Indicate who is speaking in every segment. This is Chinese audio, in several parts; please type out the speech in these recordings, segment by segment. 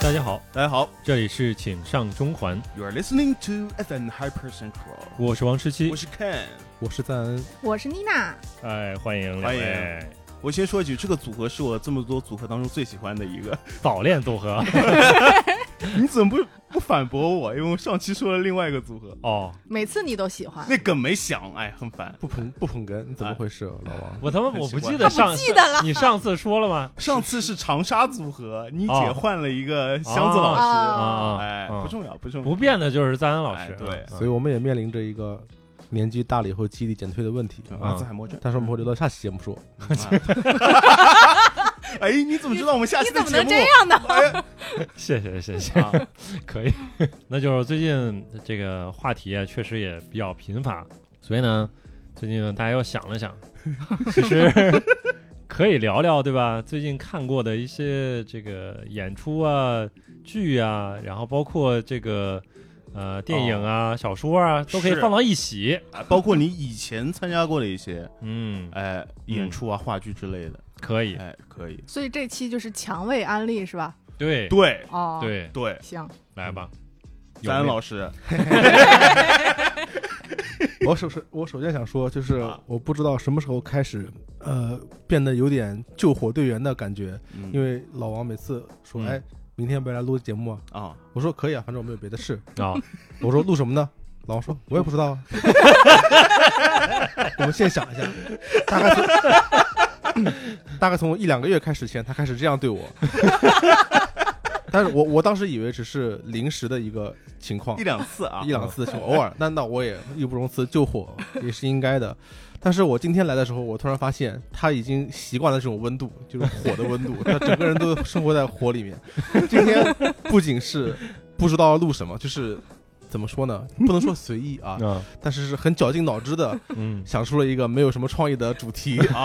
Speaker 1: 大家好
Speaker 2: 这里是请上中环，
Speaker 1: ，You are listening to FM Hyper Central，
Speaker 2: 我是王十七
Speaker 1: 我，是 Ken。
Speaker 3: 我是赞恩，
Speaker 4: 我是妮娜，
Speaker 2: 哎，欢迎两
Speaker 1: 欢迎
Speaker 2: 位
Speaker 1: 我先说一句，这个组合是我这么多组合当中最喜欢的一个。
Speaker 2: 早恋组合
Speaker 1: 你怎么不不反驳我？因为我上期说了另外一个组合，
Speaker 2: 哦，
Speaker 4: 每次你都喜欢，
Speaker 1: 那梗没想，哎，很烦。
Speaker 3: 不 捧不捧哏，你怎么回事、啊老王？
Speaker 2: 我他妈
Speaker 1: 很
Speaker 2: 我
Speaker 1: 奇
Speaker 2: 不
Speaker 1: 怪
Speaker 2: 记
Speaker 4: 他
Speaker 2: 得上
Speaker 4: 不记得了。
Speaker 2: 你上次说了吗？
Speaker 1: 上次是长沙组 合，你姐
Speaker 2: 哦
Speaker 1: 换了一个箱子老
Speaker 2: 啊
Speaker 1: 师，
Speaker 4: 哦
Speaker 2: 啊，
Speaker 1: 哎，
Speaker 2: 啊
Speaker 1: 不重要，不重要，
Speaker 2: 不变的就是赞恩老
Speaker 1: 哎
Speaker 2: 师，
Speaker 1: 对
Speaker 2: 嗯
Speaker 3: 所以我们也面临着一个年纪大了以后记忆力减退的问题，
Speaker 1: 阿兹海默症。
Speaker 3: 但是我们会留到下期节目说。
Speaker 1: 哎，你怎么知道我们下
Speaker 4: 你
Speaker 1: 期
Speaker 4: 怎
Speaker 1: 的节
Speaker 4: 么能
Speaker 1: 目？
Speaker 4: 这样呢？
Speaker 2: 谢谢谢谢，
Speaker 1: 啊，
Speaker 2: 可以。 那就是最近这个话题啊，确实也比较贫乏，所以呢，最近呢大家又想了想，其实可以聊聊，对吧？最近看过的一些这个演出啊、剧啊，然后包括这个呃电影啊、小说啊，都可以
Speaker 1: 哦是
Speaker 2: 放到一起。
Speaker 1: 啊包括你以前参加过的一些
Speaker 2: 嗯，
Speaker 1: 哎演出啊、话剧之类的，
Speaker 2: 可以，
Speaker 1: 哎，可以。
Speaker 4: 所以这期就是强为安利是吧？
Speaker 2: 对
Speaker 1: 对
Speaker 4: 哦，，
Speaker 2: 对，
Speaker 1: 对，
Speaker 4: 行，
Speaker 2: 来吧，有
Speaker 1: 咱
Speaker 2: 没有
Speaker 1: 老师
Speaker 3: 我首首我首先想说，就是
Speaker 1: 啊
Speaker 3: 我不知道什么时候开始，呃，变得有点救火队员的感觉，
Speaker 1: 嗯
Speaker 3: 因为老王每次说，
Speaker 2: 嗯
Speaker 3: 哎，明天要不要来录节目啊？
Speaker 1: 啊，
Speaker 3: 我说可以啊，反正我没有别的事。
Speaker 2: 啊、
Speaker 3: 我说录什么呢？老王说，我也不知道啊。 我们先想一下，大概从大概从一两个月开始前，他开始这样对我。 但是我我当时以为只是临时的一个情况
Speaker 1: 一，两次啊
Speaker 3: 一，两次就偶尔，那那我也义不容辞救火也是应该的。但是我今天来的时候，我突然发现他已经习惯了这种温度，就是火的温度，他整个人都生活在火里面。今天不仅是不知道要录什么，就是怎么说呢，不能说随意
Speaker 1: 嗯
Speaker 3: 啊，
Speaker 2: 啊，
Speaker 3: 但是是很绞尽脑汁的
Speaker 2: 嗯，
Speaker 3: 想出了一个没有什么创意的主题，
Speaker 1: 啊，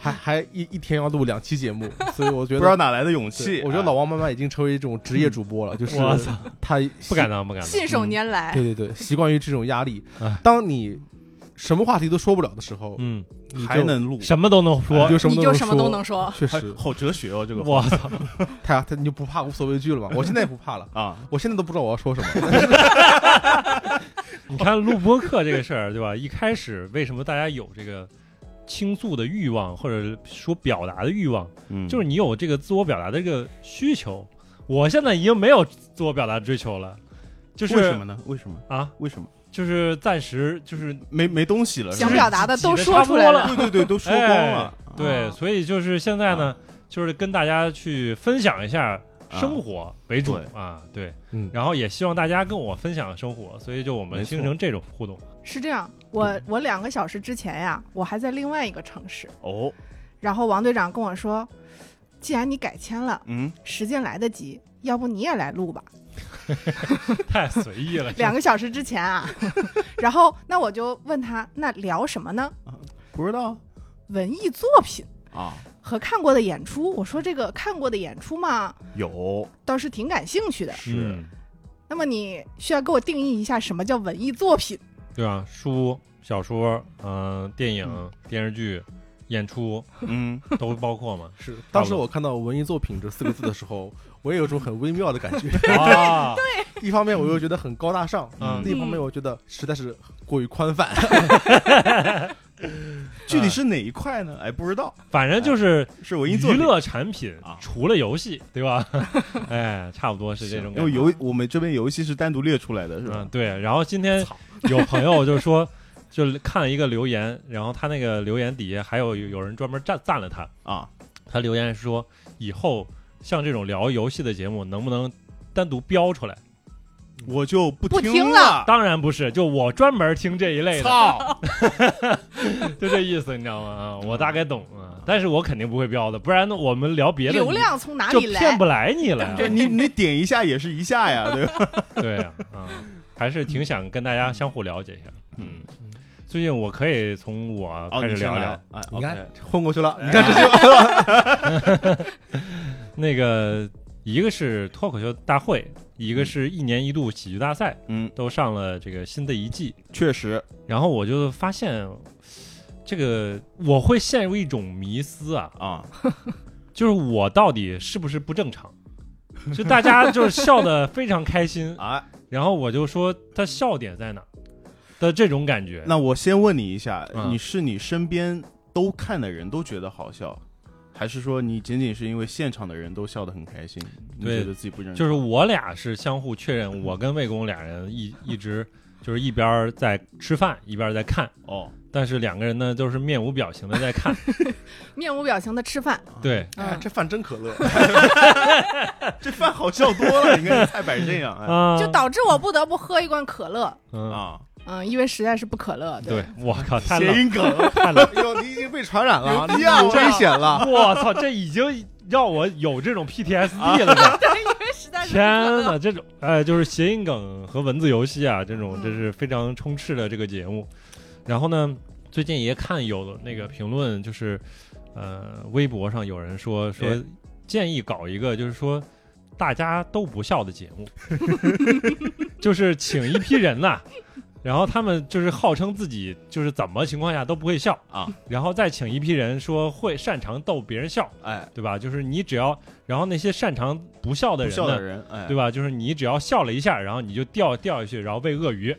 Speaker 3: 还还一一天要录两期节目，所以我觉
Speaker 1: 不
Speaker 3: 得
Speaker 1: 知道哪来啊的勇气哎
Speaker 3: 对。我觉得老
Speaker 1: 王
Speaker 3: 王妈妈已经成为一种职业主播了，就是
Speaker 2: 我操
Speaker 3: 他
Speaker 2: 不敢当不 敢当，
Speaker 4: 信手拈来，
Speaker 3: 嗯对对对，习惯于这种压力
Speaker 2: 哎。
Speaker 3: 当你什么话题都说不了的时候，
Speaker 2: 嗯，
Speaker 3: 你就
Speaker 1: 还能录，
Speaker 2: 什么都能
Speaker 3: 你
Speaker 2: 说，
Speaker 1: 哎
Speaker 3: 就什么
Speaker 4: 你就什么
Speaker 3: 都
Speaker 4: 都
Speaker 3: 能
Speaker 4: 能说
Speaker 3: 说。。确
Speaker 1: 还
Speaker 3: 实，哎
Speaker 1: 好哲学哦，这个
Speaker 2: 我操，
Speaker 3: 他他你就不怕无所畏惧了嘛？我现在也不怕了，
Speaker 1: 啊，
Speaker 3: 我现在都不知道我要说什么。
Speaker 2: 你看录播课这个事儿，对吧？一开始为什么大家有这个倾诉的欲望，或者说表达的欲望，
Speaker 1: 嗯
Speaker 2: 就是你有这个自我表达的这个需求。我现在已经没有自我表达追求了，就是
Speaker 1: 为什么呢？为什么？
Speaker 2: 啊？
Speaker 1: 为什么？
Speaker 2: 就是暂时就是
Speaker 1: 没没东西了，是吧
Speaker 4: 想表达的都说出
Speaker 2: 挤得差不多
Speaker 4: 来
Speaker 2: 了
Speaker 1: 对对对，都说光了。
Speaker 2: 对，
Speaker 4: 啊
Speaker 2: 所以就是现在
Speaker 1: 啊
Speaker 2: 呢，就是跟大家去分享一下生活为主
Speaker 1: 对
Speaker 2: 啊，对，
Speaker 3: 嗯。
Speaker 2: 然后也希望大家跟我分享生活，所以就我们
Speaker 1: 没错
Speaker 2: 形成这种互动。
Speaker 4: 是这样，我我两个小时之前呀，我还在另外一个城市，
Speaker 1: 哦，
Speaker 4: 然后王队长跟我说，既然你改签了，
Speaker 1: 嗯，
Speaker 4: 时间来得及，要不你也来录吧。
Speaker 2: 太随意 了，
Speaker 4: 两个小时之前啊，然后那我就问他，那聊什么呢？
Speaker 1: 不知道
Speaker 4: 文艺作品
Speaker 1: 啊，
Speaker 4: 和看过的演出。我说这个看过的演出嘛，
Speaker 1: 有
Speaker 4: 倒是挺感兴趣的。
Speaker 2: 嗯，
Speaker 4: 那么你需要给我定义一下什么叫文艺作品？
Speaker 2: 对啊，书、小说、嗯、电影、电视剧、演 出
Speaker 1: 嗯，
Speaker 2: 都包括嘛
Speaker 3: 是，当时我看到“文艺作品”这四个字的时候，我也有种很微妙的感觉。
Speaker 2: 啊，
Speaker 3: 一方面我又觉得很高大上，
Speaker 2: 嗯
Speaker 3: 另一方面我觉得实在是过于宽泛。
Speaker 1: 具体是哪一块呢？哎，不知道，
Speaker 2: 反正就是
Speaker 1: 是我一
Speaker 2: 娱
Speaker 1: 做
Speaker 2: 乐产品
Speaker 1: 啊，
Speaker 2: 除了游戏，对吧？ 哎，差不多是这种
Speaker 1: 因
Speaker 2: 感
Speaker 1: 为
Speaker 2: 觉。
Speaker 1: 游我们这边游戏是单独列出来的，是吧
Speaker 2: 嗯，？对。然后今天有朋友就说，就看了一个留言，然后他那个留言底下还有有人专门赞赞了他，
Speaker 1: 啊，
Speaker 2: 他留言说以后像这种聊游戏的节目能不能单独标出来？
Speaker 1: 我就不
Speaker 4: 不听
Speaker 1: 了
Speaker 4: 了。
Speaker 2: 当然不是，就我专门听这一类的。
Speaker 1: 操！
Speaker 2: 就这意思，你知道吗？啊，我大概懂啊，但是我肯定不会标的，不然呢，我们聊别的
Speaker 4: 流量从哪
Speaker 2: 就
Speaker 4: 里
Speaker 2: 骗
Speaker 4: 来
Speaker 2: 不？来你了呀。
Speaker 1: 这你你点一下也是一下呀，对吧？
Speaker 2: 对呀，啊，还是挺想跟大家相互了解一下。
Speaker 1: 嗯，
Speaker 2: 最近我可以从我
Speaker 1: 哦，
Speaker 2: 嗯开始
Speaker 1: 你先
Speaker 2: 聊
Speaker 1: 来
Speaker 2: 聊，
Speaker 1: 哎，
Speaker 3: 你看
Speaker 1: OK，
Speaker 3: 混过去了，你看这就
Speaker 2: 那个，一个是脱口秀大会，一个是一年一度喜剧大赛，
Speaker 1: 嗯，
Speaker 2: 都上了这个新的一季。
Speaker 1: 确实，
Speaker 2: 然后我就发现，这个我会陷入一种迷思啊，
Speaker 1: 啊，，
Speaker 2: 就是我到底是不是不正常？就大家就是笑得非常开心
Speaker 1: 啊，
Speaker 2: 然后我就说他笑点在哪儿的这种感觉。
Speaker 1: 那我先问你一下，
Speaker 2: 嗯
Speaker 1: 你是你身边都看的人都觉得好笑，还是说你仅仅是因为现场的人都笑得很开心，你
Speaker 2: 对
Speaker 1: 觉得自己不正常？
Speaker 2: 就是我俩是相互确认，我跟魏公俩人一一直就是一边儿在吃饭一边儿在看，
Speaker 1: 哦，
Speaker 2: 但是两个人呢都是面无表情的在 看。
Speaker 4: 面无表情的吃饭，
Speaker 2: 对，
Speaker 3: 哎，
Speaker 4: 嗯，
Speaker 3: 这饭真可乐，
Speaker 1: 这饭好笑多了，你看菜摆这样，哎
Speaker 2: 啊，
Speaker 4: 就导致我不得不喝一罐可乐，
Speaker 2: 嗯，
Speaker 1: 啊，
Speaker 4: 嗯，因为实在是不可乐，
Speaker 2: 对，我靠，太冷
Speaker 1: 谐音梗，
Speaker 2: 太冷，
Speaker 3: 哟，你已经被传染
Speaker 1: 牛
Speaker 3: 了，你
Speaker 1: 逼啊
Speaker 3: 有
Speaker 1: 我
Speaker 3: 危险了。
Speaker 2: 我操，这已经让我有这种 PTSD 了。
Speaker 4: 对， 因为实在是不
Speaker 2: 天
Speaker 4: 可乐，
Speaker 2: 呐，这种哎，就是谐音梗和文字游戏啊，这种
Speaker 4: 嗯
Speaker 2: 这是非常充斥的这个节目。然后呢，最近也看有那个评论，就是呃，微博上有人说说
Speaker 1: 哎
Speaker 2: 建议搞一个，就是说大家都不笑的节目， 就是请一批人呐、然后他们就是号称自己就是怎么情况下都不会笑
Speaker 1: 啊，
Speaker 2: 然后再请一批人说会擅长逗别人笑，
Speaker 1: 哎，
Speaker 2: 对吧？就是你只要，然后那些擅长不笑的
Speaker 1: 不
Speaker 2: 人
Speaker 1: 笑
Speaker 2: 呢
Speaker 1: 的，人，哎，
Speaker 2: 对吧？就是你只要笑了一下，然后你就掉掉下去，然后喂鳄 鱼，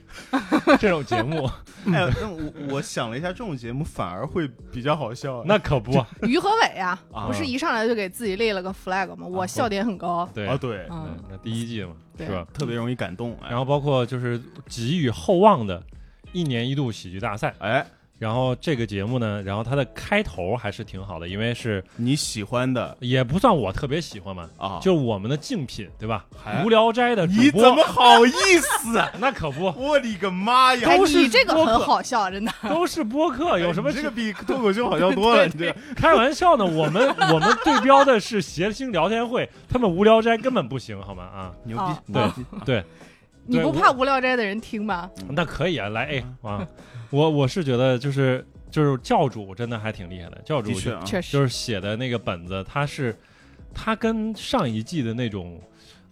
Speaker 2: 这种节目
Speaker 1: 哎，那我我想了一下，这种节目反而会比较好笑。
Speaker 2: 那可不，
Speaker 4: 于和伟啊，
Speaker 1: 啊
Speaker 4: 不是一上来就给自己立了个 flag 吗？我笑点很高，
Speaker 2: 对
Speaker 1: 啊，，对，
Speaker 2: 啊嗯
Speaker 4: 嗯，
Speaker 2: 那第一季嘛，
Speaker 4: 对
Speaker 2: 是吧？
Speaker 1: 特别容易感动。哎
Speaker 2: 然后包括就是给予厚望的一年一度喜剧大赛，
Speaker 1: 哎，
Speaker 2: 然后这个节目呢，然后它的开头还是挺好的，因为是
Speaker 1: 你喜欢的
Speaker 2: 也不算我特别喜欢嘛，
Speaker 1: 啊，
Speaker 2: 就是我们的竞品，对吧？
Speaker 1: 哎
Speaker 2: 无聊斋 的
Speaker 1: 你
Speaker 2: 主播，
Speaker 1: 怎么好意思啊？
Speaker 2: 那可不，
Speaker 1: 我的个妈呀！
Speaker 4: 哎，
Speaker 2: 都是
Speaker 4: 你这个
Speaker 2: 播客
Speaker 4: 很好笑，真的。
Speaker 2: 都是播客，有什么
Speaker 1: 哎你这个比脱口秀好笑 多了，你这
Speaker 2: 开玩笑呢，我们我们对标的是谐星聊天会，他们无聊斋根本不行，好吗？啊，
Speaker 1: 牛
Speaker 4: 哦
Speaker 1: 逼，
Speaker 2: 对
Speaker 1: 牛逼
Speaker 2: 对，
Speaker 4: 你
Speaker 2: 对
Speaker 4: 不
Speaker 2: 我
Speaker 4: 怕无聊斋的人听吗？
Speaker 2: 那可以啊，来哎
Speaker 1: 嗯
Speaker 2: 啊，我我是觉得就是就是教主真的还挺厉害的，教主
Speaker 1: 的确啊，
Speaker 4: 确实，
Speaker 2: 就是写的那个本子，他是他跟上一季的那种，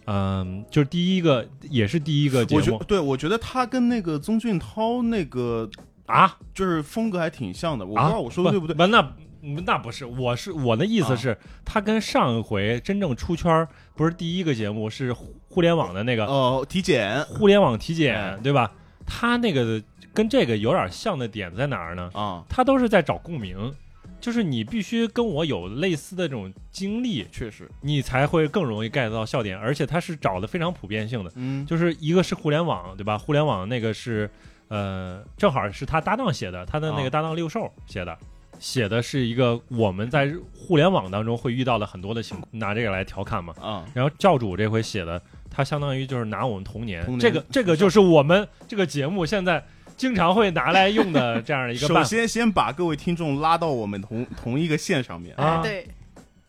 Speaker 2: 嗯，就是第一个也是第一个节
Speaker 1: 我觉
Speaker 2: 目
Speaker 1: 对我觉得他跟那个宗俊涛那个
Speaker 2: 啊，
Speaker 1: 就是风格还挺像的，我不
Speaker 2: 啊
Speaker 1: 知道我说的对不对？
Speaker 2: 不那。嗯那不是，我是我的意思
Speaker 1: 啊
Speaker 2: 是，他跟上一回真正出圈儿不是第一个节目，是互互联网的那个
Speaker 1: 哦，体检
Speaker 2: 互联网体
Speaker 1: 哎
Speaker 2: 检，对吧？他那个跟这个有点像的点在哪儿呢？
Speaker 1: 啊，
Speaker 2: 他都是在找共鸣，就是你必须跟我有类似的这种经历，
Speaker 1: 确实，
Speaker 2: 你才会更容易 get 到笑点。而且他是找的非常普遍性的，
Speaker 1: 嗯，
Speaker 2: 就是一个是互联网，对吧？互联网那个是，呃，正好是他搭档写的，他的那
Speaker 1: 啊
Speaker 2: 个搭档六兽写的。写的是一个我们在互联网当中会遇到的很多的情，拿这个来调侃嘛。
Speaker 1: 啊，
Speaker 2: 然后教主这回写的，他相当于就是拿我们童年，
Speaker 1: 童年
Speaker 2: 这个这个就是我们这个节目现在经常会拿来用的这样的一个
Speaker 1: 首
Speaker 2: 办法。
Speaker 1: 先先把各位听众拉到我们同同一个线上面，
Speaker 2: 啊
Speaker 4: 哎对，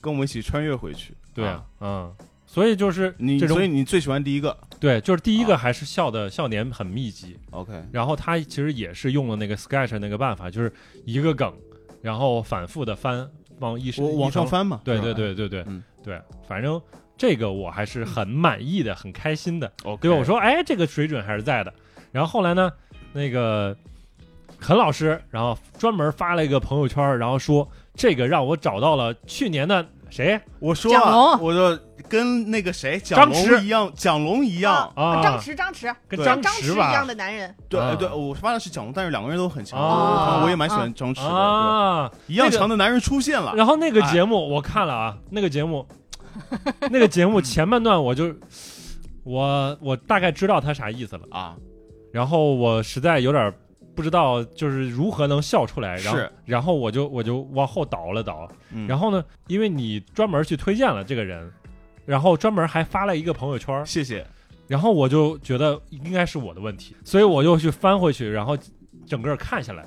Speaker 1: 跟我们一起穿越回去。
Speaker 2: 对
Speaker 1: 啊，，
Speaker 2: 嗯，所以就是
Speaker 1: 你
Speaker 2: 这
Speaker 1: 所以
Speaker 2: 种
Speaker 1: 你最喜欢第一个
Speaker 2: 对，就是第一个
Speaker 1: 啊
Speaker 2: 还是笑的笑点很密集，
Speaker 1: ，OK，
Speaker 2: 然后他其实也是用了那个 Sketch 那个办法，就是一个梗，然后反复的翻往一
Speaker 1: 我往上
Speaker 2: 翻。
Speaker 1: 翻嘛，
Speaker 2: 对对
Speaker 1: 是吧
Speaker 2: 对对对、
Speaker 1: 嗯
Speaker 2: 对，反正这个我还是很满意的，很开心的。
Speaker 1: ，OK，
Speaker 2: 对吧？我说，哎，这个水准还是在的。然后后来呢，那个陈老师，然后专门发了一个朋友圈，然后说这个让我找到了去年的谁
Speaker 1: 我说
Speaker 4: 蒋
Speaker 1: 啊，
Speaker 4: 龙
Speaker 1: 我说跟那个谁蒋
Speaker 2: 张弛
Speaker 1: 龙一样，蒋龙一样，
Speaker 2: 啊
Speaker 4: 张弛，张弛，
Speaker 2: 跟
Speaker 1: 对
Speaker 4: 像
Speaker 2: 张
Speaker 4: 张
Speaker 2: 弛
Speaker 4: 弛
Speaker 2: 吧
Speaker 4: 一样的男人，
Speaker 1: 对
Speaker 2: 啊
Speaker 1: 对，我发的是蒋龙，但是两个人都很强，
Speaker 2: 啊
Speaker 1: 我也蛮喜欢张弛的，
Speaker 2: 啊。
Speaker 1: 对一哎样强的男人出现了，
Speaker 2: 然后那个节目我看了啊，那个节目， 那个节目前半段我就我我大概知道他啥意思了，
Speaker 1: 啊，
Speaker 2: 然后我实在有点。不知道就是如何能笑出来，然后
Speaker 1: 是
Speaker 2: 然后我就我就往后倒了倒，
Speaker 1: 嗯
Speaker 2: 然后呢，因为你专门去推荐了这个人，然后专门还发了一个朋友圈儿，
Speaker 1: 谢谢，
Speaker 2: 然后我就觉得应该是我的问题，所以我又去翻回去，然后整个看下来，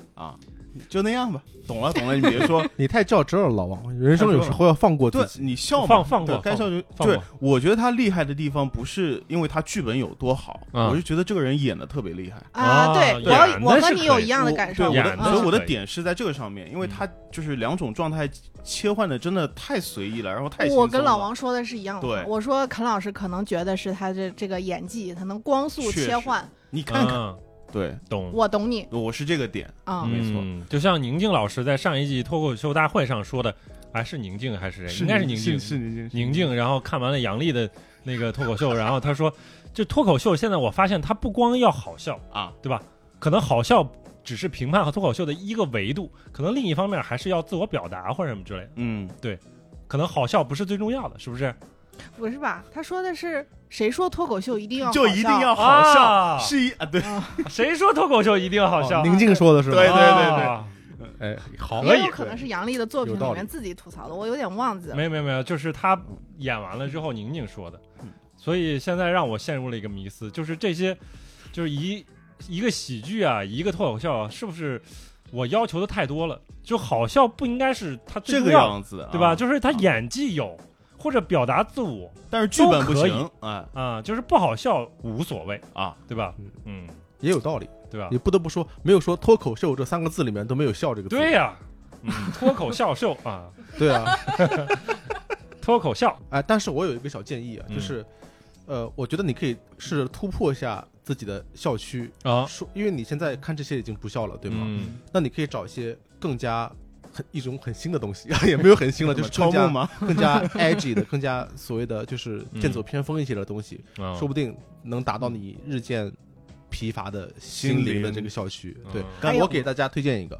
Speaker 1: 就那样吧，懂了懂了，你别 说，
Speaker 3: 你太较真儿了，老王。人生有时候要放过
Speaker 1: 对
Speaker 3: 自己。
Speaker 1: 你笑嘛
Speaker 2: 放放过
Speaker 1: 对该笑就
Speaker 2: 放
Speaker 1: 对
Speaker 2: 过。
Speaker 1: 我觉得他厉害的地方不是因为他剧本有多好，
Speaker 2: 嗯
Speaker 1: 我就觉得这个人演的特别厉害。
Speaker 2: 啊
Speaker 4: 啊，对
Speaker 2: 对
Speaker 4: 我要我
Speaker 2: 那
Speaker 4: 和
Speaker 2: 是
Speaker 4: 你
Speaker 2: 可
Speaker 4: 有
Speaker 2: 以
Speaker 4: 一样的
Speaker 1: 我
Speaker 4: 感
Speaker 1: 对
Speaker 4: 受，嗯
Speaker 1: 我
Speaker 2: 演
Speaker 1: 的，
Speaker 2: 的
Speaker 1: 所以
Speaker 2: 是
Speaker 1: 我的
Speaker 2: 可以
Speaker 1: 点是在这个上面，因为
Speaker 2: 嗯
Speaker 1: 他就是两种状态切换的真的太随意了，然后太轻
Speaker 4: 我跟
Speaker 1: 松
Speaker 4: 老
Speaker 1: 了
Speaker 4: 王说的是一样
Speaker 1: 对
Speaker 4: 的，我说肯老师可能觉得是他这这个演技，他能光速
Speaker 1: 确
Speaker 4: 切
Speaker 1: 实
Speaker 4: 换，
Speaker 1: 你看看，
Speaker 2: 嗯、
Speaker 1: 对
Speaker 2: 懂。
Speaker 4: 我懂你
Speaker 1: 我是这个点，
Speaker 4: 啊，
Speaker 1: 没错
Speaker 2: 嗯，就像宁静老师在上一季脱口秀大会上说的，哎，是宁静还是谁？应该是宁静，
Speaker 1: 是宁静，
Speaker 2: 宁静。然后看完了杨笠的那个脱口秀，然后他说，就脱口秀现在我发现它不光要好笑，
Speaker 1: 啊，
Speaker 2: 对吧？可能好笑只是评判和脱口秀的一个维度，可能另一方面还是要自我表达或者什么之类的。
Speaker 1: 嗯，
Speaker 2: 可能好笑不是最重要的，是不是？
Speaker 4: 不是吧？他说的是谁说脱口秀一定要
Speaker 1: 就
Speaker 4: 好
Speaker 1: 一定
Speaker 4: 笑
Speaker 1: 要好笑，
Speaker 2: 啊
Speaker 1: 哦是一啊，对
Speaker 2: 谁说脱口秀一定要好笑？
Speaker 3: 哦宁静说的是吧？
Speaker 1: 对
Speaker 2: 啊
Speaker 3: 哎，好，
Speaker 2: 可以
Speaker 4: 也有可能是杨笠的作品
Speaker 3: 有道
Speaker 4: 里
Speaker 3: 理
Speaker 4: 面自己吐槽的，我有点忘记了。
Speaker 2: 没有没有没有，就是他演完了之后，宁宁说的
Speaker 1: 嗯，
Speaker 2: 所以现在让我陷入了一个迷思，就是这些，就是一一个喜剧啊，一个脱口秀啊，是不是我要求的太多了？就好笑不应该是他最
Speaker 1: 这
Speaker 2: 重
Speaker 1: 个
Speaker 2: 要的，
Speaker 1: 样子，啊
Speaker 2: 对吧？就是他演技有，或者表达自我
Speaker 1: 但是剧本不
Speaker 2: 都可以
Speaker 1: 行，哎
Speaker 2: 啊，就是不好笑无所谓，
Speaker 1: 啊，
Speaker 2: 对吧
Speaker 3: 嗯？
Speaker 2: 嗯，
Speaker 3: 也有道理。
Speaker 2: 对吧
Speaker 3: 你？不得不说，没有说脱口秀这三个字里面都没有笑这个字。
Speaker 2: 对呀、嗯，脱口笑秀啊，
Speaker 3: 对啊，
Speaker 2: 脱口笑，
Speaker 3: 哎，但是我有一个小建议啊，
Speaker 2: 嗯
Speaker 3: 就是，呃，我觉得你可以试着突破一下自己的校区
Speaker 2: 啊，
Speaker 3: 说因为你现在看这些已经不笑了，对吗？
Speaker 2: 嗯
Speaker 3: 那你可以找一些更加很一种很新的东西， 也没有 很新了，就是
Speaker 1: 超
Speaker 3: 更
Speaker 1: 木
Speaker 3: 加
Speaker 1: 吗？
Speaker 3: 更加 edgy 的，更加所谓的就是
Speaker 2: 嗯
Speaker 3: 剑走偏锋一些的东西，
Speaker 2: 啊
Speaker 3: 说不定能达到你日渐疲乏的
Speaker 1: 心
Speaker 3: 心灵的
Speaker 1: 灵
Speaker 3: 这个校区。
Speaker 2: 嗯
Speaker 3: 对，
Speaker 4: 哎
Speaker 3: 但
Speaker 4: 呦
Speaker 3: 我给大家推荐一个。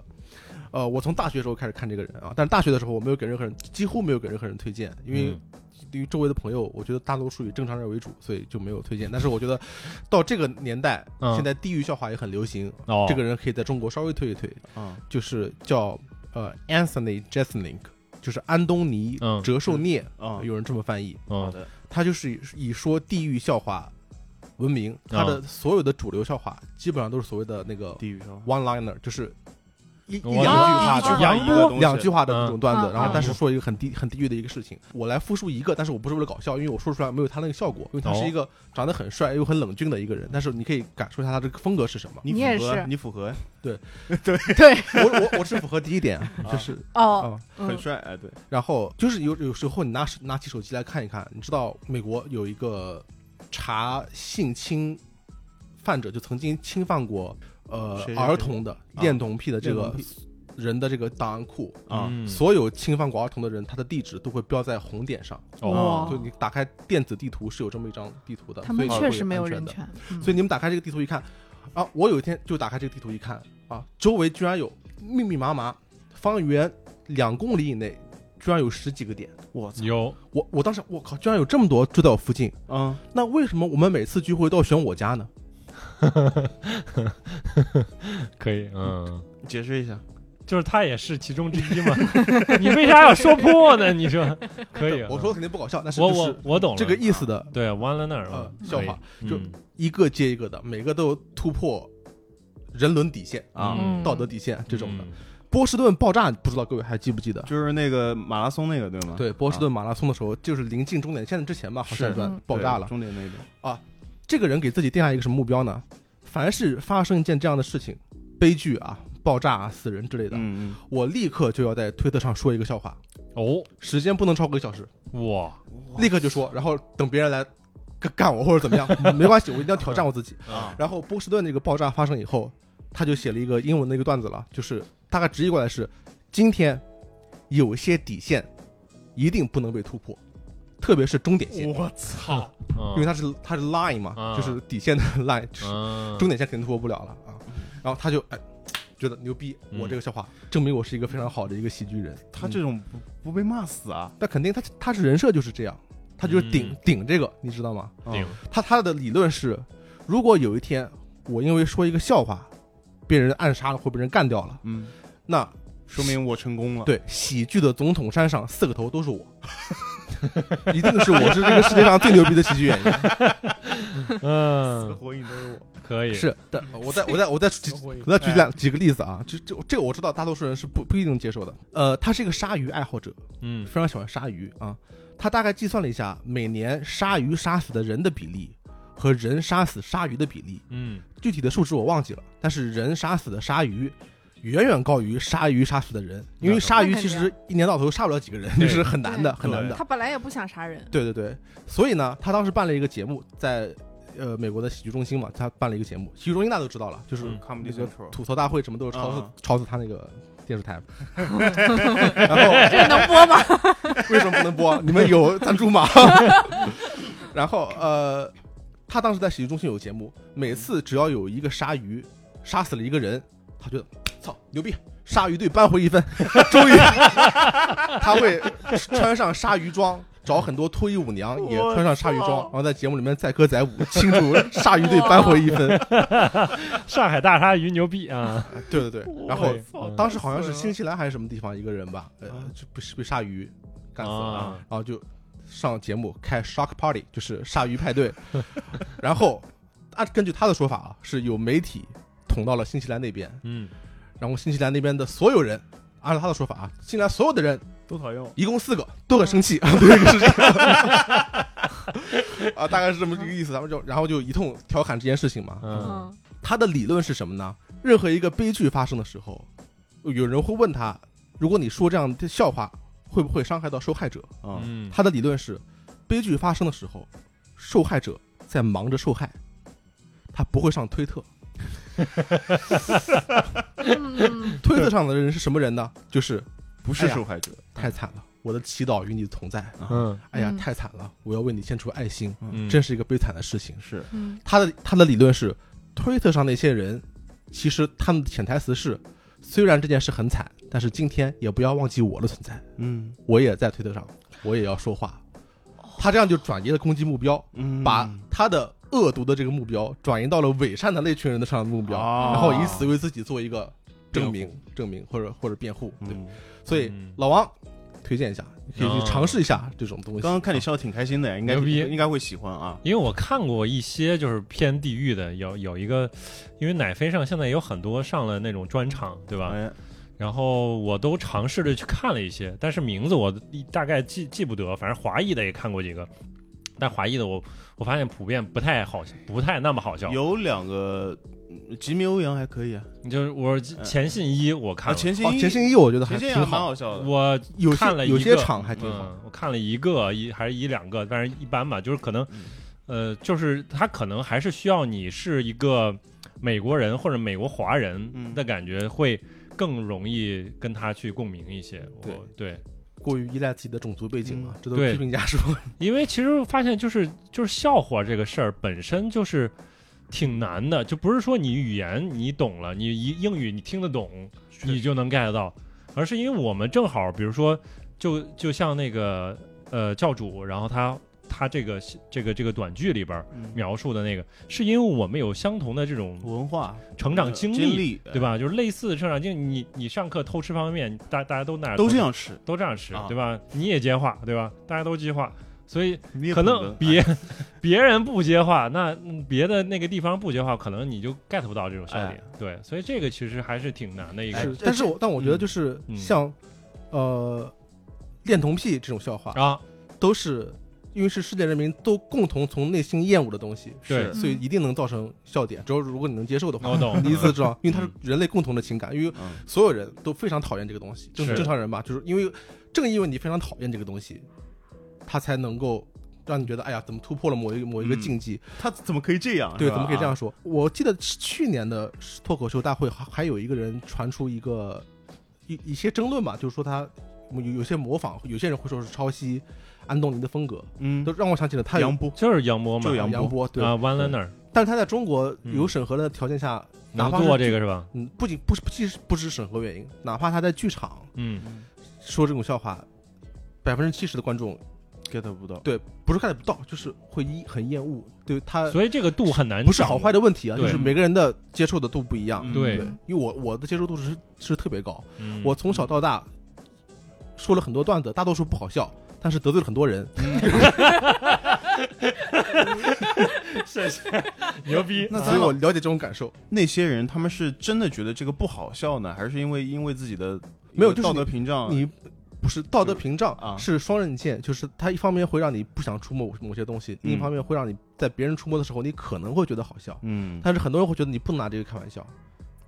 Speaker 3: 呃，我从大学时候开始看这个人啊，但是大学的时候我没有给任何人，几乎没有给任何人推荐，因为
Speaker 2: 嗯
Speaker 3: 对于周围的朋友，我觉得大多数以正常人为主，所以就没有推荐。但是我觉得到这个年代，
Speaker 2: 嗯
Speaker 3: 现在地域笑话也很流行，
Speaker 2: 哦，
Speaker 3: 这个人可以在中国稍微推一推，
Speaker 1: 啊，
Speaker 3: 就是叫呃 Anthony Jeselnik，就是安东尼
Speaker 2: 嗯
Speaker 3: 折寿涅，
Speaker 1: 啊，
Speaker 3: 有人这么翻译。
Speaker 1: 好
Speaker 2: 嗯
Speaker 1: 的，
Speaker 3: 他就是以以说地域笑话闻名，他
Speaker 4: 啊
Speaker 3: 的所有的主流笑话基本上都是所谓的那个
Speaker 1: 地狱上
Speaker 3: one liner，就是一一
Speaker 2: 我
Speaker 3: 两
Speaker 4: 哦一句
Speaker 3: 句话的
Speaker 4: 话
Speaker 2: 杨
Speaker 1: 一个
Speaker 2: 波
Speaker 1: 东西
Speaker 3: 两句话的那种段子，
Speaker 4: 嗯
Speaker 3: 然后
Speaker 2: 嗯
Speaker 3: 但是说一个很低很地域的一个事情，我来复述一个，但是我不是为了搞笑，因为我说出来没有他那个效果，因为他
Speaker 2: 哦
Speaker 3: 是一个长得很帅又很冷峻的一个人，但是你可以感受一下他这个风格 是什么。
Speaker 1: 你
Speaker 4: 你也
Speaker 1: 符合
Speaker 4: 是
Speaker 1: 你符合，
Speaker 4: 对，
Speaker 3: 我我我是符合第一点，啊就是
Speaker 4: 哦，
Speaker 3: 啊，
Speaker 1: 很
Speaker 4: 嗯，
Speaker 1: 帅，哎，对，
Speaker 3: 然后就是有有时候你拿手拿起手机来看一看，你知道美国有一个查性侵犯者就曾经侵犯过呃
Speaker 1: 谁谁谁啊
Speaker 3: 儿童的恋童癖的这
Speaker 1: 恋
Speaker 3: 个
Speaker 1: 童
Speaker 3: 人的这个档案库，
Speaker 1: 啊，
Speaker 2: 嗯
Speaker 3: 所有侵犯过儿童的人，他的地址都会标在红点上，
Speaker 2: 哦
Speaker 4: 哇
Speaker 3: 就你打开电子地图是有这么一张地图的，
Speaker 4: 他们
Speaker 3: 所以
Speaker 4: 确实
Speaker 3: 会
Speaker 4: 没有
Speaker 3: 安全
Speaker 4: 人
Speaker 3: 的
Speaker 4: 权，嗯
Speaker 2: 嗯
Speaker 3: 所以你们打开这个地图一看，啊，我有一天就打开这个地图一看，啊，周围居然有密密麻麻，方圆两公里以内居然有十几个点。
Speaker 1: 我操，
Speaker 2: 有
Speaker 3: 我我当时我靠，居然有这么多住在我附近，
Speaker 1: 嗯，
Speaker 3: 那为什么我们每次聚会都要选我家呢？
Speaker 2: 可以，嗯。
Speaker 1: 解释一下，
Speaker 2: 就是他也是其中之一嘛， 你为啥要说破呢？你说可以，啊
Speaker 3: 我说的肯定不搞笑，但是
Speaker 2: 我
Speaker 3: 就
Speaker 2: 我
Speaker 3: 是
Speaker 2: 我懂了
Speaker 3: 这个意思的，
Speaker 2: 对完了那儿
Speaker 3: 呃
Speaker 2: 了，
Speaker 3: 笑话
Speaker 2: 可以
Speaker 3: 就
Speaker 2: 嗯
Speaker 3: 一个接一个的，每个都有突破人伦底线
Speaker 1: 啊
Speaker 2: 嗯
Speaker 3: 道德底线这种的。
Speaker 2: 嗯
Speaker 3: 波士顿爆炸，不知道各位还记不记得？
Speaker 1: 就是那个马拉松那个对吗？
Speaker 3: 对，波士顿马拉松的时候，就是临近终点线之前吧，好
Speaker 2: 嗯
Speaker 3: 像
Speaker 2: 啊是
Speaker 3: 算
Speaker 4: 嗯
Speaker 3: 爆炸了
Speaker 1: 对。终点那个，
Speaker 3: 这个人给自己定下一个什么目标呢？凡是发生一件这样的事情，悲剧啊、爆炸啊、死人之类的，
Speaker 1: 嗯
Speaker 3: 我立刻就要在推特上说一个笑话，
Speaker 2: 哦
Speaker 3: 时间不能超过一个小时，
Speaker 2: 哇
Speaker 1: 哇
Speaker 3: 立刻就说，然后等别人来干干我或者怎么样，没关系，我一定要挑战我自己。
Speaker 1: 嗯啊，
Speaker 3: 然后波士顿那个爆炸发生以后，他就写了一个英文的一个段子了，就是大概直译过来是：今天有些底线一定不能被突破，特别是终点线，
Speaker 1: 我操，
Speaker 3: 因
Speaker 2: 嗯
Speaker 3: 为它是它是 line 嘛
Speaker 2: 啊，
Speaker 3: 就是底线的 line，就是
Speaker 2: 他
Speaker 3: 终点线肯定突破不了了啊。然后他就哎，觉得牛逼，
Speaker 2: 嗯
Speaker 3: 我这个笑话证明我是一个非常好的一个喜剧人。嗯
Speaker 1: 他这种不不被骂死啊，
Speaker 3: 那肯定他他是人设就是这样，他就是顶、
Speaker 2: 嗯
Speaker 3: 顶这个，你知道吗？
Speaker 2: 顶
Speaker 3: 他他的理论是，如果有一天我因为说一个笑话，被人暗杀了或被人干掉了，
Speaker 1: 嗯，
Speaker 2: 啊
Speaker 3: 那
Speaker 1: 说明我成功了，，
Speaker 3: 对喜剧的总统山上四个头都是我。 一定是我是这个世界上最牛逼的喜剧演员，
Speaker 2: 嗯
Speaker 1: 火影都是我，
Speaker 2: 可以
Speaker 3: 是的。嗯我再我再我再举
Speaker 1: 火影
Speaker 3: 我再举
Speaker 2: 哎
Speaker 3: 两几个例子啊，这这这个我知道大多数人是不不一定接受的。呃，他是一个鲨鱼爱好者，
Speaker 2: 嗯
Speaker 3: 非常喜欢鲨鱼啊。他大概计算了一下每年鲨鱼杀死的人的比例和人杀死鲨鱼的比例，
Speaker 2: 嗯
Speaker 3: 具体的数值我忘记了，但是人杀死的鲨鱼远远高于鲨鱼杀死的人，因为鲨鱼其实一年到头杀不了几个人，
Speaker 2: 对
Speaker 3: 就是很难的，很难的。
Speaker 4: 他本来也不想 杀
Speaker 2: 嗯
Speaker 4: 人，
Speaker 3: 对对对，所以呢，他当时办了一个节目，在呃美国的喜剧中心嘛，他办了一个节目，喜剧中心大家都知道了，就是
Speaker 2: 嗯
Speaker 1: 看不
Speaker 3: 那
Speaker 1: 见
Speaker 3: 个
Speaker 1: 头，
Speaker 3: 吐槽大会什么都是抄
Speaker 1: 啊
Speaker 3: 自、
Speaker 1: 啊
Speaker 3: 抄自他那个电视台，然后
Speaker 4: 这个能播吗？
Speaker 3: 为什么不能播？你们有赞助吗？ 然后呃，他当时在洗浴中心有节目，每次只要有一个鲨鱼杀死了一个人，他觉得操牛逼，鲨鱼队扳回一分， 终于，他会穿上鲨鱼装。找很多脱衣舞娘也穿上鲨鱼装
Speaker 1: 我，操
Speaker 3: 然后在节目里面载歌载舞，庆祝鲨鱼队扳回一 分。
Speaker 2: 上海大鲨鱼牛逼啊！
Speaker 3: 对对对， 然后
Speaker 2: 对嗯
Speaker 3: 当时好像是新西兰还是什么地方一个人吧，呃
Speaker 1: 啊，
Speaker 3: 就被被鲨鱼干死了，
Speaker 2: 啊
Speaker 3: 然后就上节目开 Shark Party，就是鲨鱼 派对，然后按根据他的说法啊，是有媒体捅到了新西兰那边，
Speaker 2: 嗯，
Speaker 3: 然后新西兰那边的所有人，按照他的说法啊，新西兰所有的人
Speaker 1: 都讨厌我。
Speaker 3: 一共四个，都很生 气，对，是这样。啊，大概是这么这个意思，然后就然后就一通调侃这件事情嘛，
Speaker 2: 嗯，
Speaker 4: 嗯
Speaker 3: 他的理论是什么呢？任何一个悲剧发生的时候，有人会问他：如果你说这样的笑话，会不会伤害到受害者？
Speaker 1: 啊，
Speaker 2: 嗯
Speaker 3: 他的理论是，悲剧发生的时候，受害者在忙着受害，他不会上推特。
Speaker 4: 嗯，
Speaker 3: 推特上的人是什么人呢？就是
Speaker 1: 不
Speaker 3: 哎
Speaker 1: 是
Speaker 3: 呀
Speaker 1: 受害者，啊
Speaker 3: 太惨了，我的祈祷与你同在。
Speaker 2: 嗯
Speaker 3: 哎呀
Speaker 4: 嗯，
Speaker 3: 太惨了，我要为你献出爱心。
Speaker 2: 嗯，
Speaker 3: 真是一个悲惨的事情。
Speaker 1: 是
Speaker 4: 嗯
Speaker 3: 他的他的理论是，推特上那些人，其实他们的潜台词是，虽然这件事很惨，但是今天也不要忘记我的存在，
Speaker 1: 嗯
Speaker 3: 我也在推特上，我也要说话。他这样就转移了攻击目标，
Speaker 1: 嗯
Speaker 3: 把他的恶毒的这个目标转移到了伪善的那群人的上的目标，
Speaker 1: 哦
Speaker 3: 然后以此为自己做一个证明、证明或者或者辩护。对，
Speaker 1: 嗯
Speaker 3: 所以
Speaker 2: 嗯
Speaker 3: 老王推荐一下，你可以去尝试一下这种东西。
Speaker 1: 哦
Speaker 3: 啊
Speaker 1: 刚刚看你笑的挺开心的，应该
Speaker 2: 牛逼
Speaker 1: 应该会喜欢啊。
Speaker 2: 因为我看过一些就是偏地域的，有有一个，因为奶飞上现在有很多上了那种专场，对吧？
Speaker 1: 哎，
Speaker 2: 然后我都尝试着去看了一些，但是名字我大概记记不得，反正华裔的也看过几个，但华裔的我我发现普遍不太好，不太那么好笑。
Speaker 1: 有两个嗯吉米欧阳还可以啊，
Speaker 2: 就是我前信一我看
Speaker 1: 啊
Speaker 2: 了，
Speaker 1: 钱信
Speaker 3: 哦，
Speaker 1: 一
Speaker 3: 钱信一我觉得还
Speaker 1: 钱信一
Speaker 3: 挺
Speaker 1: 还蛮
Speaker 3: 好，
Speaker 1: 好笑的。
Speaker 2: 我
Speaker 3: 有
Speaker 2: 看了
Speaker 3: 些
Speaker 2: 一
Speaker 3: 有些
Speaker 2: 个
Speaker 3: 场还挺好。
Speaker 2: 嗯，我看了一个一还是一两个，但是一般吧，就是可能，呃，就是他可能还是需要你是一个美国人或者美国华人
Speaker 1: 嗯
Speaker 2: 的感觉，会更容易跟他去共鸣一些。我
Speaker 3: 对
Speaker 2: 对，
Speaker 3: 过于依赖自己的种族背景嘛，这都
Speaker 2: 对
Speaker 3: 是批评家说的。
Speaker 2: 因为其实发现就是就是笑话这个事儿本身就是挺难的，就不是说你语言你懂了，你一英语你听得懂，你就能 get 到，而是因为我们正好，比如说就就像那个呃教主，然后他他这个这个这个短剧里边儿
Speaker 1: 嗯
Speaker 2: 描述的那个，是因为我们有相同的这种
Speaker 1: 文化
Speaker 2: 成长经
Speaker 1: 历，
Speaker 2: 历。对
Speaker 1: 吧？
Speaker 2: 吧？就是类似的成长经历，你你上课偷吃方便面，大大家都那样
Speaker 1: 都这
Speaker 2: 偷
Speaker 1: 样吃，
Speaker 2: 都这样吃
Speaker 1: 啊，
Speaker 2: 对吧？你也接话，对吧？大家都接话，所以
Speaker 1: 你也哎
Speaker 2: 可
Speaker 1: 懂
Speaker 2: 能
Speaker 1: 得
Speaker 2: 别 别人不接话，那嗯别的那个地方不接话，可能你就 get 不到这种笑点。对，所以这个其实还是挺难的一个
Speaker 1: 是
Speaker 3: 但是我但我觉得就是
Speaker 2: 嗯
Speaker 3: 像，呃，恋童癖这种笑话，
Speaker 2: 啊。
Speaker 3: 都是因为是世界人民都共同从内心厌恶的东西，
Speaker 2: 对
Speaker 1: 是
Speaker 3: 所以一定能造成笑点。只要如果你能接受的
Speaker 2: 我
Speaker 3: 话，
Speaker 2: 懂，
Speaker 3: 你意思知道，因为它是人类共同的情感，因为
Speaker 1: 嗯
Speaker 3: 所有人都非常讨厌这个东西，就是
Speaker 2: 是
Speaker 3: 正常人吧，就是因为正因为你非常讨厌这个东西，它才能够让你觉得哎呀，怎么突破了某一个某一个
Speaker 1: 嗯
Speaker 3: 禁忌，
Speaker 1: 他怎么可以这样？
Speaker 3: 对，
Speaker 1: 是吧啊
Speaker 3: 怎么可以这样？说？我记得去年的脱口秀大会还还有一个人传出一个一一些争论嘛，就是说他有有些模仿，有些人会说是抄袭安东尼的风格，
Speaker 1: 嗯
Speaker 3: 都，让我想起了他有
Speaker 1: 杨波
Speaker 2: 就是杨波嘛
Speaker 1: 就，杨
Speaker 3: 杨
Speaker 1: 波
Speaker 3: 波对，
Speaker 2: 啊，One Liner
Speaker 3: 但是他在中国
Speaker 2: 嗯
Speaker 3: 有审核的条件下，哪
Speaker 2: 能
Speaker 3: 怕
Speaker 2: 做
Speaker 3: 是
Speaker 2: 这个是吧？
Speaker 3: 嗯，不仅不是不仅是不是审核原因，哪怕他在剧场
Speaker 2: 嗯，
Speaker 3: 说这种笑话，百分之七十的观众
Speaker 1: get 不到，
Speaker 3: 对不是 get 不到，就是会一很厌恶，对他
Speaker 2: 所以这个度很难，
Speaker 3: 呃不是好坏
Speaker 2: 的，
Speaker 3: 的问题啊，
Speaker 2: 对
Speaker 3: 就是每个人的接受的度不一样。
Speaker 1: 嗯
Speaker 2: 对
Speaker 3: 啊对，因为我我的接受度是是特别高，
Speaker 2: 嗯
Speaker 3: 我从小到大说了很多段子，大多数不好笑，但是得罪了很多人。
Speaker 1: 哎
Speaker 2: 牛逼，啊
Speaker 3: 那所以我了解这种感受，
Speaker 1: 那些人他们是真的觉得这个不好笑呢，还是因为因为自己的
Speaker 3: 没有就是
Speaker 1: 道德屏障？
Speaker 3: 你不是道德屏障
Speaker 1: 啊
Speaker 3: 是双刃剑，就是它一方面会让你不想触摸某些东
Speaker 1: 嗯
Speaker 3: 西，另一方面会让你在别人触摸的时候，你可能会觉得好笑。
Speaker 1: 嗯，
Speaker 3: 但是很多人会觉得你不能拿这个开玩笑，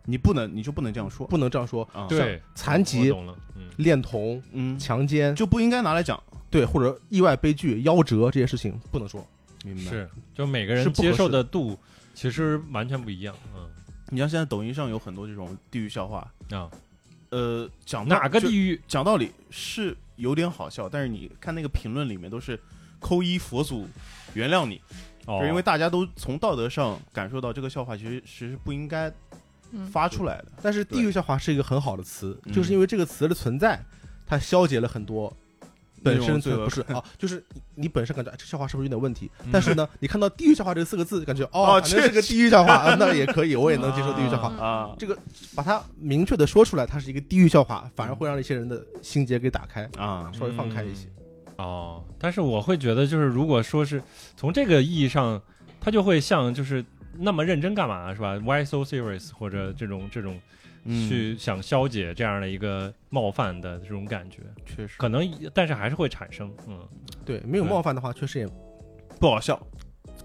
Speaker 1: 你不能你就不能这样说
Speaker 3: 不能这样说。
Speaker 1: 啊，
Speaker 2: 对
Speaker 3: 残
Speaker 2: 我
Speaker 3: 疾、
Speaker 2: 懂了，嗯，
Speaker 3: 恋童、
Speaker 1: 嗯，
Speaker 3: 强奸，
Speaker 1: 就不应该拿来讲，
Speaker 3: 对或者意外悲剧、夭折这些事情不能说。
Speaker 1: 明白？
Speaker 2: 是，就每个人
Speaker 3: 是不合
Speaker 2: 接受
Speaker 3: 适
Speaker 2: 的度其实完全不一样，嗯
Speaker 1: 你像现在抖音上有很多这种地域笑话，
Speaker 2: 啊，
Speaker 1: 呃，讲
Speaker 2: 哪个
Speaker 1: 就
Speaker 2: 地域
Speaker 1: 讲道理是有点好笑，但是你看那个评论里面都是扣一佛祖原谅你，
Speaker 2: 哦，
Speaker 1: 就是因为大家都从道德上感受到这个笑话其实其实是不应该
Speaker 4: 嗯
Speaker 1: 发出来的。
Speaker 3: 但是地域笑话是一个很好的词，
Speaker 1: 嗯
Speaker 3: 就是因为这个词的存在，它消解了很多本
Speaker 1: 那种
Speaker 3: 身
Speaker 1: 罪
Speaker 3: 存
Speaker 1: 恶
Speaker 3: 不是啊，就是你你本身感觉哎这笑话是不是有点问题？
Speaker 2: 嗯
Speaker 3: 但 是呢，你看到地域笑话这四个字，感觉
Speaker 1: 哦
Speaker 3: 哦，反正是
Speaker 1: 确
Speaker 3: 个地域笑话，啊那也可以，我也能接受地域笑话。
Speaker 4: 啊
Speaker 1: 啊
Speaker 3: 这个把它明确的说出来，它是一个地域笑话，反而
Speaker 1: 嗯
Speaker 3: 会让一些人的心结给打开，
Speaker 1: 啊，
Speaker 3: 稍微放开一些。
Speaker 2: 哦，但是我会觉得，就是如果说是从这个意义上，他就会像就是那么认真干嘛是吧？Why so serious 或者这种这种
Speaker 1: 嗯
Speaker 2: 去想消解这样的一个冒犯的这种感觉，
Speaker 1: 确实
Speaker 2: 可能但是还是会产生，嗯，
Speaker 3: 对，没有冒犯的话，确实也
Speaker 1: 不好笑。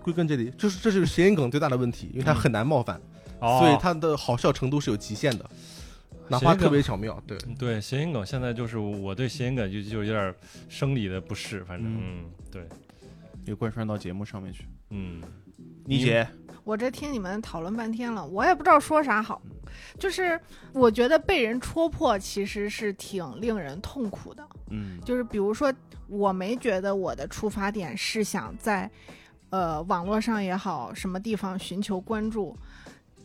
Speaker 3: 归根结底，就是这就是谐音梗最大的问题，因
Speaker 1: 嗯
Speaker 3: 为它很难冒犯，
Speaker 2: 哦
Speaker 3: 所以它的好笑程度是有极限的，哪怕特别巧妙。对，
Speaker 2: 嗯对谐音梗现在就是我对谐音梗就就有点生理的不适，反正
Speaker 1: 嗯
Speaker 2: 嗯对
Speaker 1: 也贯穿到节目上面去。
Speaker 2: 嗯
Speaker 1: 你姐，
Speaker 4: 我这听你们讨论半天了，我也不知道说啥好。就是我觉得被人戳破其实是挺令人痛苦的。
Speaker 1: 嗯
Speaker 4: 就是比如说，我没觉得我的出发点是想在，呃，网络上也好，什么地方寻求关注，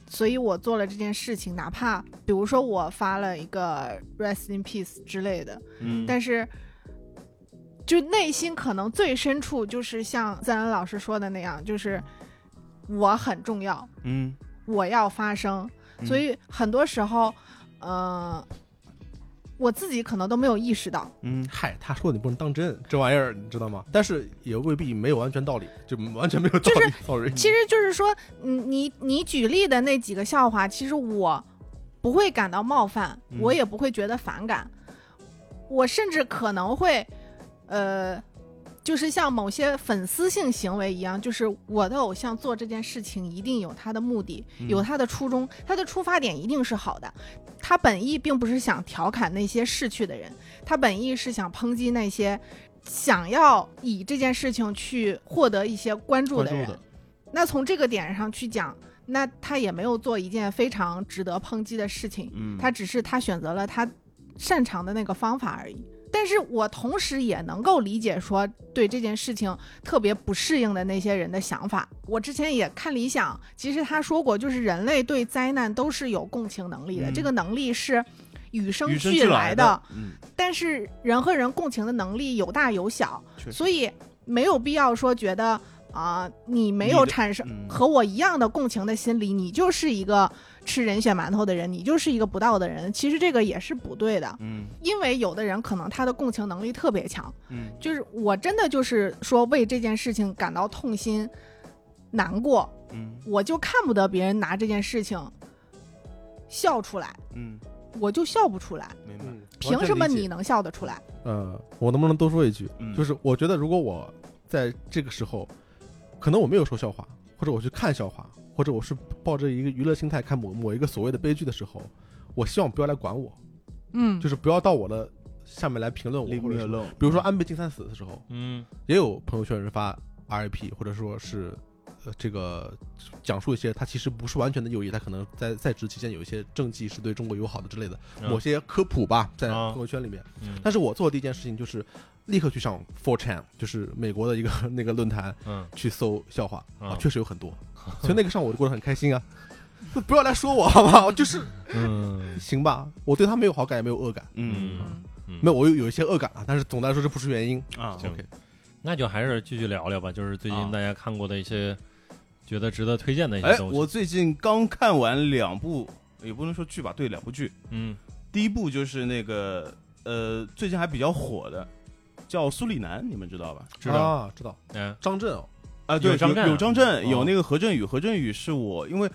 Speaker 4: 所以我做了这件事情。哪怕比如说我发了一个 “rest in peace” 之类的，
Speaker 1: 嗯，
Speaker 4: 但是就内心可能最深处，就是像赞恩老师说的那样，就是我很重要，
Speaker 1: 嗯
Speaker 4: 我要发声。
Speaker 1: 嗯
Speaker 4: 所以很多时候，呃，我自己可能都没有意识到。
Speaker 1: 嗯
Speaker 3: 嗨，他说你不能当真，这玩意儿你知道吗？但是也未必没有完全道理，就完全没有道理。sorry，
Speaker 4: 其实就是说，嗯，你你举例的那几个笑话，其实我不会感到冒犯，
Speaker 1: 嗯
Speaker 4: 我也不会觉得反感，我甚至可能会，呃，就是像某些粉丝性行为一样，就是我的偶像做这件事情一定有他的目的，
Speaker 1: 嗯
Speaker 4: 有他的初衷，他的出发点一定是好的，他本意并不是想调侃那些逝去的人，他本意是想抨击那些。想要以这件事情去获得一些关注
Speaker 1: 关
Speaker 4: 的
Speaker 1: 注
Speaker 4: 人，
Speaker 1: 的，
Speaker 4: 那从这个点上去讲，那他也没有做一件非常值得抨击的事情，
Speaker 1: 嗯，
Speaker 4: 他只是他选择了他擅长的那个方法而已。但是我同时也能够理解说对这件事情特别不适应的那些人的想法。我之前也看理想，其实他说过，就是人类对灾难都是有共情能力的，
Speaker 1: 嗯
Speaker 4: 这个能力是与生
Speaker 1: 与生
Speaker 4: 俱
Speaker 1: 来
Speaker 4: 的。，
Speaker 1: 嗯，
Speaker 4: 但是人和人共情的能力有大有小
Speaker 1: 确，实
Speaker 4: 所以没有必要说觉得啊、你没
Speaker 1: 你
Speaker 4: 有
Speaker 1: 的
Speaker 4: 产生
Speaker 1: 嗯
Speaker 4: 和我一样的共情的心理，你就是一个吃人血馒头的人，你就是一个不道的人。其实这个也是不对的，
Speaker 1: 嗯
Speaker 4: 因为有的人可能他的共情能力特别强，
Speaker 1: 嗯
Speaker 4: 就是我真的就是说为这件事情感到痛心、难过，
Speaker 1: 嗯
Speaker 4: 我就看不得别人拿这件事情笑出来，
Speaker 1: 嗯，
Speaker 4: 我就笑不出来。
Speaker 1: 明白，
Speaker 3: 嗯
Speaker 4: 凭什么？
Speaker 3: 完全理
Speaker 4: 你
Speaker 3: 解
Speaker 4: 能笑得出来？
Speaker 3: 呃，我能不能多说一句？
Speaker 1: 嗯
Speaker 3: 就是我觉得如果我在这个时候，可能我没有说笑话，或者我去看笑话，或者我是抱着一个娱乐心态看某某一个所谓的悲剧的时候，我希望不要来管我，
Speaker 4: 嗯
Speaker 3: 就是不要到我的下面来评论我，
Speaker 1: Leave
Speaker 3: 或者
Speaker 1: me
Speaker 3: 是
Speaker 1: alone，
Speaker 3: 比如说安倍晋三死的时候，
Speaker 2: 嗯
Speaker 3: 也有朋友圈有人发 RIP，或者说是。呃，这个讲述一些他其实不是完全的右翼，他可能在在职期间有一些政绩是对中国友好的之类的，
Speaker 2: 嗯
Speaker 3: 某些科普吧，在
Speaker 2: 啊
Speaker 3: 朋友圈里面。
Speaker 2: 嗯
Speaker 3: 但是我做的第一件事情就是立刻去上 Four Chan，就是美国的一个 那个论坛
Speaker 2: 嗯
Speaker 3: 去搜笑话啊，
Speaker 2: 啊
Speaker 3: 确实 有很多，所以那个上午我就过得很开心啊。就不要来说我好不好？ 就是
Speaker 2: 嗯
Speaker 3: 行吧，我对他没有好感，也没有恶感，
Speaker 1: 嗯
Speaker 2: 嗯，
Speaker 3: 没有我有有一些恶感啊，但是总的来说这不是原因。
Speaker 1: 啊，
Speaker 2: 行那就还是继续聊聊吧，就是最近大家看过的一些觉得值得推荐的一些
Speaker 1: 哎，
Speaker 2: 东西。
Speaker 1: 我最近刚看完两部，也不能说剧吧，对，两部剧。
Speaker 2: 嗯
Speaker 1: 第一部就是那个呃，最近还比较火的，叫《苏里南》，你们知道吧？
Speaker 2: 知道
Speaker 3: 啊，知道
Speaker 2: 嗯
Speaker 3: 张震哦，
Speaker 1: 啊，对，
Speaker 2: 有张震啊
Speaker 1: 有张震，
Speaker 2: 哦
Speaker 1: 有那个何振宇，何振宇是我，因为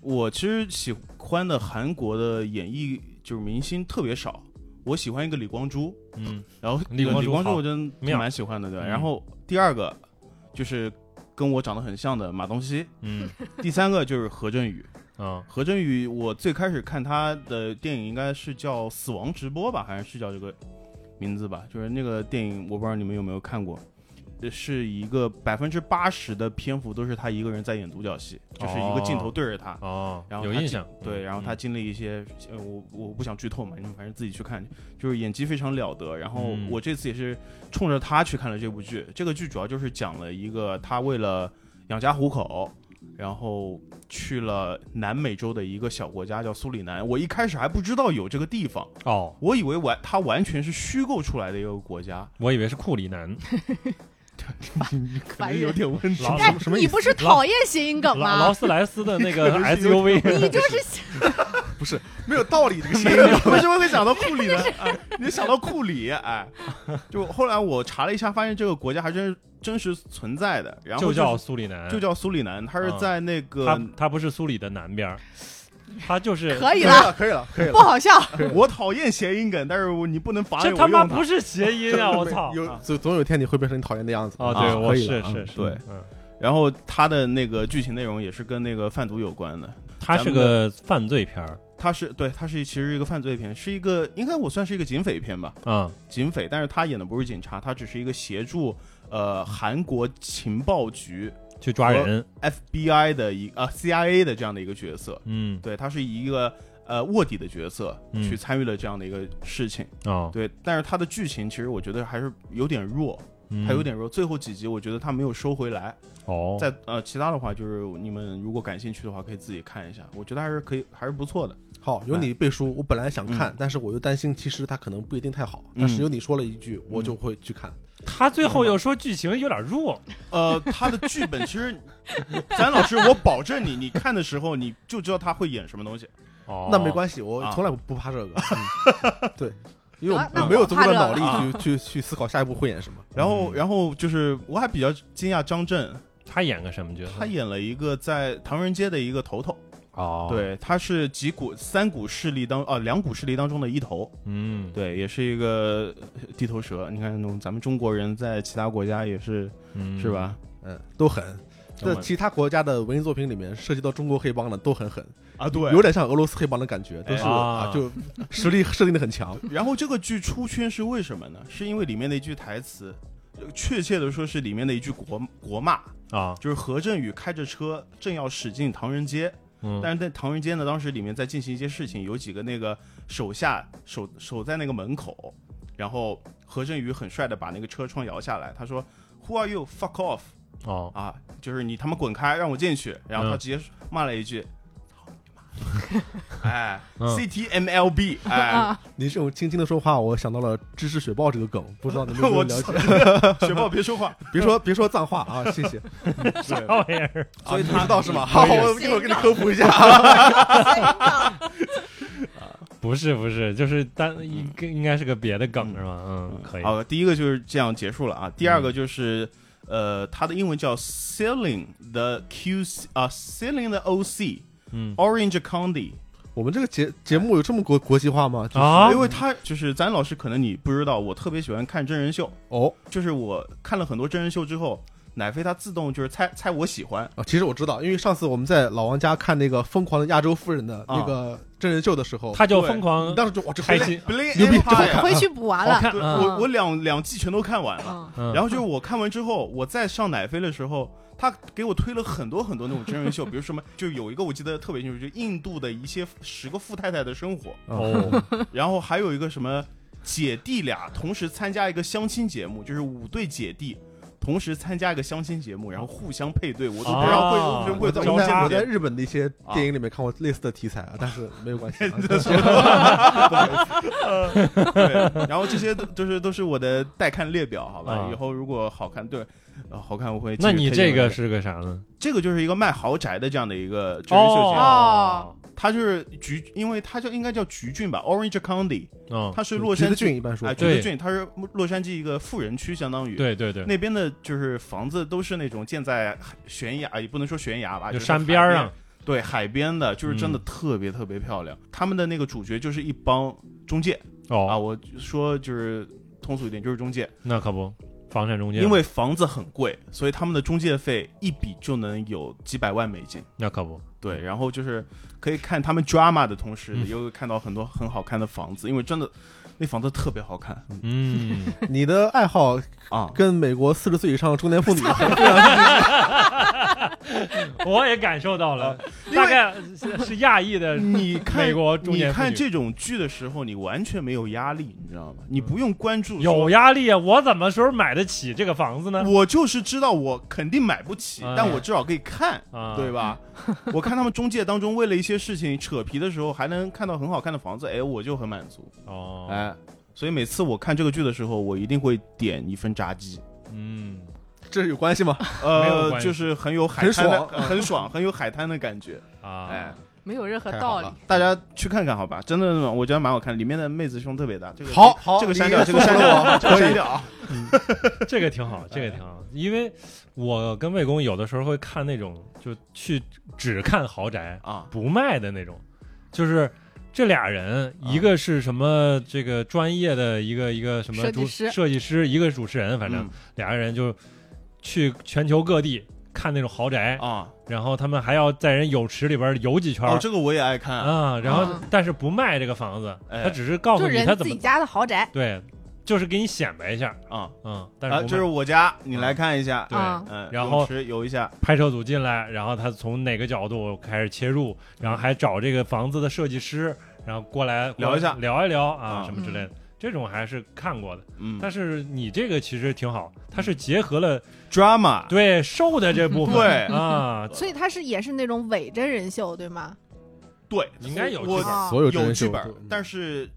Speaker 1: 我其实喜欢的韩国的演艺就是明星特别少，我喜欢一个李光洙，
Speaker 2: 嗯
Speaker 1: 然后
Speaker 2: 李
Speaker 1: 李
Speaker 2: 光洙好
Speaker 1: 我真
Speaker 2: 妙
Speaker 1: 蛮喜欢的，对。
Speaker 2: 嗯
Speaker 1: 然后第二个就是跟我长得很像的马东锡，
Speaker 2: 嗯
Speaker 1: 第三个就是何振宇。
Speaker 2: 啊
Speaker 1: 何振宇，我最开始看他的电影应该是叫《死亡直播》吧，好像是叫这个名字吧，就是那个电影，我不知道你们有没有看过。呃是一个百分之八十的篇幅都是他一个人在演独角戏，就是一个镜头对着他，
Speaker 2: 哦，
Speaker 1: 然后
Speaker 2: 有
Speaker 1: 他
Speaker 2: 印
Speaker 1: 经
Speaker 2: 象，
Speaker 1: 对，
Speaker 2: 嗯
Speaker 1: 然后他经历一些，呃，我我不想剧透嘛，你们反正自己去看，就是演技非常了得。然后
Speaker 2: 嗯
Speaker 1: 我这次也是冲着他去看了这部剧，这个剧主要就是讲了一个他为了养家糊口，然后去了南美洲的一个小国家叫苏里南。我一开始还不知道有这个地方，
Speaker 2: 哦，
Speaker 1: 我以为完他完全是虚构出来的一个国家，
Speaker 2: 我以为是库里南，
Speaker 4: 烦人。
Speaker 3: 点问
Speaker 2: 老
Speaker 4: 哎
Speaker 2: 什么，什么
Speaker 4: 你
Speaker 2: 意思？
Speaker 4: 不是讨厌谐音梗
Speaker 2: 劳劳
Speaker 4: 吗？
Speaker 2: 斯莱斯的那个
Speaker 1: 可能是有
Speaker 2: SUV，
Speaker 4: 你就是
Speaker 3: 不是没有道 理这个
Speaker 1: 没
Speaker 3: 谐
Speaker 1: 有
Speaker 3: 音
Speaker 1: 为什么会想到库里呢？ 哎你想到库里，哎，就后来我查了一下，发现这个国家还真是真实存在的，然后
Speaker 2: 就是叫苏里南，
Speaker 1: 就叫苏里南，它是
Speaker 2: 嗯
Speaker 1: 在那个、
Speaker 2: 它它不是苏里的南 边儿，它就是
Speaker 4: 可以
Speaker 3: 可以
Speaker 4: 了，
Speaker 3: 了，可以了，可以
Speaker 4: 不
Speaker 3: 了。
Speaker 4: 好笑。
Speaker 1: 我讨厌谐音梗，但是我你不能罚
Speaker 2: 这
Speaker 1: 我
Speaker 2: 他妈
Speaker 1: 用它
Speaker 2: 不是谐音 啊！我操！
Speaker 3: 有总总有一天你会变成你讨厌的样子
Speaker 2: 啊，对，我
Speaker 3: 可以
Speaker 2: 是
Speaker 3: 了啊
Speaker 2: 是是，
Speaker 1: 对
Speaker 2: 嗯，
Speaker 1: 然后它的那个剧情内容也是跟那个贩毒有关的。
Speaker 2: 它
Speaker 1: 咱
Speaker 2: 是
Speaker 1: 们
Speaker 2: 个犯罪片儿
Speaker 1: 它是对，它是其实是一个犯罪片，是一个应该我算是一个警匪片吧，
Speaker 2: 啊，
Speaker 1: 警匪，但是他演的不是警察，他只是一个协助呃韩国情报局
Speaker 2: 去抓人，
Speaker 1: FBI 的一啊、CIA 的这样的一个角色，
Speaker 2: 嗯
Speaker 1: 对，他是以一个呃卧底的角色
Speaker 2: 嗯
Speaker 1: 去参与了这样的一个事情，
Speaker 2: 哦，
Speaker 1: 对，但是他的剧情其实我觉得还是有点弱，
Speaker 2: 嗯
Speaker 1: 还有点弱，最后几集我觉得他没有收回来。
Speaker 2: 哦，
Speaker 1: 在呃，其他的话就是你们如果感兴趣的话，可以自己看一下，我觉得还是可以，还是不错的。
Speaker 3: 好，有
Speaker 2: 嗯
Speaker 3: 你背书，我本来想看，但是我又担心，其实它可能不一定太好。但
Speaker 2: 嗯
Speaker 3: 是有你说了一句，我就会去看。
Speaker 2: 他最后又说剧情有点弱，
Speaker 1: 呃，他的剧本其实，咱老师，我保证你，你看的时候你就知道他会演什么东西。
Speaker 2: 哦，
Speaker 3: 那没关系，我
Speaker 1: 啊
Speaker 3: 从来不怕这个。 嗯对，因为
Speaker 4: 啊
Speaker 3: 我
Speaker 4: 那
Speaker 3: 我没有
Speaker 4: 我
Speaker 3: 足
Speaker 4: 怕
Speaker 3: 够的
Speaker 4: 这
Speaker 3: 脑
Speaker 4: 个啊
Speaker 3: 力去去去思考下一步会演什么。
Speaker 1: 然
Speaker 2: 嗯
Speaker 1: 后，然后就是我还比较惊讶张震，
Speaker 2: 哦他演个什么角色？
Speaker 1: 他演了一个在唐人街的一个头头，
Speaker 2: 哦，，
Speaker 1: 对，他是几股三股势力当啊两股势力当中的一头，
Speaker 2: 嗯，
Speaker 1: 对，也是一个呃地头蛇。你看，咱们中国人在其他国家也是
Speaker 2: 嗯
Speaker 1: 是？吧？
Speaker 3: 嗯，都很。
Speaker 2: 懂
Speaker 3: 在
Speaker 2: 了
Speaker 3: 其他国家的文艺作品里面，涉及到中国黑帮的都很狠，
Speaker 1: 啊，对
Speaker 3: 有点像俄罗斯黑帮的感觉，都是
Speaker 2: 哎
Speaker 3: 啊，
Speaker 2: 啊
Speaker 3: 就实力 设定的很强。
Speaker 1: 然后这个剧出圈是为什么呢？是因为里面的一句台词，呃确切的说是里面的一句国国骂，
Speaker 2: 啊，
Speaker 1: 就是何振宇开着车正要驶进唐人街，
Speaker 2: 嗯，
Speaker 1: 但是在唐人街呢，当时里面在进行一些事情，有几个那个手下守守在那个门口，然后何振宇很帅的把那个车窗摇下来，他说 Who are you? Fuck off！
Speaker 2: 哦，
Speaker 1: 啊，就是你他妈滚开，让我进去。然后他
Speaker 2: 嗯
Speaker 1: 直接骂了 一句。操你妈！哎
Speaker 2: 嗯
Speaker 1: ，CTMLB，哎，
Speaker 4: 啊，
Speaker 3: 你这种轻轻的说话，我想到了知识雪豹这个梗，不知道你们有没有
Speaker 1: 我
Speaker 3: 了解？
Speaker 1: 操雪豹别说话，
Speaker 3: 别说别说脏话 啊，谢谢。
Speaker 2: 啥玩意儿？
Speaker 1: 所以
Speaker 3: 啊你
Speaker 1: 他
Speaker 3: 知道是吧？好，我一会儿给你科普一下啊。
Speaker 2: 不是不是，就是单应该应该是个别的梗是吧？嗯，可以，嗯
Speaker 1: 好，第一个就是这样结束了啊。第二个就是，呃，它的英文叫 Selling the QC 啊，Selling the OC
Speaker 2: 嗯，
Speaker 1: Orange County，
Speaker 3: 我们这个节节目有这么国国际化吗？就是
Speaker 2: 啊
Speaker 1: 因为它就是咱老师可能你不知道，我特别喜欢看真人秀，
Speaker 3: 哦
Speaker 1: 就是我看了很多真人秀之后，奶飞他自动就是猜猜我喜欢，
Speaker 3: 啊，其实我知道，因为上次我们在老王家看那个《疯狂的亚洲夫人》的那
Speaker 1: 啊
Speaker 3: 个真人秀的时候，
Speaker 2: 他就
Speaker 1: 对
Speaker 2: 疯狂
Speaker 3: 你当时就哇，这
Speaker 2: 开
Speaker 3: 黑
Speaker 2: 心，
Speaker 1: Bling
Speaker 3: 牛逼
Speaker 1: Empire
Speaker 4: 回去补完
Speaker 2: 好
Speaker 4: 了。
Speaker 2: 看
Speaker 1: 对
Speaker 2: 啊，
Speaker 1: 我我两两季全都看完了。
Speaker 4: 嗯，
Speaker 2: 嗯
Speaker 1: 然后就是我看完之后，我再上奶飞的时候，他给我推了很多很多那种真人秀，比如什么，就有一个我记得特别清楚，就印度的一些十个富太太的生 活，
Speaker 2: 哦，
Speaker 1: 然后还有一个什么姐弟俩同时参加一个相亲节目，就是五对姐弟。同时参加一个相亲节目，然后互相配对，我都不知道
Speaker 2: 啊
Speaker 1: 会会不
Speaker 3: 我
Speaker 1: 会
Speaker 3: 在
Speaker 1: 造
Speaker 3: 我在
Speaker 1: 成
Speaker 3: 我
Speaker 1: 这
Speaker 3: 在
Speaker 1: 样
Speaker 3: 日本的一些电影里面看过类似的题材啊，但是没有关系 啊。
Speaker 1: 对，哦然后这些都都是都是我的待看列表，好吧
Speaker 2: 啊？
Speaker 1: 以后如果好看，对，呃好看我会继续
Speaker 2: 那
Speaker 1: 推荐给大家。
Speaker 2: 你这个是个啥呢？
Speaker 1: 这个就是一个卖豪宅的这样的一个真人秀节目，
Speaker 2: 哦
Speaker 1: 它就是橘，因为它叫应该叫橘郡吧，Orange County，
Speaker 2: 哦，
Speaker 1: 它是洛杉
Speaker 3: 橘子
Speaker 1: 矶，
Speaker 3: 俊一般说
Speaker 1: 哎，，橘
Speaker 2: 对
Speaker 1: 子郡，它是洛杉矶一个富人区，相当于。
Speaker 2: 对对对，
Speaker 1: 那边的就是房子都是那种建在悬崖，也不能说悬崖吧，
Speaker 2: 就是山边儿嗯啊，
Speaker 1: 海边，对海边的，就是真的特别特别漂亮。他们的那个主角就是一帮中介啊，
Speaker 2: 哦，
Speaker 1: 我说就是通俗一点，就是中介。
Speaker 2: 那可不，房产中介吗，
Speaker 1: 因为房子很贵，所以他们的中介费一笔就能有几百万美金。
Speaker 2: 那可不，
Speaker 1: 对，然后就是可以看他们 drama 的同时，
Speaker 2: 嗯
Speaker 1: 又看到很多很好看的房子，因为真的那房子特别好看
Speaker 2: 嗯，
Speaker 3: 你的爱好
Speaker 1: 啊。
Speaker 3: 跟美国四十岁以上的中年妇女
Speaker 2: 我也感受到了，
Speaker 1: 因
Speaker 2: 大
Speaker 1: 为
Speaker 2: 概是是亚裔的
Speaker 1: 你看
Speaker 2: 美国中
Speaker 1: 你
Speaker 2: 年妇
Speaker 1: 看
Speaker 2: 女
Speaker 1: 这种剧的时候，你完全没有压力，你知道吗？你不用关注说
Speaker 2: 嗯有压力啊！我怎么时候买得起这个房子呢？
Speaker 1: 我就是知道我肯定买不起，
Speaker 2: 哎
Speaker 1: 但我至少可以看，
Speaker 2: 啊，
Speaker 1: 对吧？我看他们中介当中为了一些事情扯皮的时候，还能看到很好看的房子，哎，我就很满足，
Speaker 2: 哦，
Speaker 1: 哎。所以每次我看这个剧的时候，我一定会点一份炸鸡，
Speaker 2: 嗯，
Speaker 3: 这有关系吗？
Speaker 2: 没有
Speaker 1: 呃，
Speaker 2: 关系
Speaker 1: 就是很有海滩的，呃
Speaker 3: 很爽
Speaker 1: 很爽，很有海滩的感觉。
Speaker 2: 啊，
Speaker 1: 哎，
Speaker 5: 没有任何
Speaker 3: 太好
Speaker 5: 道理
Speaker 3: 了。
Speaker 1: 大家去看看好吧，真的，我觉得蛮好看，里面的妹子胸特别大。这个
Speaker 3: 好好
Speaker 1: 这个
Speaker 3: 你
Speaker 1: 删掉，这个
Speaker 3: 说
Speaker 1: 删
Speaker 3: 服 了
Speaker 1: 掉，
Speaker 3: 我
Speaker 1: 这个
Speaker 3: 可以
Speaker 1: 删掉啊。
Speaker 2: 这个挺好，这个挺好，因为我跟魏工有的时候会看那种，就去只看豪宅
Speaker 1: 啊
Speaker 2: 不卖的那种，就是这俩人，一个是什么这个专业的一个一个什么
Speaker 5: 设计
Speaker 2: 主
Speaker 5: 师
Speaker 2: 设计师，一个是主持人，反正
Speaker 1: 嗯
Speaker 2: 俩个人就去全球各地看那种豪宅，
Speaker 1: 啊，
Speaker 2: 然后他们还要在人泳池里边游几圈
Speaker 1: 哦，这个我也爱看，
Speaker 2: 啊，然后
Speaker 5: 嗯
Speaker 2: 但是不卖这个房子，
Speaker 1: 哎
Speaker 2: 他只是告
Speaker 5: 就
Speaker 2: 诉你
Speaker 5: 人
Speaker 2: 他怎
Speaker 5: 自己
Speaker 2: 么
Speaker 5: 家的豪宅，
Speaker 2: 对，就是给你显摆一下，
Speaker 1: 啊
Speaker 2: 嗯，但是
Speaker 1: 啊，
Speaker 2: 不卖
Speaker 1: 这是我家，你来看一下。
Speaker 2: 对
Speaker 5: 啊
Speaker 1: 嗯，
Speaker 2: 然
Speaker 1: 泳
Speaker 2: 后
Speaker 1: 池游一下，
Speaker 2: 拍摄组进来，然后他从哪个角度开始切入，然后还找这个房子的设计师，然后过来
Speaker 1: 聊
Speaker 2: 过来
Speaker 1: 一下
Speaker 2: 聊一聊啊
Speaker 1: 啊
Speaker 2: 什么之类的，
Speaker 5: 嗯
Speaker 2: 这种还是看过的。
Speaker 1: 嗯，
Speaker 2: 但是你这个其实挺好，它是结合了
Speaker 1: drama，
Speaker 2: 对瘦的这部分，
Speaker 1: 对
Speaker 2: 啊，
Speaker 4: 所以他是也是那种伪真人秀，对吗？
Speaker 1: 对，
Speaker 2: 应该有
Speaker 1: 我
Speaker 2: 剧本
Speaker 4: 啊，
Speaker 3: 所有真
Speaker 1: 有
Speaker 3: 人
Speaker 1: 剧
Speaker 3: 秀
Speaker 1: 本，但是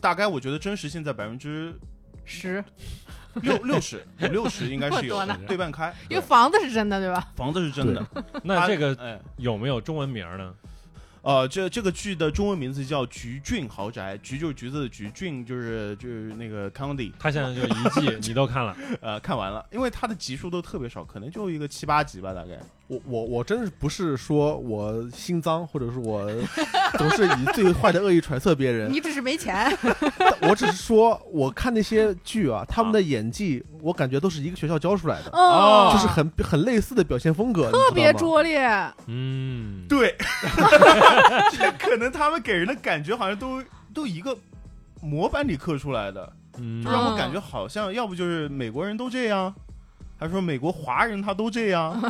Speaker 1: 大概我觉得真实性在百分之
Speaker 5: 十，
Speaker 1: 六六十五六十应该是有
Speaker 5: 我多
Speaker 1: 的
Speaker 5: 呢，
Speaker 1: 对半开。
Speaker 4: 因为房子是真的，对吧？
Speaker 1: 房子是真的，
Speaker 2: 那
Speaker 1: 它
Speaker 2: 这个
Speaker 1: 哎，
Speaker 2: 有没有中文名呢？
Speaker 1: 呃，这这个剧的中文名字叫《橘郡豪宅》，橘就是橘子的橘，郡就是就是那个 Candy。
Speaker 2: 他现在就一季你都看了，
Speaker 1: 呃，看完了，因为它的集数都特别少，可能就一个七八集吧，大概。
Speaker 3: 我我我真是不是说我心脏，或者是 我总是以最坏的恶意揣测别人，
Speaker 4: 你只是没钱，
Speaker 3: 我只是说我看那些剧啊，他们的演技我感觉都是一个学校教出来的，
Speaker 1: 哦
Speaker 3: 就是很很类似的表现风格，
Speaker 4: 特别
Speaker 3: 重。
Speaker 4: 拙劣。
Speaker 2: 嗯，
Speaker 1: 对， 这可能他们给人的感觉好像都都一个模板里刻出来的，
Speaker 2: 嗯
Speaker 1: 就让
Speaker 5: 嗯
Speaker 1: 我感觉好像要不就是美国人都这样，还是说美国华人他都这样，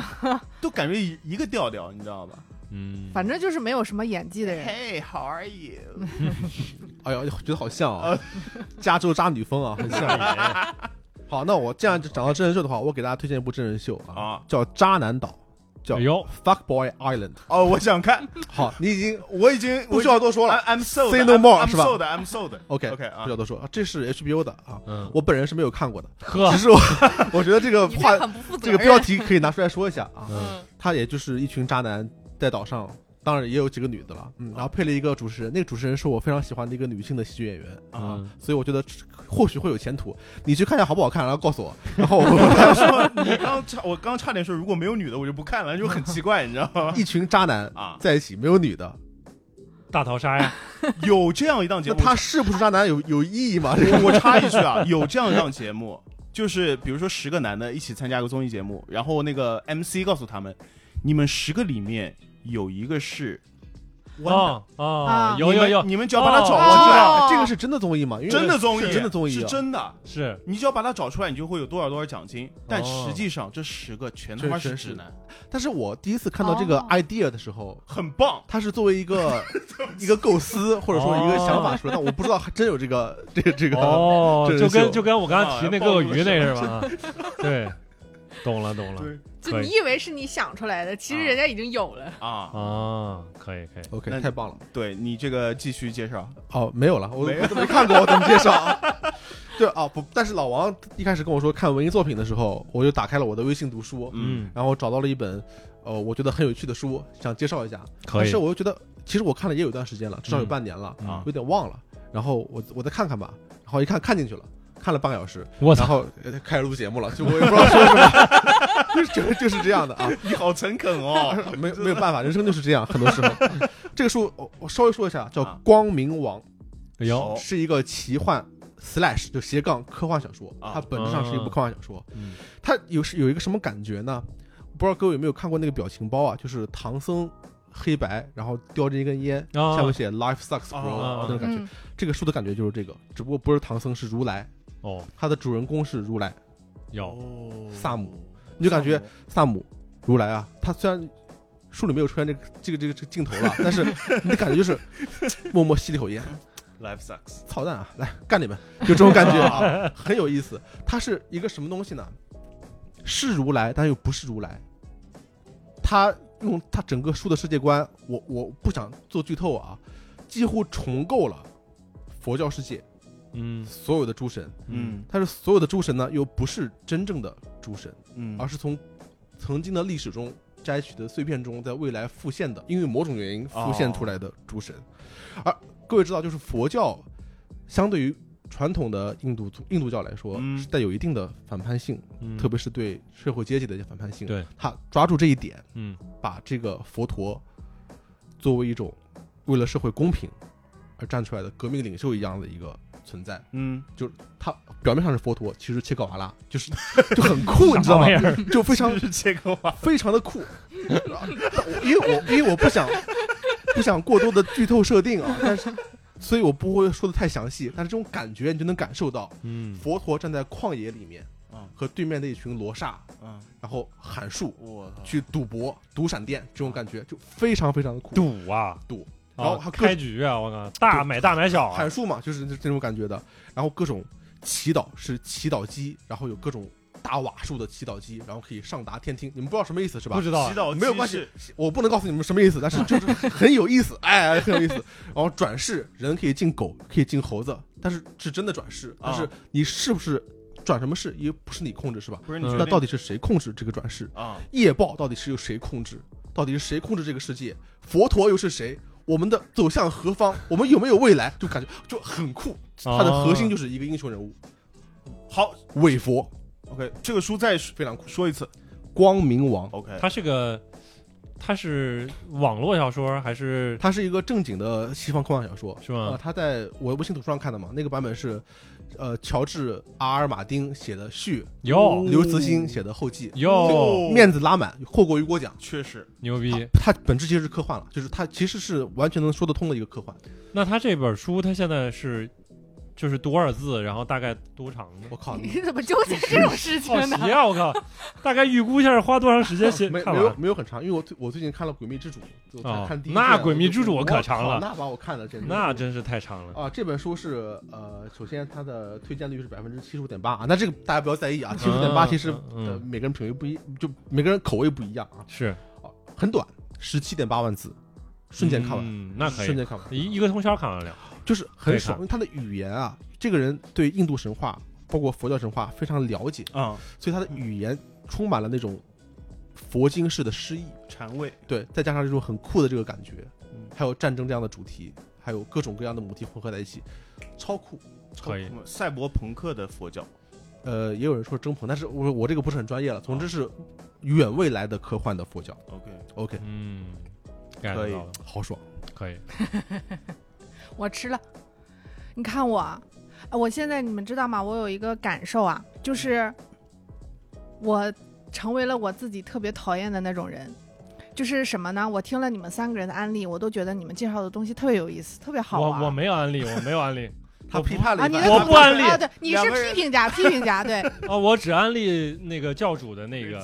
Speaker 1: 都感觉一一个调调，你知道吧？
Speaker 2: 嗯，
Speaker 4: 反正就是没有什么演技的人，
Speaker 1: hey,，How are you？
Speaker 3: 哎呀，觉得好像啊， 加州渣女风啊，很像。 好，那我这样就讲到真人秀的话，我给大家推荐一部真人秀啊，
Speaker 1: 啊，
Speaker 3: 叫《渣男岛》，叫
Speaker 2: 哎呦，
Speaker 3: Fuck Boy Island。
Speaker 1: 哦，我想看，
Speaker 3: 好，你已经
Speaker 1: 我已经
Speaker 3: 不需要多说了
Speaker 1: I'm sold,
Speaker 3: Say no more，
Speaker 1: I'm
Speaker 3: 是吧
Speaker 1: sold, I'm sold。
Speaker 3: OK
Speaker 1: OK 啊
Speaker 3: 不需要多说，这是 HBO 的啊，
Speaker 2: 嗯，
Speaker 3: 我本人是没有看过的，
Speaker 2: 呵
Speaker 3: 只，是我我觉得这个
Speaker 5: 你
Speaker 3: 话
Speaker 5: 这很不负责
Speaker 3: 这
Speaker 5: 任。
Speaker 3: 个
Speaker 4: 哎
Speaker 3: 标题可以拿出来说一下啊。
Speaker 2: 嗯
Speaker 5: 嗯，
Speaker 3: 他也就是一群渣男在岛上，当然也有几个女的了，嗯，然后配了一个主持人，那个主持人是我非常喜欢的一个女性的喜剧演员，
Speaker 1: 啊，
Speaker 2: 嗯
Speaker 3: 所以我觉得或许会有前途。你去看一下好不好看，然后告诉我，然后我
Speaker 1: 你刚差，我刚差点说，如果没有女的，我就不看了，就很奇怪，你知道 吗？
Speaker 3: 一群渣男
Speaker 1: 啊，
Speaker 3: 在一起没有女的，
Speaker 2: 大逃杀 呀，
Speaker 1: 有这样一档节
Speaker 3: 那
Speaker 1: 目，
Speaker 3: 他是不是渣男有有意义吗？ 这
Speaker 1: 我我插一句啊，有这样一档节目，就是比如说十个男的一起参加一个综艺节目，然后那个 MC 告诉他们，你们十个里面有一个是弯
Speaker 2: 哦哦
Speaker 4: 啊，
Speaker 2: 有有有
Speaker 1: 的，，你们只要把他找
Speaker 2: 哦
Speaker 1: 出来，
Speaker 4: 哦
Speaker 3: 这个是真的综艺吗？因为
Speaker 1: 真的综艺，
Speaker 3: 是真的综艺啊
Speaker 1: 是真的。
Speaker 2: 是
Speaker 1: 你只要把他找出来，你就会有多少多少奖金。但
Speaker 2: 哦
Speaker 1: 实际上，这十个全他妈是直男，
Speaker 3: 但是我第一次看到这个
Speaker 4: 哦
Speaker 3: idea 的时候，
Speaker 1: 很棒。
Speaker 3: 他是作为一个一个构思或者说一个想法出来，但我不知道还真有这个这个这个。
Speaker 2: 哦
Speaker 3: 这，
Speaker 2: 就
Speaker 3: 人
Speaker 2: 跟
Speaker 3: 秀
Speaker 2: 就跟我刚刚
Speaker 1: 啊
Speaker 2: 提那
Speaker 1: 暴
Speaker 2: 个
Speaker 1: 露
Speaker 2: 鱼
Speaker 1: 了
Speaker 2: 那是吧？啊 对，懂了懂了
Speaker 1: 对
Speaker 4: 就你以为是你想出来的，其实人家已经有了。
Speaker 1: 啊，
Speaker 2: 啊，可以可以，
Speaker 1: 那
Speaker 3: OK，太棒了！
Speaker 1: 对你这个继续介绍
Speaker 3: 哦，没有了，我
Speaker 1: 没有
Speaker 3: 我都没看过，我怎么介绍啊？ 对啊，不，但是老王一开始跟我说看文艺作品的时候，我就打开了我的微信读书，
Speaker 1: 嗯
Speaker 2: 嗯，
Speaker 3: 然后找到了一本，呃，我觉得很有趣的书，想介绍一下。
Speaker 2: 可
Speaker 3: 但
Speaker 2: 以
Speaker 3: 是，我又觉得，其实我看了也有一段时间了，至少有
Speaker 2: 嗯
Speaker 3: 半年了，
Speaker 1: 啊
Speaker 3: 我有点忘了。然后我我再看看吧，然后一看看进去了，看了半个小时，
Speaker 2: 我
Speaker 3: 然
Speaker 2: 操，
Speaker 3: 后呃开始录节目了，就我也不知道说 什么，就是就是这样的啊，
Speaker 1: 你好诚恳哦。
Speaker 3: 没有没有办法，人生就是这样，很多时候。这个书我我稍微说一下，叫
Speaker 1: 啊
Speaker 3: 《光明王
Speaker 2: 哎呦，
Speaker 1: 哦》，
Speaker 3: 是一个奇幻 slash 就斜杠科幻小说，
Speaker 1: 啊
Speaker 3: 它本质上是一部科幻小说。
Speaker 1: 嗯
Speaker 3: 它有是有一个什么感觉呢？不知道各位有没有看过那个表情包啊？就是唐僧黑白，然后叼着一根烟，
Speaker 2: 啊
Speaker 3: 下面写 “Life sucks,
Speaker 1: 啊
Speaker 3: bro”、
Speaker 2: 啊啊
Speaker 3: 那种感觉。
Speaker 4: 嗯，
Speaker 3: 这个书的感觉就是这个，只不过不是唐僧，是如来，
Speaker 2: 哦，
Speaker 3: 它的主人公是如来。
Speaker 2: 有
Speaker 1: 哦
Speaker 3: 萨姆，你就感觉萨姆、如来啊，他虽然书里没有出现这个这个这个这个镜头了，但是你的感觉就是默默吸了一口烟，
Speaker 1: life sucks，
Speaker 3: 操蛋啊，来干你们，就这种感觉啊，很有意思。它是一个什么东西呢？是如来，但又不是如来。他用他整个书的世界观，我我不想做剧透啊，几乎重构了佛教世界
Speaker 2: 嗯
Speaker 3: 所有的诸神，
Speaker 1: 嗯
Speaker 3: 但是所有的诸神呢，又不是真正的诸神。
Speaker 1: 嗯
Speaker 3: 而是从曾经的历史中摘取的碎片中，在未来复现的，因为某种原因复现出来的诸神。而各位知道，就是佛教相对于传统的印度宗印度教来说，
Speaker 1: 嗯
Speaker 3: 是带有一定的反叛性，
Speaker 2: 嗯，
Speaker 3: 特别是对社会阶级的一些反叛性。
Speaker 2: 对，
Speaker 3: 他抓住这一点，
Speaker 2: 嗯
Speaker 3: 把这个佛陀作为一种为了社会公平而站出来的革命领袖一样的一个存在。
Speaker 1: 嗯
Speaker 3: 他表面上是佛陀，其实切格瓦拉就是 就很酷，你知道吗
Speaker 2: 啥玩意？
Speaker 3: 就非常
Speaker 1: 是切克瓦
Speaker 3: 非常的酷， 因为我因为我不想不想过多的剧透设定啊，但是所以我不会说的太详细，但是这种感觉你就能感受到，
Speaker 2: 嗯
Speaker 3: 佛陀站在旷野里面啊
Speaker 1: 嗯，
Speaker 3: 和对面的一群罗刹，
Speaker 1: 嗯，
Speaker 3: 然后喊树
Speaker 1: 我操，
Speaker 3: 去赌博、赌闪电，这种感觉就非常非常的酷。
Speaker 2: 赌啊
Speaker 3: 赌，
Speaker 2: 啊
Speaker 3: 然后还各
Speaker 2: 开局啊，我靠，大买大买小啊
Speaker 3: 喊，树嘛，就是这这种感觉的，然后各种祈祷是祈祷机，然后有各种大瓦数的祈祷机，然后可以上达天听，你们不知道什么意思是吧
Speaker 2: 不？知道啊
Speaker 1: 祈祷
Speaker 3: 没有关系，我不能告诉你们什么意思，但是就是很有意思， 哎，很有意思。然后转世人可以进狗，可以进猴子，但是是真的转世，
Speaker 1: 啊
Speaker 3: 但是你是不是转什么世也不是你控制，是吧？
Speaker 1: 不是你
Speaker 2: 嗯
Speaker 1: 决
Speaker 3: 那
Speaker 1: 定
Speaker 3: 到底是谁控制这个转世？
Speaker 1: 啊
Speaker 3: 业报到底是由谁控制？到底是谁控制这个世界？佛陀又是谁？我们的走向何方？我们有没有未来？就感觉就很酷。
Speaker 1: 啊
Speaker 3: 它的核心就是一个英雄人物
Speaker 1: 好
Speaker 3: 韦佛，
Speaker 1: ？OK，这个书再说
Speaker 3: 非常酷。
Speaker 1: 说一次
Speaker 3: 光明王，
Speaker 1: ，OK，
Speaker 2: 它是个，它是网络小说还是
Speaker 3: 它是一个正经的西方科幻小说，
Speaker 2: 是
Speaker 3: 啊，
Speaker 2: 吗？
Speaker 3: 他在我微信读书上看的嘛，那个版本是，呃，乔治 R 马丁写的序，
Speaker 2: 哟
Speaker 3: 刘慈欣写的后记，
Speaker 2: 哦哟，
Speaker 3: 面子拉满，获过雨果奖。
Speaker 1: 确实
Speaker 2: 牛逼！
Speaker 3: 它啊本质其实是科幻了，就是它其实是完全能说得通的一个科幻。
Speaker 2: 那它这本书它现在是就是多少字，然后大概多长呢？
Speaker 3: 我 靠，
Speaker 4: 你怎么纠结这种事情
Speaker 2: 好
Speaker 4: 呢？
Speaker 2: 奇啊！我靠，大概预估一下花多长时间写
Speaker 3: 没
Speaker 2: 看
Speaker 3: 没有
Speaker 2: 完？
Speaker 3: 没有很长，因为我最我最近看了《诡秘之主》，我才看第一
Speaker 2: 哦
Speaker 3: 卷。
Speaker 2: 那诡秘之主
Speaker 3: 我
Speaker 2: 我
Speaker 3: 就
Speaker 2: 可长了
Speaker 3: 靠那把我看了真的。
Speaker 2: 那真是太长了。
Speaker 3: 啊，这本书是呃，首先它的推荐率是百分之七十五点八啊，那这个大家不要在意啊，七十五点八其实
Speaker 2: 嗯嗯
Speaker 3: 呃每个人品味不一，就每个人口味不一样啊。
Speaker 2: 是
Speaker 3: 哦，很短，十七点八万字，瞬间看完，
Speaker 2: 嗯，那可
Speaker 3: 瞬
Speaker 2: 以，
Speaker 3: 间看完，
Speaker 2: 一一个通宵看完了。
Speaker 3: 就是很爽。
Speaker 2: 可
Speaker 3: 因为他的语言啊，这个人对印度神话，包括佛教神话非常了解，
Speaker 1: 啊，
Speaker 3: 所以他的语言充满了那种佛经式的诗意，
Speaker 1: 禅位
Speaker 3: 对，再加上这种很酷的这个感觉
Speaker 1: 嗯，
Speaker 3: 还有战争这样的主题，还有各种各样的母题混合在一起，超酷。
Speaker 2: 可以，
Speaker 1: 赛博朋克的佛教，
Speaker 3: 呃，也有人说是蒸鹏，但是我我这个不是很专业了。总之是远未来的科幻的佛教。
Speaker 1: OK，
Speaker 3: OK，
Speaker 2: 嗯，感
Speaker 1: 可以
Speaker 2: 到了，
Speaker 3: 好爽。
Speaker 2: 可以。
Speaker 4: 我吃了。你看我，啊我现在你们知道吗？我有一个感受啊，就是我成为了我自己特别讨厌的那种人。就是什么呢？我听了你们三个人的案例，我都觉得你们介绍的东西特别有意思，特别好啊玩。
Speaker 2: 我我没有案例，我没有案例
Speaker 3: 他批判了
Speaker 4: 啊，
Speaker 3: 一
Speaker 4: 你
Speaker 3: 番，
Speaker 4: 的
Speaker 2: 我不安利
Speaker 4: 啊，对，你
Speaker 1: 两
Speaker 4: 是
Speaker 1: 个人
Speaker 4: 批评家，批评 家，对，
Speaker 2: 哦，我只安利那个教主的那个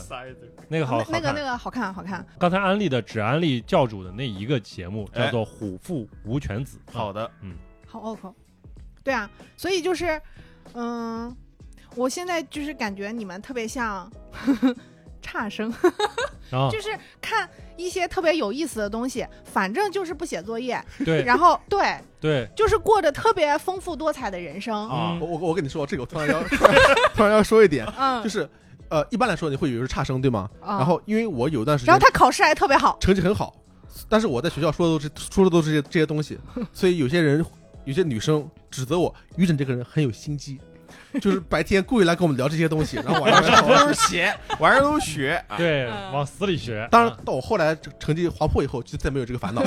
Speaker 2: 那个好好
Speaker 4: 那个
Speaker 2: 看
Speaker 4: 那个好看，好看。
Speaker 2: 刚才安利的只安利教主的那一个节目，
Speaker 1: 哎
Speaker 2: 叫做《虎父无犬子》。啊
Speaker 1: 好的，
Speaker 4: 好拗口。对啊，所以就是，嗯，我现在就是感觉你们特别像 差生，
Speaker 2: 啊，
Speaker 3: 嗯
Speaker 4: 就是看一些特别有意思的东西，反正就是不写作业，
Speaker 2: 对
Speaker 4: 然后对，
Speaker 2: 对，
Speaker 4: 就是过着特别丰富多彩的人生。
Speaker 1: 啊
Speaker 2: 嗯
Speaker 3: 我我我跟你说，这个我突然 要突然突然要说一点，
Speaker 4: 嗯，
Speaker 3: 就是呃，一般来说你会以为是差生对吗？
Speaker 4: 啊
Speaker 3: 然后因为我有一段时
Speaker 4: 然
Speaker 3: 间
Speaker 4: 后他考试还特别好，
Speaker 3: 成绩很好，但是我在学校说的都是说的都是这些这些 东西，所以有些人有些女生指责我于震这个人很有心 机，就是白天故意来跟我们聊这些东西，然后晚 上
Speaker 1: 都是写，晚上都是学啊，
Speaker 2: 对，
Speaker 4: 嗯
Speaker 2: 往死里学。嗯
Speaker 3: 当然到我后来成绩滑坡以后，就再没有这个 烦恼。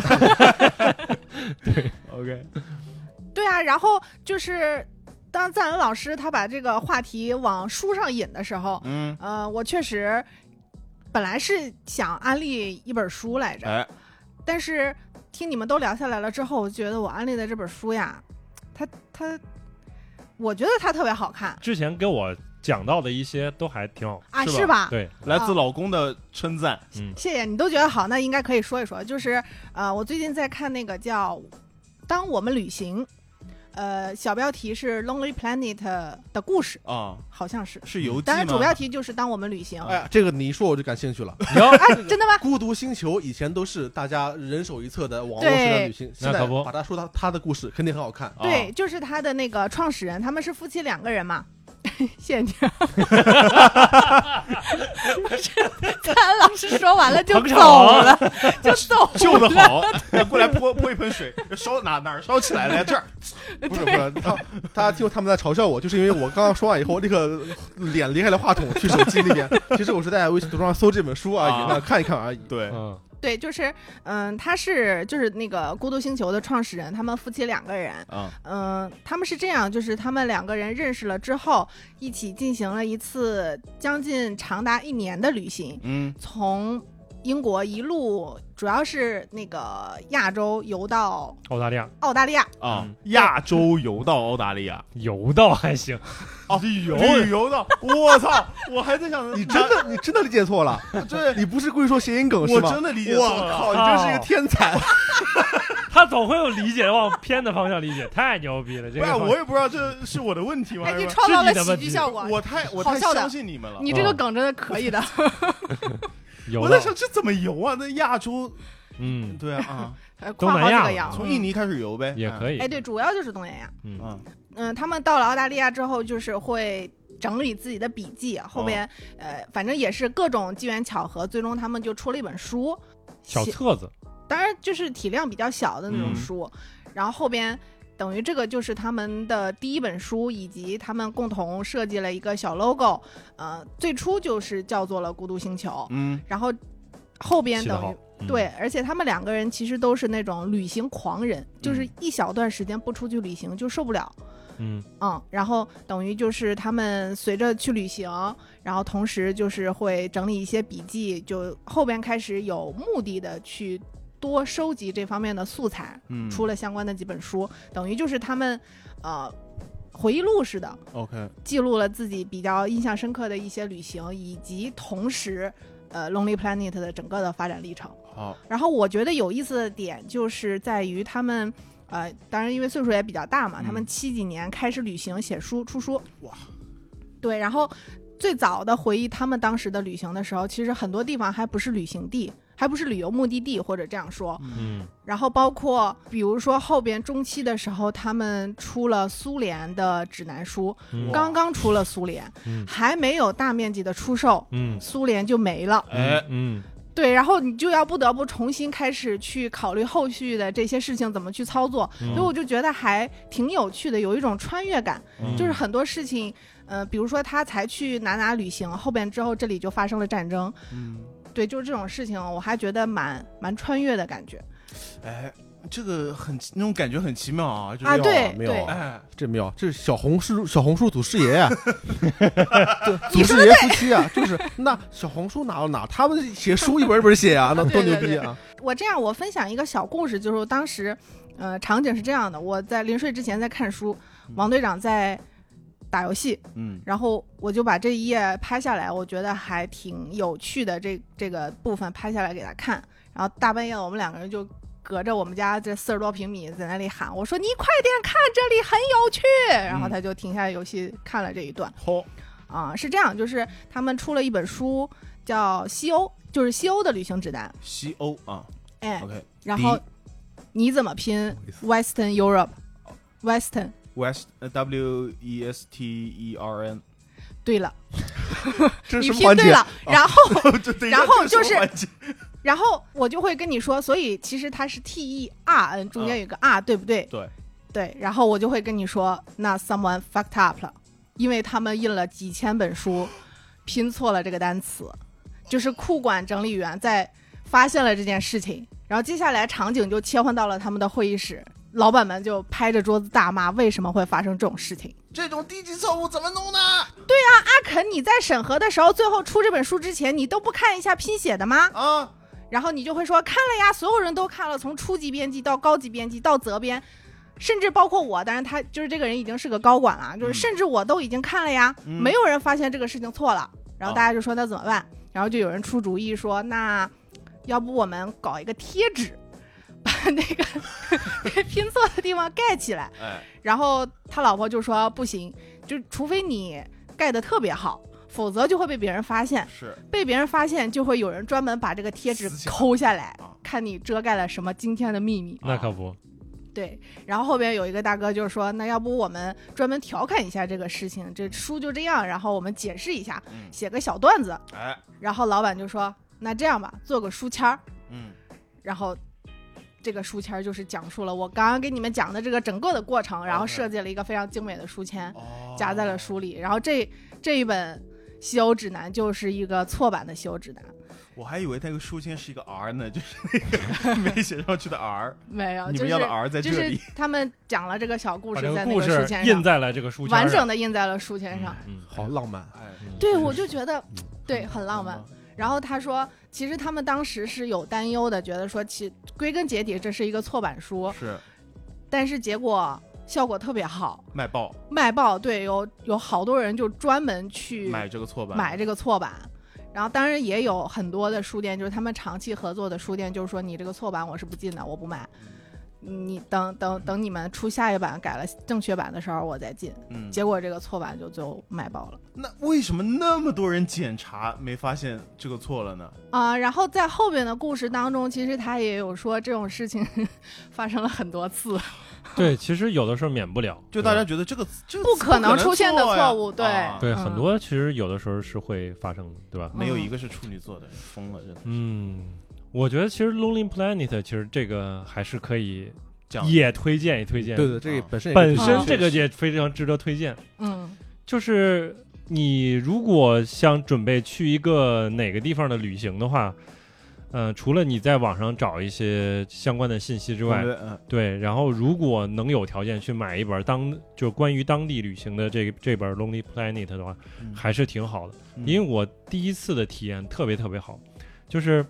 Speaker 1: ，OK，
Speaker 4: 对啊，然后就是。当赞恩老师他把这个话题往书上引的时候，
Speaker 1: 嗯，
Speaker 4: 呃，我确实本来是想安利一本书来着，
Speaker 1: 哎，
Speaker 4: 但是听你们都聊下来了之后，我觉得我安利的这本书呀，它它，我觉得它特别好看
Speaker 2: 之前跟我讲到的一些都还挺好，
Speaker 4: 啊，
Speaker 1: 是吧
Speaker 4: 是吧？
Speaker 2: 对，
Speaker 1: 来自老公的称赞，
Speaker 2: 嗯，
Speaker 4: 谢谢你都觉得好，那应该可以说一说。就是呃，我最近在看那个叫《当我们旅行》，呃，小标题是《Lonely Planet》的故事，
Speaker 1: 啊，
Speaker 4: 好像是。
Speaker 1: 是游记
Speaker 4: 当然，主标
Speaker 1: 吗？啊
Speaker 4: 题就是《当我们旅行》
Speaker 3: 哎，这个你一说我就感兴趣了。
Speaker 2: 然后
Speaker 4: 哎，真的吗？
Speaker 3: 孤独星球以前都是大家人手一册的网络式的旅行，现
Speaker 2: 那
Speaker 3: 在
Speaker 2: 可不
Speaker 3: 把它说他他的故事肯定很好
Speaker 1: 啊
Speaker 3: 看。
Speaker 4: 对，就是他的那个创始人，他们是夫妻两个人嘛。 谢谢你。不是，赞恩老师说完了就
Speaker 2: 捧场
Speaker 4: 走了，就走
Speaker 1: 啊，救的好，过来泼泼一盆水，烧哪哪儿烧起来了呀？这儿，
Speaker 3: 不是不是，他大家听他们在嘲笑我，就是因为我刚刚说完以后，立刻脸离开了话筒，去手机里 面。其实我是在微信读书上搜这本书而
Speaker 1: 啊
Speaker 3: 已，那看一看而已。
Speaker 1: 对，
Speaker 2: 嗯，
Speaker 4: 对，就是嗯，他是就是那个孤独星球的创始人，他们夫妻两个人，
Speaker 1: 啊，
Speaker 4: 嗯，他们是这样，就是他们两个人认识了之后，一起进行了一次将近长达一年的旅行，
Speaker 1: 嗯，
Speaker 4: 从英国一路主要是那个亚洲游到
Speaker 2: 澳大利亚
Speaker 4: 澳大利亚，
Speaker 1: 啊
Speaker 2: 嗯，
Speaker 1: 亚洲游到澳大利亚，
Speaker 2: 游到还行，
Speaker 1: 哦，旅游旅游到，我操，我还在想，
Speaker 3: 你真的 你真的理解错了，
Speaker 1: 对，
Speaker 3: 你不是故意说谐音梗是
Speaker 1: 我
Speaker 3: 吗
Speaker 1: 真？的理解
Speaker 3: 我
Speaker 1: 错了，啊
Speaker 3: 靠，你真是一个天 才！
Speaker 2: 他总会有理解往偏的方向理解，太牛逼了，这
Speaker 1: 不
Speaker 2: 个
Speaker 1: 是，啊
Speaker 2: 方向
Speaker 1: 我也不知道这是我的问题吗？
Speaker 4: 哎，
Speaker 1: 还
Speaker 4: 你
Speaker 1: 是
Speaker 4: 创造
Speaker 2: 是你
Speaker 4: 了
Speaker 2: 的
Speaker 4: 喜
Speaker 2: 问
Speaker 4: 剧
Speaker 2: 题
Speaker 4: 效果。
Speaker 1: 我太我
Speaker 4: 好
Speaker 1: 太
Speaker 4: 笑的
Speaker 1: 相信你们了。
Speaker 4: 你这个梗真的可 以的，
Speaker 2: 游
Speaker 1: 我
Speaker 2: 到
Speaker 1: 在想这怎么游啊？那亚洲
Speaker 2: 嗯，
Speaker 1: 对啊，
Speaker 4: 呃
Speaker 2: 东
Speaker 4: 跨好
Speaker 2: 南亚
Speaker 4: 几个
Speaker 2: 嘛
Speaker 4: 洋，
Speaker 1: 从印尼开始游呗，
Speaker 2: 也可
Speaker 1: 以。
Speaker 2: 以，
Speaker 4: 哎，对，主要就是东南亚。
Speaker 2: 嗯，
Speaker 1: 嗯，
Speaker 4: 嗯，他们到了澳大利亚之后，就是会整理自己的笔记，啊
Speaker 2: 哦
Speaker 4: 后边、呃，反正也是各种机缘巧合，最终他们就出了一本书，
Speaker 2: 小
Speaker 4: 写
Speaker 2: 册子，
Speaker 4: 当然就是体量比较小的那种
Speaker 1: 嗯
Speaker 4: 书，然后后边。等于这个就是他们的第一本书，以及他们共同设计了一个小 logo，呃，最初就是叫做了《孤独星球》，
Speaker 1: 嗯，
Speaker 4: 然后后边
Speaker 2: 写得
Speaker 4: 等
Speaker 2: 好
Speaker 4: 于，
Speaker 2: 嗯
Speaker 4: 对，，而且他们两个人其实都是那种旅行狂人，就是一小段时间不出去旅行就受不了，
Speaker 2: 嗯，
Speaker 4: 嗯，然后等于就是他们随着去旅行，然后同时就是会整理一些笔记，就后边开始有目的的去多收集这方面的素材，
Speaker 1: 嗯
Speaker 4: 出了相关的几本书，等于就是他们呃回忆录似的
Speaker 1: OK，
Speaker 4: 记录了自己比较印象深刻的一些旅行，以及同时呃 Lonely Planet 的整个的发展历程。
Speaker 1: 好，
Speaker 4: 然后我觉得有意思的点就是在于他们，呃，当然因为岁数也比较大嘛，他们
Speaker 1: 嗯
Speaker 4: 七几年开始旅行、写书、出书。
Speaker 1: 哇！
Speaker 4: 对，然后最早的回忆他们当时的旅行的时候，其实很多地方还不是旅行地，还不是旅游目的地，或者这样说。
Speaker 2: 嗯，
Speaker 4: 然后包括比如说后边中期的时候，他们出了苏联的指南书，
Speaker 2: 嗯
Speaker 4: 刚刚出了苏联，
Speaker 2: 嗯
Speaker 4: 还没有大面积的出售，
Speaker 2: 嗯，
Speaker 4: 苏联就没了。
Speaker 1: 哎，
Speaker 2: 嗯，
Speaker 4: 对，然后你就要不得不重新开始去考虑后续的这些事情怎么去操作，
Speaker 2: 嗯
Speaker 4: 所以我就觉得还挺有趣的，有一种穿越感，
Speaker 2: 嗯
Speaker 4: 就是很多事情，呃，比如说他才去哪哪旅行，后边之后这里就发生了战争，
Speaker 1: 嗯，
Speaker 4: 对，就是这种事情，我还觉得蛮蛮穿越的感觉
Speaker 1: 哎，这个很那种感觉很奇妙啊，就是
Speaker 4: 啊，
Speaker 1: 要
Speaker 4: 对
Speaker 3: 没有
Speaker 4: 对
Speaker 3: 啊，
Speaker 1: 哎，
Speaker 3: 这妙，这是小红书小红书祖师 爷呀，对祖
Speaker 4: 你
Speaker 3: 师
Speaker 4: 说
Speaker 3: 爷夫妻啊，就是那小红书哪有哪，他们写书一本一本写啊，那多
Speaker 4: 对
Speaker 3: 牛
Speaker 4: 对
Speaker 3: 逼
Speaker 4: 对
Speaker 3: 啊！
Speaker 4: 我这样，我分享一个小故事，就是我当时，呃，场景是这样的，我在临睡之前在看书，
Speaker 3: 嗯
Speaker 4: 王队长在打游戏，
Speaker 1: 嗯
Speaker 4: 然后我就把这一页拍下来，我觉得还挺有趣的这这个部分拍下来给他看。然后大半夜的我们两个人就隔着我们家这四十多平米在那里喊，我说你快点看，这里很有趣。
Speaker 3: 嗯
Speaker 4: 然后他就停下游戏看了这一段。
Speaker 1: 好，
Speaker 4: 啊、是这样，就是他们出了一本书叫《西欧》，就是西欧的旅行指南。
Speaker 1: 西欧啊
Speaker 4: 哎，
Speaker 1: ，OK，West
Speaker 4: 然后你怎么拼 Western Europe？Western。
Speaker 1: W E S T E R N，
Speaker 4: 对了，
Speaker 3: 这
Speaker 4: 你
Speaker 3: 是什么
Speaker 4: 拼
Speaker 3: 环
Speaker 4: 对
Speaker 3: 节？
Speaker 4: 了，然后然后就是
Speaker 1: 是
Speaker 4: 然后我就会跟你说，所以其实它是 T E R N，中间有个 R，、对不对？
Speaker 1: 对
Speaker 4: 对，然后我就会跟你说，那 someone fucked up 了，因为他们印了几千本书，拼错了这个单词，就是库管整理员在发现了这件事情，然后接下来场景就切换到了他们的会议室。老板们就拍着桌子大骂，为什么会发生这种事情？
Speaker 1: 这种低级错误怎么弄呢？
Speaker 4: 阿肯，你在审核的时候，最后出这本书之前，你都不看一下拼写的吗？
Speaker 1: 啊，
Speaker 4: 然后你就会说看了呀，所有人都看了，从初级编辑到高级编辑到责编，甚至包括我，当然他就是这个人已经是个高管了，就是
Speaker 1: 嗯
Speaker 4: 甚至我都已经看了呀，
Speaker 1: 嗯
Speaker 4: 没有人发现这个事情错了，然
Speaker 1: 哦
Speaker 4: 后大家就说那怎么办？然后就有人出主意说，那要不我们搞一个贴纸，把那个 拼错的地方盖起来。
Speaker 1: 哎，
Speaker 4: 然后他老婆就说不行，就除非你盖的特别好，否则就会被别人发现。
Speaker 1: 是
Speaker 4: 被别人发现，就会有人专门把这个贴纸
Speaker 1: 撕下来
Speaker 4: 抠下来
Speaker 1: 啊，
Speaker 4: 看你遮盖了什么惊天的秘密。
Speaker 2: 那可不，
Speaker 4: 对，然后后边有一个大哥就说：“那要不我们专门调侃一下这个事情，这书就这样，然后我们解释一下，
Speaker 1: 嗯，
Speaker 4: 写个小段子。
Speaker 1: 哎，”
Speaker 4: 然后老板就说：“那这样吧，做个书签儿。
Speaker 1: 嗯，”
Speaker 4: 然后。这个书签儿就是讲述了我刚刚给你们讲的这个整个的过程，然后
Speaker 1: OK
Speaker 4: 设计了一个非常精美的书签。
Speaker 1: 哦，
Speaker 4: 夹在了书里。然后这这一本《西游指南》就是一个错版的《西游指南》，
Speaker 1: 我还以为那个书签是一个 R 呢， 就是那个没写上去的 R，
Speaker 4: 没有，
Speaker 1: 你
Speaker 4: 啊就
Speaker 1: 们要的
Speaker 4: 是
Speaker 1: R 在
Speaker 4: 就
Speaker 1: 这
Speaker 4: 是
Speaker 1: 里。
Speaker 4: 他们讲了这个小故
Speaker 2: 把
Speaker 4: 事
Speaker 2: 这
Speaker 4: 在那
Speaker 2: 故
Speaker 4: 个
Speaker 2: 事
Speaker 4: 书签
Speaker 2: 印
Speaker 4: 上，
Speaker 2: 在了这个书签
Speaker 4: 完
Speaker 2: 上
Speaker 4: 整，的印在了书签上。
Speaker 2: 嗯，
Speaker 3: 好浪漫，
Speaker 1: 哎，
Speaker 2: 嗯
Speaker 4: 对，
Speaker 2: 是
Speaker 4: 我就觉得对很浪漫
Speaker 1: 嗯。。
Speaker 4: 然后他说，其实他们当时是有担忧的，觉得说其归根结底这是一个错版书，
Speaker 1: 是
Speaker 4: 但是结果效果特别好，
Speaker 1: 卖爆
Speaker 4: 卖爆。对，有有好多人就专门去
Speaker 1: 买这个错版，
Speaker 4: 嗯买这个错版。然后当然也有很多的书店，就是他们长期合作的书店，就是说你这个错版我是不进的，我不买。
Speaker 1: 嗯
Speaker 4: 你等等等你们出下一版改了正确版的时候我再进。
Speaker 1: 嗯，
Speaker 4: 结果这个错版就最后卖爆了
Speaker 1: 那为什么那么多人检查没发现这个错了呢？
Speaker 4: 啊、然后在后边的故事当中，其实他也有说这种事情 发生了很多次，
Speaker 2: 对，其实有的时候免不了，
Speaker 1: 就
Speaker 2: 对
Speaker 1: 大
Speaker 2: 吧
Speaker 1: 家觉得这个这个
Speaker 4: 不可能
Speaker 1: 错呀
Speaker 4: 出现的错误对
Speaker 1: 啊
Speaker 2: 对
Speaker 4: 嗯
Speaker 2: 很多其实有的时候是会发生的，对吧？
Speaker 1: 没有一个是处女座的，疯了，真的
Speaker 2: 嗯，我觉得其实 Lonely Planet 其实这个还是可以
Speaker 1: 讲
Speaker 2: 也推荐一推荐，
Speaker 3: 对对，这个本身也
Speaker 2: 本
Speaker 3: 是
Speaker 4: 啊
Speaker 2: 身这个也非常值得推荐。
Speaker 4: 嗯
Speaker 2: 就是你如果想准备去一个哪个地方的旅行的话，呃，除了你在网上找一些相关的信息之
Speaker 1: 对
Speaker 2: 外，
Speaker 1: 嗯，
Speaker 2: 对，然后如果能有条件去买一本当就关于当地旅行的这这本《Lonely Planet》的话，
Speaker 1: 嗯
Speaker 2: 还是挺好的。
Speaker 1: 嗯
Speaker 2: 因为我第一次的体验特别特别好，就是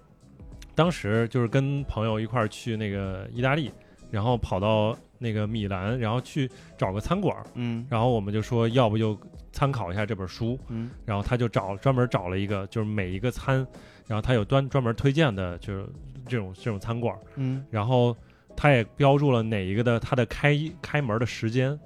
Speaker 2: 当时就是跟朋友一块儿去那个意大利，然后跑到那个米兰，然后去找个餐馆儿，
Speaker 1: 嗯
Speaker 2: 然后我们就说要不就参考一下这本书，
Speaker 1: 嗯
Speaker 2: 然后他就找专门找了一个就是每一个餐，然后他有专专门推荐的就是这种这种餐馆儿，
Speaker 1: 嗯
Speaker 2: 然后他也标注了哪一个的它的开开门的时间，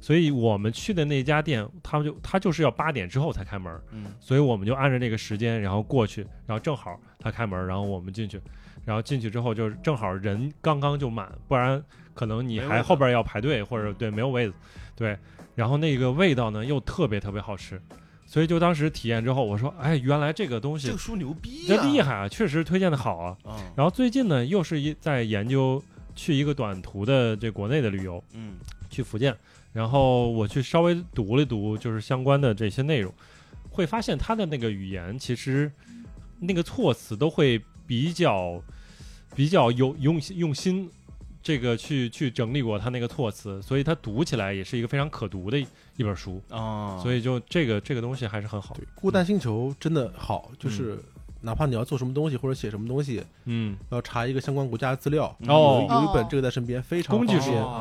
Speaker 2: 所以我们去的那家店，他们就他就是要八点之后才开门。
Speaker 1: 嗯
Speaker 2: 所以我们就按照那个时间，然后过去，然后正好他开门，然后我们进去，然后进去之后就是正好人刚刚就满，不然可能你
Speaker 1: 没位
Speaker 2: 还
Speaker 1: 子
Speaker 2: 后边要排队，或者对没有位子，对，然后那个味道呢又特别特别好吃，所以就当时体验之后，我说，哎，原来这个东
Speaker 1: 这
Speaker 2: 西
Speaker 1: 个书牛逼
Speaker 2: 真
Speaker 1: 呀，
Speaker 2: 厉害啊，确实推荐的好啊。
Speaker 1: 嗯
Speaker 2: 然后最近呢，又是一在研究去一个短途的这国内的旅游，
Speaker 1: 嗯
Speaker 2: 去福建，然后我去稍微读了读，就是相关的这些内容，会发现他的那个语言其实那个措辞都会比较比较有用心用心，这个去去整理过他那个措辞，所以他读起来也是一个非常可读的一一本书，
Speaker 1: 啊，
Speaker 2: 嗯所
Speaker 1: 以
Speaker 2: 以就这个这个东西还是很好
Speaker 3: 对，《孤单星球》真的好，就是哪怕你要做什么东西或者写什么东西，
Speaker 2: 嗯，
Speaker 3: 要查一个相关国家的资
Speaker 1: 嗯
Speaker 3: 料，
Speaker 2: 哦
Speaker 3: 有一本这个在身边非常
Speaker 2: 工具
Speaker 3: 方
Speaker 2: 书
Speaker 3: 便
Speaker 1: 哦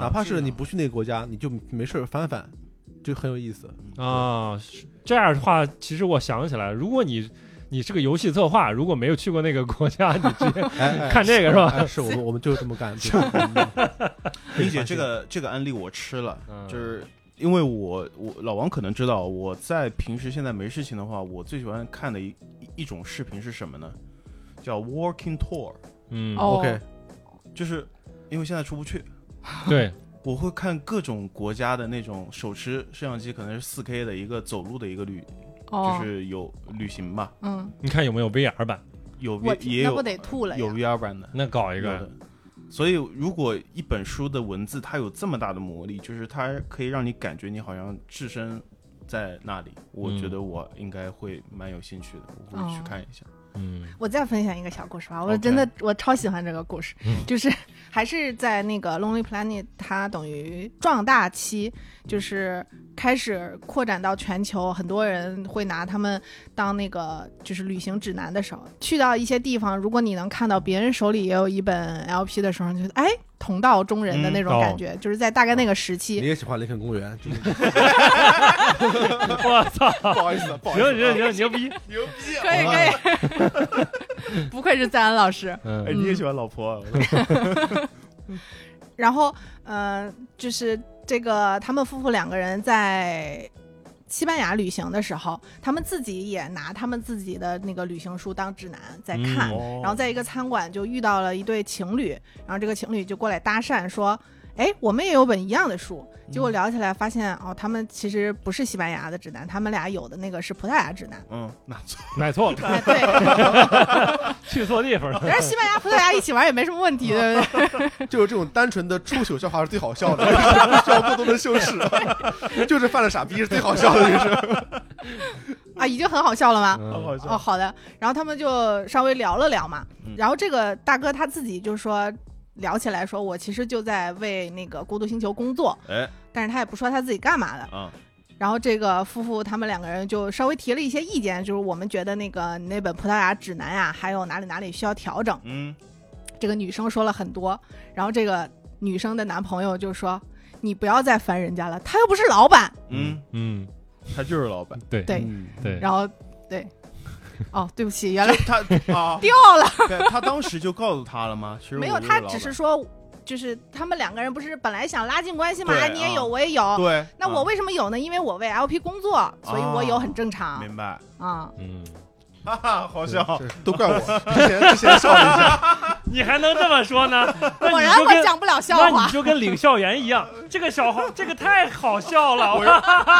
Speaker 3: 哪
Speaker 2: 啊
Speaker 3: 怕是你不去那个国家，你就没事儿翻翻，就很有意思。
Speaker 1: 嗯
Speaker 2: 啊，是这样的话，其实我想起来，如果你你是个游戏策划，如果没有去过那个国家，你直 接
Speaker 3: 哎，
Speaker 2: 看这个是吧？
Speaker 3: 哎是我们我们就这 么干。对
Speaker 1: 理解这个这个案例我吃了，
Speaker 2: 嗯
Speaker 1: 就是因为我我老王可能知道，我在平时现在没事情的话，我最喜欢看的一一一种视频是什么呢？叫 Walking Tour，
Speaker 2: 嗯，
Speaker 4: 哦
Speaker 3: OK，
Speaker 1: 就是因为现在出不去，
Speaker 2: 对，
Speaker 1: 我会看各种国家的那种手持摄像机，可能是四 K 的一个走路的一个旅，
Speaker 4: 哦
Speaker 1: 就是有旅行吧，
Speaker 4: 嗯，
Speaker 2: 你看有没有 VR 版？
Speaker 1: 有
Speaker 4: 我
Speaker 1: V
Speaker 4: 天
Speaker 1: 也
Speaker 4: 那
Speaker 1: 有
Speaker 4: 不得吐了呀
Speaker 1: 有 VR 版的，
Speaker 2: 那搞一
Speaker 1: 有
Speaker 2: 个
Speaker 1: 的。所以，如果一本书的文字它有这么大的魔力，就是它可以让你感觉你好像置身在那里，我
Speaker 2: 嗯
Speaker 4: 哦
Speaker 1: 觉得我应该会蛮有兴趣的，我会去看一下。
Speaker 2: 嗯
Speaker 4: 我再分享一个小故事吧，我
Speaker 1: OK
Speaker 4: 真的我超喜欢这个故事，
Speaker 2: 嗯
Speaker 4: 就是还是在那个 Lonely Planet，它等于壮大期，就是开始扩展到全球，很多人会拿他们当那个就是旅行指南的时候，去到一些地方，如果你能看到别人手里也有一本 LP 的时候，你就觉得哎同道中人的那种
Speaker 2: 嗯
Speaker 4: 感
Speaker 2: 哦
Speaker 4: 觉，就是在大概那个时
Speaker 3: 你
Speaker 4: 期，
Speaker 3: 也喜欢林肯公 园？就是
Speaker 2: 我操，
Speaker 3: 不好意思，不好意
Speaker 2: 行
Speaker 3: 思
Speaker 2: 行
Speaker 3: 啊，
Speaker 2: 行，牛逼，
Speaker 1: 牛逼啊！
Speaker 4: 可以可以，不愧是赞恩老师。
Speaker 1: 哎，
Speaker 2: 嗯
Speaker 1: 你也喜欢老婆？
Speaker 4: 然后，呃，就是这个他们夫妇两个人在西班牙旅行的时候，他们自己也拿他们自己的那个旅行书当指南在看。
Speaker 2: 嗯
Speaker 1: 哦
Speaker 4: 然后在一个餐馆就遇到了一对情侣，然后这个情侣就过来搭讪说：“哎，我们也有本一样的书。”结果聊起来发现，哦，他们其实不是西班牙的指南，他们俩有的那个是葡萄牙指 南。
Speaker 1: 嗯，那错
Speaker 2: 买错了，
Speaker 4: 哎，对，
Speaker 2: 去错地方了。
Speaker 4: 但是西班牙、葡萄牙一起玩也没什么问题，对不对？
Speaker 3: 就是这种单纯的出糗笑话是最好笑的， 不需要过多的修饰，就是犯了傻逼是最好笑的，就是。
Speaker 4: 啊，已经很好笑了吗？
Speaker 1: 好
Speaker 2: 嗯
Speaker 1: 好
Speaker 4: 哦，
Speaker 1: 笑。
Speaker 4: 好的。然后他们就稍微聊了聊嘛，
Speaker 1: 嗯
Speaker 4: 然后这个大哥他自己就说。聊起来说，我其实就在为那个《孤独星球》工作，
Speaker 1: 哎，
Speaker 4: 但是他也不说他自己干嘛的。
Speaker 1: 啊，
Speaker 4: 然后这个夫妇他们两个人就稍微提了一些意见，就是我们觉得那个那本葡萄牙指南啊，还有哪里哪里需要调整。
Speaker 1: 嗯，
Speaker 4: 这个女生说了很多，然后这个女生的男朋友就说：“你不要再烦人家了，他又不是老板。
Speaker 1: 嗯，
Speaker 2: 嗯，
Speaker 1: 他就是老板。
Speaker 2: 对
Speaker 4: 对
Speaker 2: 对”，
Speaker 4: 然后对，哦，对不起，原来
Speaker 1: 他 啊，
Speaker 4: 掉了。
Speaker 1: 对他当时就告诉他了吗？其实
Speaker 4: 没
Speaker 1: 我
Speaker 4: 有，
Speaker 1: 就
Speaker 4: 他
Speaker 1: 老
Speaker 4: 只
Speaker 1: 板
Speaker 4: 是说，就是他们两个人不是本来想拉近关系吗？
Speaker 1: 对
Speaker 4: 啊你也
Speaker 1: 啊
Speaker 4: 有，我也有。
Speaker 1: 对。
Speaker 4: 那
Speaker 1: 啊
Speaker 4: 我为什么有呢？因为我为 LP 工作，所以我有很正常
Speaker 1: 明白，
Speaker 4: 啊。
Speaker 2: 嗯，
Speaker 1: 哈哈，好 笑。
Speaker 3: 这都怪我，之前之前笑了一下，
Speaker 2: 你还能这么说 呢？
Speaker 4: 果
Speaker 2: 那你
Speaker 4: 然
Speaker 2: 就
Speaker 4: 我
Speaker 2: 跟
Speaker 4: 讲不了笑
Speaker 2: 那
Speaker 4: 话
Speaker 2: 你，就跟领校园一样，这个小 号，这个太好笑了，啊我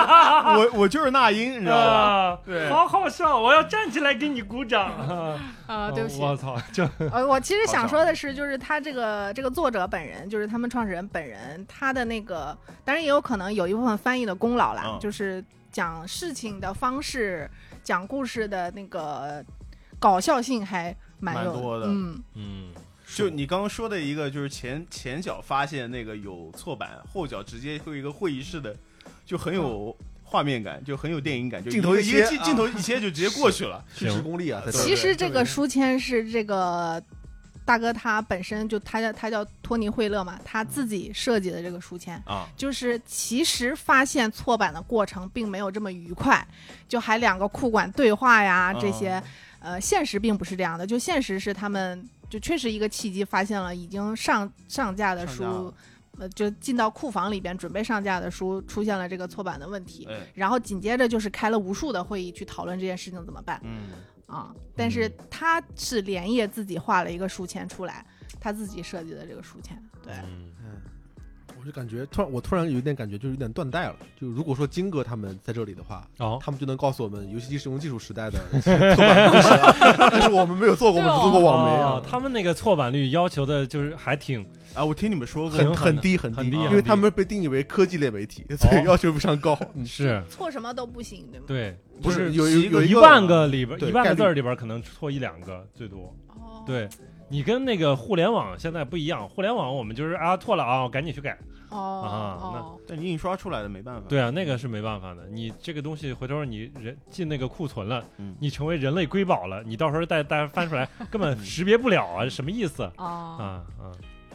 Speaker 1: 我我就是那英，你知 道吧？
Speaker 2: 啊
Speaker 1: 对
Speaker 2: 好好笑，我要站起来给你鼓掌。啊
Speaker 4: 啊，对不起。
Speaker 2: 我操，就
Speaker 4: 呃，我其实
Speaker 1: 哦好
Speaker 4: 想
Speaker 1: 笑
Speaker 4: 说的是，就是他这个这个作者本人，就是他们创始人本人，他的那个，当然也有可能有一部分翻译的功劳啦，
Speaker 1: 嗯
Speaker 4: 就是讲事情的方式，讲故事的那个搞笑性还蛮
Speaker 1: 蛮
Speaker 4: 有
Speaker 1: 多的
Speaker 4: 嗯，
Speaker 2: 嗯，
Speaker 1: 就你刚刚说的一个，就是前前脚发现那个有错版，后脚直接会一个会议室的，就很有
Speaker 4: 嗯
Speaker 1: 画面感，就很有电影感，就
Speaker 3: 镜头
Speaker 1: 一个
Speaker 3: 一
Speaker 1: 一个
Speaker 3: 切
Speaker 1: 镜
Speaker 3: 啊
Speaker 1: 镜头一切就直接过去 了。
Speaker 3: 虚实功力啊，在这儿
Speaker 4: 其实这
Speaker 3: 对
Speaker 4: 个书签是这个大哥他本身就他叫他叫托尼惠勒嘛，他自己设计的这个书签。
Speaker 1: 啊，
Speaker 4: 就是其实发现错版的过程并没有这么愉快，就还两个库管对话呀
Speaker 1: 嗯
Speaker 4: 这些，呃，现实并不是这样的，就现实是他们就确实一个契机发现了已经上上架的
Speaker 1: 上架
Speaker 4: 书
Speaker 1: 了，
Speaker 4: 呃，就进到库房里边准备上架的书出现了这个错版的问题，
Speaker 1: 哎，
Speaker 4: 然后紧接着就是开了无数的会议去讨论这件事情怎么办
Speaker 1: 嗯，
Speaker 4: 啊，但是他是连夜自己画了一个书签出来，他自己设计的这个书签，对，
Speaker 1: 哦
Speaker 2: 嗯
Speaker 3: 我就感觉突然，我突然有一点感觉，就是有点断代了。就如果说金哥他们在这里的话，
Speaker 2: 哦，
Speaker 3: 他们就能告诉我们游戏机使用技术时代的刻板故事啊，但是我们没有做过，我们只做过网媒啊
Speaker 2: 哦，他们那个错版率要求的就是还挺
Speaker 1: 啊，我听你们说过
Speaker 2: 很，
Speaker 3: 很低很
Speaker 2: 很低
Speaker 3: 因
Speaker 2: 很
Speaker 3: 为
Speaker 2: 低
Speaker 3: 他们被定义为科技类媒体，所以要求非常高。嗯
Speaker 2: 是
Speaker 4: 错什么都不行，对吗？
Speaker 2: 对，
Speaker 3: 不是有
Speaker 1: 有
Speaker 3: 有
Speaker 2: 一
Speaker 3: 个
Speaker 2: 万个里边
Speaker 3: 对
Speaker 2: 一万
Speaker 3: 概
Speaker 2: 个
Speaker 3: 率
Speaker 2: 字儿里边可能错一两个最多。
Speaker 4: 哦，
Speaker 2: 对你跟那个互联网现在不一样，互联网我们就是啊错了啊，我赶紧去改。啊那
Speaker 4: 哦，
Speaker 1: 但你印刷出来的没办法。
Speaker 2: 对啊，那个是没办法的。你这个东西回头你人进那个库存了，
Speaker 1: 嗯
Speaker 2: 你成为人类瑰宝了，你到时候再大家翻出来根本
Speaker 1: 嗯
Speaker 2: 识别不了啊，什么意思啊
Speaker 4: 哦
Speaker 2: 啊？
Speaker 4: 哦，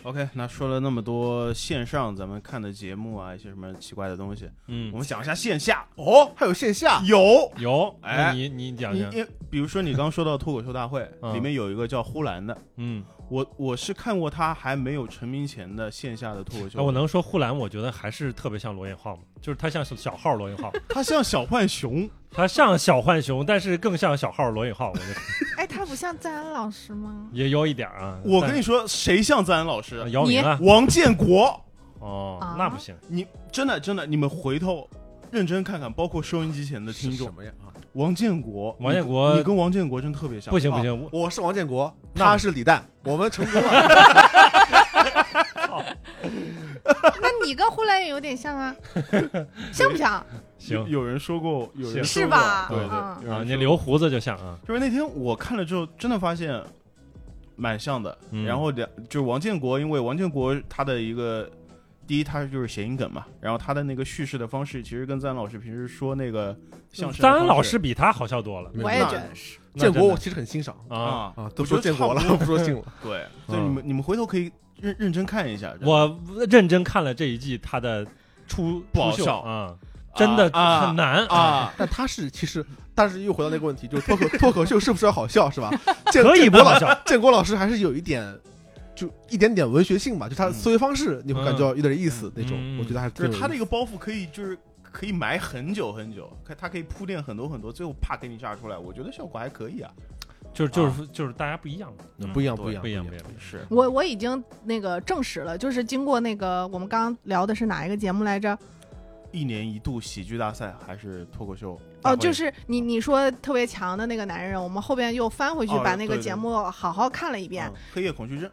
Speaker 1: ，OK，那说了那么多线上咱们看的节目啊，一些什么奇怪的东西，我
Speaker 2: 嗯，
Speaker 1: 们讲一下线下
Speaker 3: 哦，还有线下
Speaker 1: 有。
Speaker 2: 有，那
Speaker 1: 哎
Speaker 2: 你你讲
Speaker 1: 你
Speaker 2: 讲，
Speaker 1: 你比如说你刚说到脱口秀大会，
Speaker 2: 嗯
Speaker 1: 里面有一个叫呼兰的，
Speaker 2: 嗯，
Speaker 1: 我我是看过他还没有成名前的线下的脱口秀，
Speaker 2: 哎，我能说呼兰，我觉得还是特别像罗永浩吗？就是他像小小号罗永浩，
Speaker 1: 他像小浣熊，
Speaker 2: 他像小浣熊，但是更像小号罗永浩，我觉得
Speaker 4: 哎，他不像赞恩老师吗？
Speaker 2: 也有一点儿啊。
Speaker 1: 我
Speaker 2: 但
Speaker 1: 跟你说，谁像赞恩老
Speaker 2: 啊
Speaker 1: 师？
Speaker 2: 姚明啊，
Speaker 1: 王建国，
Speaker 2: 哦
Speaker 4: 啊，
Speaker 2: 那不行，
Speaker 1: 你真的真的，你们回头认真看看，包括收音机前的
Speaker 3: 是
Speaker 1: 听
Speaker 3: 什
Speaker 1: 众，
Speaker 3: 么呀？啊，
Speaker 1: 王建国，
Speaker 2: 王建
Speaker 1: 你
Speaker 2: 国
Speaker 1: 跟你跟王建国真特别像，
Speaker 2: 不行不行，我
Speaker 3: 我是王建国，
Speaker 2: 那
Speaker 3: 他是李诞，我们成功了。
Speaker 4: 那你跟呼兰也有点像啊，像不像？
Speaker 2: 行
Speaker 1: 有人说过，有人
Speaker 4: 是
Speaker 1: 说过
Speaker 4: 吧？
Speaker 1: 对对
Speaker 4: 嗯，
Speaker 1: 有
Speaker 2: 啊，
Speaker 1: 人
Speaker 2: 你
Speaker 1: 说
Speaker 2: 留胡子就像啊，
Speaker 1: 就是那天我看了之后，真的发现蛮像的。
Speaker 2: 嗯
Speaker 1: 然后两就是王建国，因为王建国他的一个第一，他就是谐音梗嘛，然后他的那个叙事的方式，其实跟赞恩老师平时说那个相声的
Speaker 2: 张
Speaker 1: 方式，
Speaker 2: 安嗯老师比他好笑多了
Speaker 4: 我也
Speaker 1: 那
Speaker 4: 觉得是。
Speaker 3: 建
Speaker 2: 那真
Speaker 3: 国
Speaker 2: 的
Speaker 3: 我其实很欣赏
Speaker 2: 啊。
Speaker 1: 啊
Speaker 3: 啊，都
Speaker 1: 我
Speaker 3: 说
Speaker 1: 觉得
Speaker 3: 建国
Speaker 1: 差不多，
Speaker 3: 了 不说姓了，
Speaker 1: 对，所以你们你们回头可以认认真看一下。真的
Speaker 2: 我认真看了这一季他的出
Speaker 1: 不好
Speaker 2: 出秀
Speaker 1: 笑
Speaker 2: 啊，真的
Speaker 1: 啊
Speaker 2: 很难
Speaker 1: 啊。啊
Speaker 3: 但他是其实，但是又回到那个问题，就是脱口脱口秀是不是要好笑是吧？ 建
Speaker 2: 可以
Speaker 3: 建
Speaker 2: 不
Speaker 3: 国
Speaker 2: 好
Speaker 3: 老
Speaker 2: 笑，
Speaker 3: 建国老师还是有一点，就一点点文学性吧，就他的
Speaker 1: 嗯
Speaker 3: 思维方式你会感觉到有点意思
Speaker 2: 嗯
Speaker 3: 那种，
Speaker 2: 嗯
Speaker 3: 我觉得还
Speaker 1: 就是他那个
Speaker 3: 个
Speaker 1: 包袱可以就是可以埋很久很久，可他可以铺垫很多很多，最后啪给你炸出来，我觉得效果还可以啊。
Speaker 2: 就是就是就是大家不一样嘛，
Speaker 3: 嗯不一样
Speaker 1: 嗯对
Speaker 3: 不一样
Speaker 2: 不一样
Speaker 3: 不
Speaker 2: 不
Speaker 3: 一
Speaker 2: 一
Speaker 3: 样。
Speaker 2: 样。
Speaker 1: 是
Speaker 4: 我我已经那个证实了，就是经过那个我们刚刚聊的是哪一个节目来着？
Speaker 1: 一年一度喜剧大赛还是脱口秀大
Speaker 4: 哦，
Speaker 1: 会？
Speaker 4: 就是你你说特别强的那个男人，我们后边又翻回去
Speaker 1: 哦
Speaker 4: 把那个
Speaker 1: 对对
Speaker 4: 节目好好看了一遍，
Speaker 1: 嗯黑夜恐惧症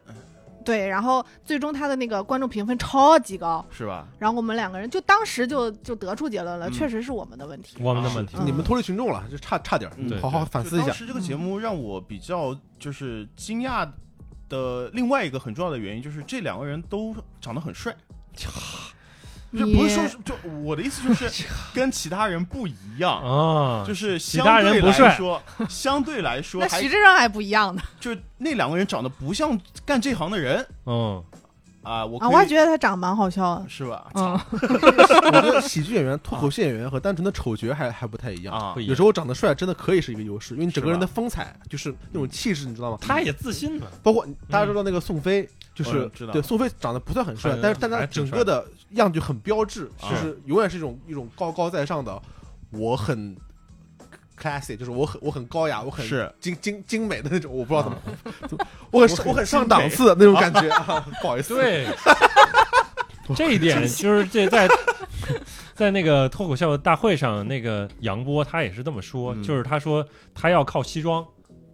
Speaker 4: 对，然后最终他的那个观众评分超级高，
Speaker 1: 是吧？
Speaker 4: 然后我们两个人就当时就就得出结论了，
Speaker 1: 嗯
Speaker 4: 确实是我们的问题。
Speaker 2: 我们的问题
Speaker 4: 嗯
Speaker 3: 你们脱离群众了，就差差点儿，
Speaker 1: 嗯
Speaker 3: 你
Speaker 2: 对
Speaker 3: 好好
Speaker 2: 对
Speaker 3: 反
Speaker 1: 啊就
Speaker 3: 思一下
Speaker 1: 当。时这个节目让我比较就是惊讶的另外一个很重要的原因，就是这两个人都长得很帅。就
Speaker 4: 你
Speaker 1: 不是说是，就我的意思就是 跟其他人不一样，
Speaker 2: 啊
Speaker 1: 就，是
Speaker 2: 其
Speaker 1: 相
Speaker 2: 他人
Speaker 1: 对
Speaker 2: 不
Speaker 1: 来
Speaker 2: 帅
Speaker 1: 说， 相对来说
Speaker 4: 那
Speaker 1: 还
Speaker 4: 徐志胜还不一样呢
Speaker 1: 就那两个人长得不像干这行的人
Speaker 2: 嗯，
Speaker 1: 啊，我
Speaker 4: 啊！我
Speaker 1: 可
Speaker 4: 还
Speaker 1: 以
Speaker 4: 觉得他长得蛮好笑的，
Speaker 1: 是吧？
Speaker 4: 嗯，
Speaker 3: 我觉得喜剧演员、脱口秀演员和单纯的丑角还还不太一样。
Speaker 1: 啊
Speaker 2: 不，一样
Speaker 3: 有时候长得帅真的可以是一个优势，因为你整个
Speaker 1: 是吧
Speaker 3: 人的风采就是那种气质，你知道吗？
Speaker 2: 他也自信嘛，
Speaker 3: 包括大家知道那个宋飞，就是
Speaker 1: 嗯知道
Speaker 3: 对宋飞长得不算很帅
Speaker 2: 还，
Speaker 3: 但是但
Speaker 2: 还
Speaker 3: 他
Speaker 2: 挺
Speaker 3: 整
Speaker 2: 帅
Speaker 3: 个的样就很标志，
Speaker 1: 啊
Speaker 3: 就是永远是一种一种高高在上的，我很 classy，就是我很我很高雅，我很
Speaker 1: 是
Speaker 3: 精精精美的那种，我不知道怎么
Speaker 1: 啊，
Speaker 3: 我
Speaker 1: 我
Speaker 3: 很
Speaker 1: 很
Speaker 3: 我很上
Speaker 1: 精
Speaker 3: 档
Speaker 1: 美
Speaker 3: 次的那 种感觉，啊不好意思，
Speaker 2: 对，这一点就是这在在那个脱口秀大会上，那个杨波他也是这么说，
Speaker 1: 嗯
Speaker 2: 就是他说他要靠西装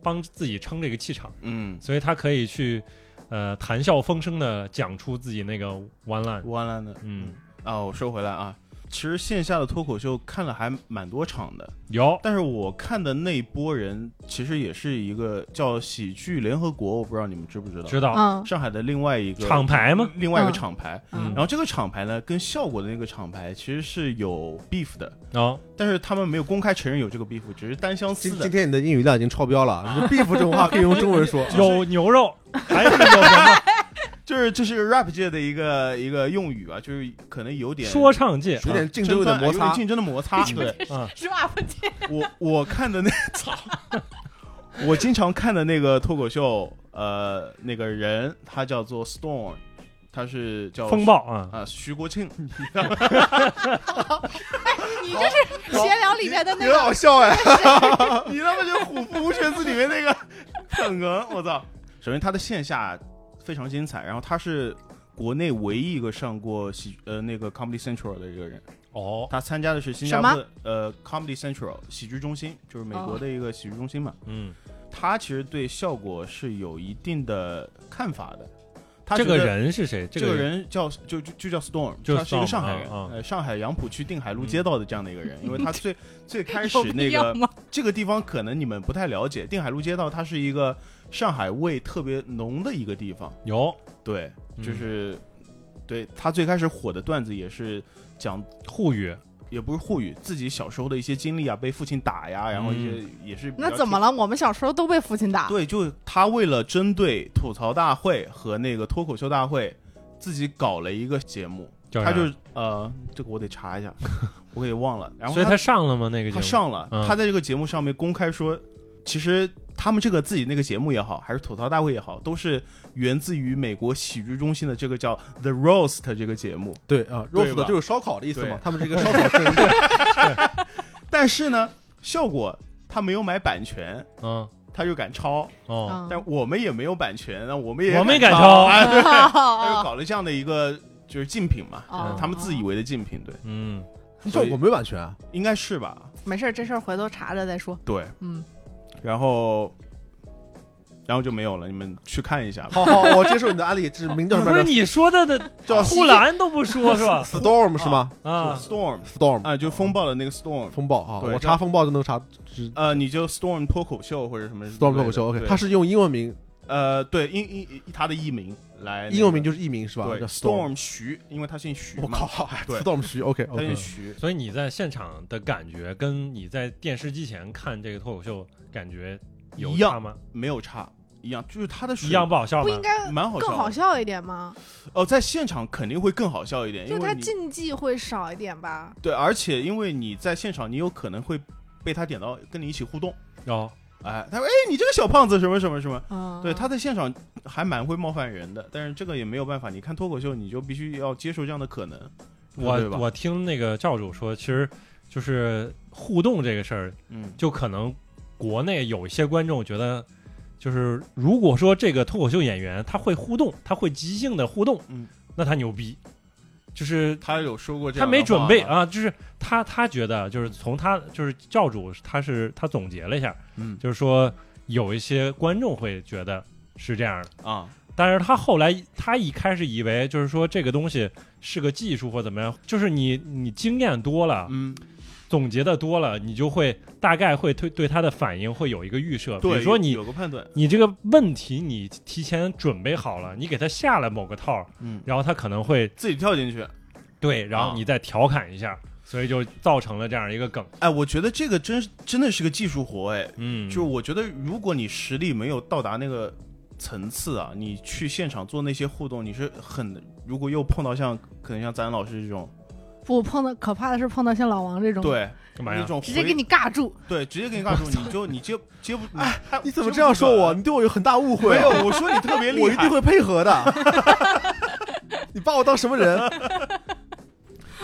Speaker 2: 帮自己撑这个气场，
Speaker 1: 嗯，
Speaker 2: 所以他可以去呃谈笑风生的讲出自己那个 one line。
Speaker 1: 完了呢
Speaker 2: 嗯，
Speaker 1: 啊，我说回来啊，其实线下的脱口秀看了还蛮多场的，
Speaker 2: 有
Speaker 1: 但是我看的那一波人其实也是一个叫喜剧联合国，我不知道你们知不知道，
Speaker 2: 知道
Speaker 4: 嗯
Speaker 1: 上海的另外一个
Speaker 2: 厂牌吗？
Speaker 1: 另外一个
Speaker 4: 嗯
Speaker 1: 厂牌，
Speaker 2: 嗯
Speaker 1: 然后这个厂牌呢跟效果的那个厂牌其实是有 beef 的，
Speaker 2: 哦，
Speaker 1: 但是他们没有公开承认有这个 beef，只是单相思
Speaker 3: 今今
Speaker 1: 的。
Speaker 3: 天你的英语量已经超标 了，你 beef 这种话可以用中文
Speaker 1: 啊
Speaker 3: 说，啊
Speaker 2: 有牛肉，还有什么
Speaker 1: 就是这是 rap 界的一个一个用语吧，啊就是可能有点
Speaker 2: 说唱界
Speaker 3: 有点竞争
Speaker 1: 争
Speaker 3: 的
Speaker 1: 端
Speaker 3: 摩
Speaker 1: 有点
Speaker 3: 擦，
Speaker 1: 竞争的摩擦。对，
Speaker 2: 啊，
Speaker 4: 是吧？不见
Speaker 1: 我我看的那 操，我经常看的那个脱口秀，呃，那个人他叫做 Storm，他是叫
Speaker 2: 风暴啊，
Speaker 1: 啊，徐国庆，
Speaker 4: 你这是闲聊里面的那
Speaker 3: 有点
Speaker 4: 个
Speaker 3: 好笑哎，
Speaker 1: 你他妈就《虎扑无犬子》里面那个捧哏，我操！首先他的线下非常精彩，然后他是国内唯一一个上过喜呃那个 Comedy Central 的一个人，
Speaker 2: 哦，
Speaker 1: 他参加的是新加坡的呃 Comedy Central 喜剧中心，就是美国的一个喜剧中心嘛。
Speaker 2: 嗯，
Speaker 1: 他其实对效果是有一定的看法的。他
Speaker 2: 这个
Speaker 1: 觉得
Speaker 2: 人是谁？
Speaker 1: 这个人叫就就就叫 Storm，
Speaker 2: 就是
Speaker 1: 他是一
Speaker 2: Storm，
Speaker 1: 个上海
Speaker 2: 啊
Speaker 1: 人，
Speaker 2: 啊嗯
Speaker 1: 呃，上海杨浦区定海路街道的这样的一个人，因为 他最最开始
Speaker 4: 有必
Speaker 1: 那
Speaker 4: 要
Speaker 1: 个
Speaker 4: 吗？
Speaker 1: 这个地方可能你们不太了解，定海路街道它是一个上海味特别浓的一个地方，
Speaker 2: 有，
Speaker 1: 对，
Speaker 2: 嗯
Speaker 1: 就是、对他最开始火的段子也是讲
Speaker 2: 沪语，
Speaker 1: 也不是沪语，自己小时候的一些经历啊，被父亲打呀，然后一
Speaker 2: 嗯
Speaker 1: 些、也是比较
Speaker 4: 那怎么了？我们小时候都被父亲打。
Speaker 1: 对，就他为了针对吐槽大会和那个脱口秀大会，自己搞了一个节目，
Speaker 2: 叫啥
Speaker 1: 他就是呃，这个我得查一下，我给忘了。然后
Speaker 2: 所以
Speaker 1: 他
Speaker 2: 他上了吗？那个节
Speaker 1: 他
Speaker 2: 目
Speaker 1: 上了，
Speaker 2: 嗯
Speaker 1: 他在这个节目上面公开说，其实他们这个自己那个节目也好，还是吐槽大会也好，都是源自于美国喜剧中心的这个叫 The Roast 这个节目。
Speaker 3: 对啊
Speaker 1: 对
Speaker 3: ，roast
Speaker 1: 吧
Speaker 3: 就是烧烤的意思 嘛
Speaker 1: 对，
Speaker 3: 他们是一个烧烤圣地，
Speaker 1: 但是呢，效果他没有买版权，
Speaker 2: 嗯
Speaker 1: 他就敢抄，
Speaker 2: 哦，
Speaker 4: 嗯
Speaker 1: 但我们也没有版权，那啊我们也
Speaker 2: 我们也
Speaker 1: 敢
Speaker 2: 敢
Speaker 1: 抄，
Speaker 2: 抄
Speaker 1: 啊对，他就
Speaker 4: 哦
Speaker 1: 搞了这样的一个就是竞品嘛，
Speaker 4: 哦
Speaker 1: 他们自以为的竞品，对，
Speaker 2: 嗯，
Speaker 3: 效果没版权啊，
Speaker 1: 应该是吧？
Speaker 4: 嗯没事儿，这事儿回头查查再说。
Speaker 1: 对，
Speaker 4: 嗯，
Speaker 1: 然后然后就没有了。你们去看一下吧。
Speaker 3: 好好，我接受你的安利，这是名叫什么
Speaker 2: 不是
Speaker 3: 来着？
Speaker 2: 你说的的，
Speaker 3: 叫
Speaker 2: 护栏都不 说是吧？
Speaker 3: Storm 是吗
Speaker 2: 啊，
Speaker 1: 呃 Storm
Speaker 3: ？Storm
Speaker 1: 啊，就风暴的那个 Storm，
Speaker 3: 风暴啊，
Speaker 1: 对
Speaker 3: 我
Speaker 1: 这
Speaker 3: 查风暴就能查是
Speaker 1: 呃，你就 Storm 脱口秀或者什么
Speaker 3: Storm 脱口秀。OK，它
Speaker 1: 是
Speaker 3: 是用英文名，
Speaker 1: 呃对英英他的译名来那个，
Speaker 3: 英文名就是译名是吧？
Speaker 1: 对
Speaker 3: 叫 Storm。
Speaker 1: Storm 徐，因为他姓徐
Speaker 3: 我
Speaker 1: 嘛，
Speaker 3: 靠
Speaker 1: 对
Speaker 3: ，Storm 徐 OK
Speaker 1: 他
Speaker 3: OK
Speaker 1: 姓。徐。
Speaker 2: 所以你在现场的感觉跟你在电视机前看这个脱口秀感觉有
Speaker 1: 一样
Speaker 2: 差吗？
Speaker 1: 没有差一样，就是他的水
Speaker 2: 一样不好笑
Speaker 4: 不
Speaker 2: 吗？
Speaker 4: 应该
Speaker 1: 蛮好笑的，
Speaker 4: 更好笑一点吗？
Speaker 1: 哦，在现场肯定会更好笑一点，
Speaker 4: 就
Speaker 1: 因
Speaker 4: 它
Speaker 1: 为你
Speaker 4: 禁忌会少一点吧。
Speaker 1: 对，而且因为你在现场，你有可能会被他点到跟你一起互动。
Speaker 2: 哦，
Speaker 1: 哎，他说：“哎，你这个小胖子什么什么什么。”
Speaker 4: 嗯，
Speaker 1: 对，他在现场还蛮会冒犯人的，但是这个也没有办法。你看脱口秀，你就必须要接受这样的可能。对
Speaker 2: 我
Speaker 1: 吧
Speaker 2: 我听那个教主说，其实就是互动这个事儿，
Speaker 1: 嗯，
Speaker 2: 就可能国内有一些观众觉得，就是如果说这个脱口秀演员他会互动，他会即兴的互动，
Speaker 1: 嗯，
Speaker 2: 那他牛逼，就是
Speaker 1: 他有说过这
Speaker 2: 他
Speaker 1: 样的
Speaker 2: 没准备
Speaker 1: 话吗，
Speaker 2: 啊，就是他他觉得就是从他就是教主他是他总结了一下，
Speaker 1: 嗯
Speaker 2: 就是说有一些观众会觉得是这样的，
Speaker 1: 啊，
Speaker 2: 但是他后来他一开始以为就是说这个东西是个技术或怎么样，就是你你经验多了，
Speaker 1: 嗯，
Speaker 2: 总结的多了，你就会大概会对对他的反应会有一个预设，啊比
Speaker 1: 对，
Speaker 2: 如说
Speaker 1: 有
Speaker 2: 你
Speaker 1: 有个判断，
Speaker 2: 你这个问题你提前准备好了，你给他下了某个套儿，
Speaker 1: 嗯，
Speaker 2: 然后他可能会
Speaker 1: 自己跳进去。
Speaker 2: 对，然后你再调侃一下，所以就造成了这样一个梗。
Speaker 1: 哎，我觉得这个真真的是个技术活，哎，
Speaker 2: 嗯
Speaker 1: 就是我觉得，如果你实力没有到达那个层次啊，你去现场做那些互动，你是很如果又碰到像可能像咱老师这种，
Speaker 4: 不碰到可怕的是碰到像老王
Speaker 3: 嗯
Speaker 4: 这种，，
Speaker 1: 对，
Speaker 2: 干嘛呀
Speaker 1: 那种
Speaker 4: 直接
Speaker 1: 回
Speaker 4: 给你尬住。
Speaker 1: 对，直接给你 尬住，你就你接接不，哎，还
Speaker 3: 你怎么这样说我？？
Speaker 1: 接
Speaker 3: 你对我有很大误
Speaker 1: 不住
Speaker 3: 会
Speaker 1: 没
Speaker 3: 啊。
Speaker 1: 有，我说你特 别
Speaker 3: 我
Speaker 1: 厉
Speaker 3: 一
Speaker 1: 害
Speaker 3: 定。会配合的。 你把我当什么人？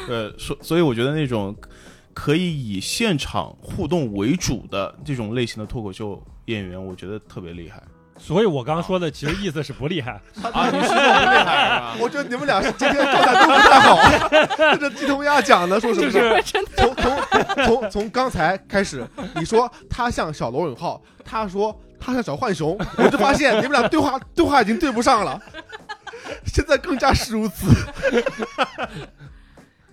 Speaker 1: 呃，所所以我觉得那种可以以现场互动为主的这种类型的脱口秀演员，我觉得特别厉害
Speaker 2: 所以我刚说的其实意思是不厉害，
Speaker 1: 啊！你是 特别厉害啊！
Speaker 3: 我觉得你们俩是今天状态都不太好。啊 这这鸡同鸭讲的，说什
Speaker 2: 就
Speaker 3: 么？
Speaker 2: 是
Speaker 3: 从从从从刚才开始，你说他像小罗永浩，他说他像小浣熊，我就发现你们俩对话对话已经对不上了。 现在更加是如此。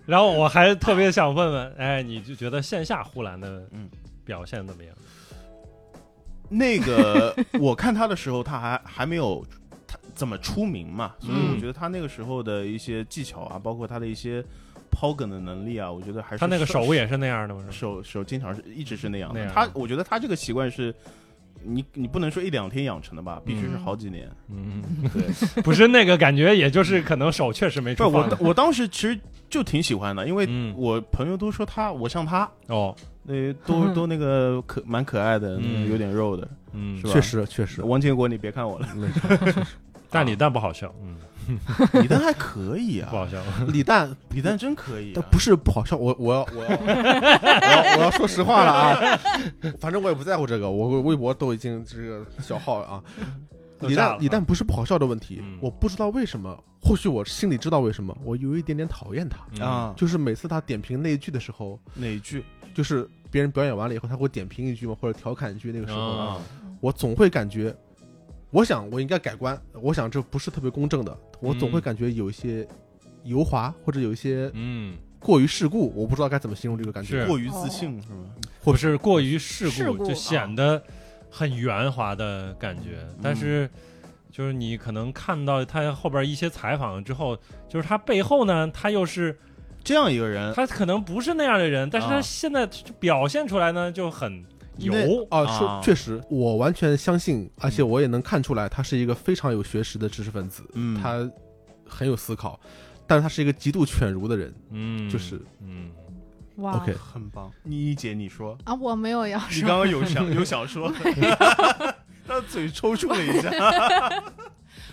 Speaker 2: 然后我还特别想问问，哎，你就觉得线下呼兰的
Speaker 1: 嗯
Speaker 2: 表现怎么样？
Speaker 1: 那个我看他的时候，他还还没有他怎么出名 嘛，所以
Speaker 2: 嗯
Speaker 1: 我觉得他那个时候的一些技巧啊，包括他的一些抛梗的能力啊，我觉得还是
Speaker 2: 他那个
Speaker 1: 手
Speaker 2: 手也是那样的吗？是吧
Speaker 1: 手手经常是一直是那样
Speaker 2: 那
Speaker 1: 的。
Speaker 2: 样
Speaker 1: 他我觉得他这个习惯是。你你不能说一两天养成的吧，必须是
Speaker 4: 嗯
Speaker 1: 好几年。
Speaker 2: 嗯，
Speaker 1: 对，
Speaker 2: 不是那个感觉，也就是可能手确实没
Speaker 1: 不，
Speaker 2: 处
Speaker 1: 我
Speaker 2: 放。
Speaker 1: 我当时其实就挺喜欢的，因为
Speaker 2: 嗯
Speaker 1: 我朋友都说他，我像他，
Speaker 2: 哦，
Speaker 1: 那都都那个可蛮可爱的，
Speaker 2: 嗯
Speaker 1: 有点肉的，
Speaker 2: 嗯
Speaker 1: 是，吧？
Speaker 3: 确实，确实，
Speaker 1: 王建国，你别 看我了，
Speaker 2: 但
Speaker 1: 啊
Speaker 2: 李诞不好笑，嗯，
Speaker 1: 李诞还可以
Speaker 2: 不好
Speaker 1: 啊，
Speaker 2: 笑。
Speaker 3: 李诞
Speaker 1: 李诞真可以、
Speaker 3: 他
Speaker 1: 啊。
Speaker 3: 不是不好笑，我我要我要我要我要说实话了啊！反正我也不在乎这个，我微博都已经这个小号了啊。
Speaker 2: 都
Speaker 3: 李
Speaker 2: 炸了
Speaker 3: 诞李诞不是不好笑的问题
Speaker 2: 嗯，
Speaker 3: 我不知道为什么，或许我心里知道为什么，我有一点点讨厌他，
Speaker 2: 嗯
Speaker 1: 啊，
Speaker 3: 就是每次他点评那一句的时候，
Speaker 1: 哪一句
Speaker 3: 就是别人表演完了以后，他会点评一句嘛，或者调侃一句，那个时候
Speaker 2: 啊
Speaker 1: 啊？
Speaker 3: 我总会感觉。我想我应该改观，我想这不是特别公正的，我总会
Speaker 2: 嗯
Speaker 3: 感觉有一些油滑或者有一些
Speaker 2: 嗯，
Speaker 3: 过于世故，我不知道该怎么形容这个感觉。
Speaker 2: 是
Speaker 1: 过于自信是吗？
Speaker 2: 或是过于世
Speaker 4: 世故
Speaker 2: 就显得很圆滑的感觉，但是。就是你可能看到他后边一些采访之后，就是他背后呢，他又是
Speaker 1: 这样一个人，
Speaker 2: 他可能不是那样的人，但是他
Speaker 1: 嗯啊
Speaker 2: 现在就表现出来呢就很油，
Speaker 3: 啊，
Speaker 1: 啊
Speaker 3: 说确实，我完全相信，而且我也能看出来，他是一个非常有学识的知识分子，
Speaker 1: 嗯，
Speaker 3: 他很有思考，但是他是一个极度犬儒的人。
Speaker 2: 嗯，
Speaker 3: 就是
Speaker 2: 嗯，
Speaker 4: 哇
Speaker 3: OK
Speaker 1: 很棒。你姐，你 说，
Speaker 4: 啊，我没有要
Speaker 1: 你
Speaker 4: 说，
Speaker 1: 刚刚有想有想 说，他嘴抽搐了一 下。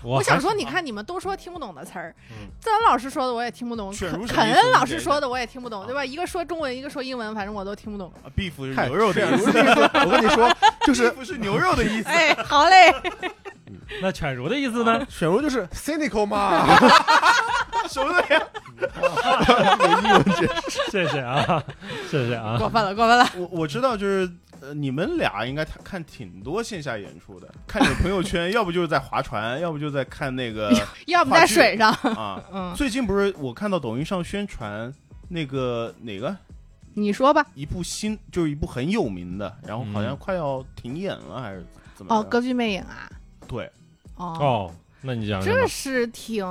Speaker 2: 我
Speaker 4: 我想
Speaker 2: 还
Speaker 4: 说，你
Speaker 1: 啊
Speaker 4: 看你们都说听不懂的词儿
Speaker 2: 嗯，
Speaker 4: 自然老师说的我也听不懂，
Speaker 1: 卷如
Speaker 4: 肯
Speaker 1: 神
Speaker 4: 肯
Speaker 1: 秘
Speaker 4: 恩
Speaker 1: 书
Speaker 4: 老
Speaker 1: 这
Speaker 4: 师
Speaker 1: 个
Speaker 4: 说的我也听不懂，对吧？一个说中文，一个说英文，反正我都听不懂。
Speaker 1: 啊 beef 是
Speaker 3: 太
Speaker 1: 牛肉的
Speaker 3: 犬
Speaker 1: 意
Speaker 3: 儒
Speaker 1: 思
Speaker 3: 的意思，我跟你说，就是
Speaker 1: ，beef 是牛肉的 意思。
Speaker 4: 哎，好嘞，
Speaker 2: 那犬儒的意思呢？
Speaker 3: 犬儒就是 cynical 嘛，
Speaker 1: 什么东西？
Speaker 2: 谢谢啊，谢谢啊，啊
Speaker 4: 过分了，过分了。
Speaker 1: 我我知道，就是呃，你们俩应该看看挺多线下演出的，看你朋友圈，要不就是在划船，要不就在看那 个
Speaker 4: 要不在
Speaker 1: 话剧
Speaker 4: 水 上，
Speaker 1: 啊。
Speaker 4: 嗯，
Speaker 1: 最近不是我看到抖音上宣传那个哪个
Speaker 4: 你说吧。
Speaker 1: 一部新，就是一部很有名的，然后好像
Speaker 2: 嗯
Speaker 1: 快要停演了还是怎么着？
Speaker 4: 哦，《歌剧魅影》啊，
Speaker 1: 对，
Speaker 4: 哦，
Speaker 2: 哦，那你讲什
Speaker 4: 这
Speaker 2: 么？
Speaker 4: 是挺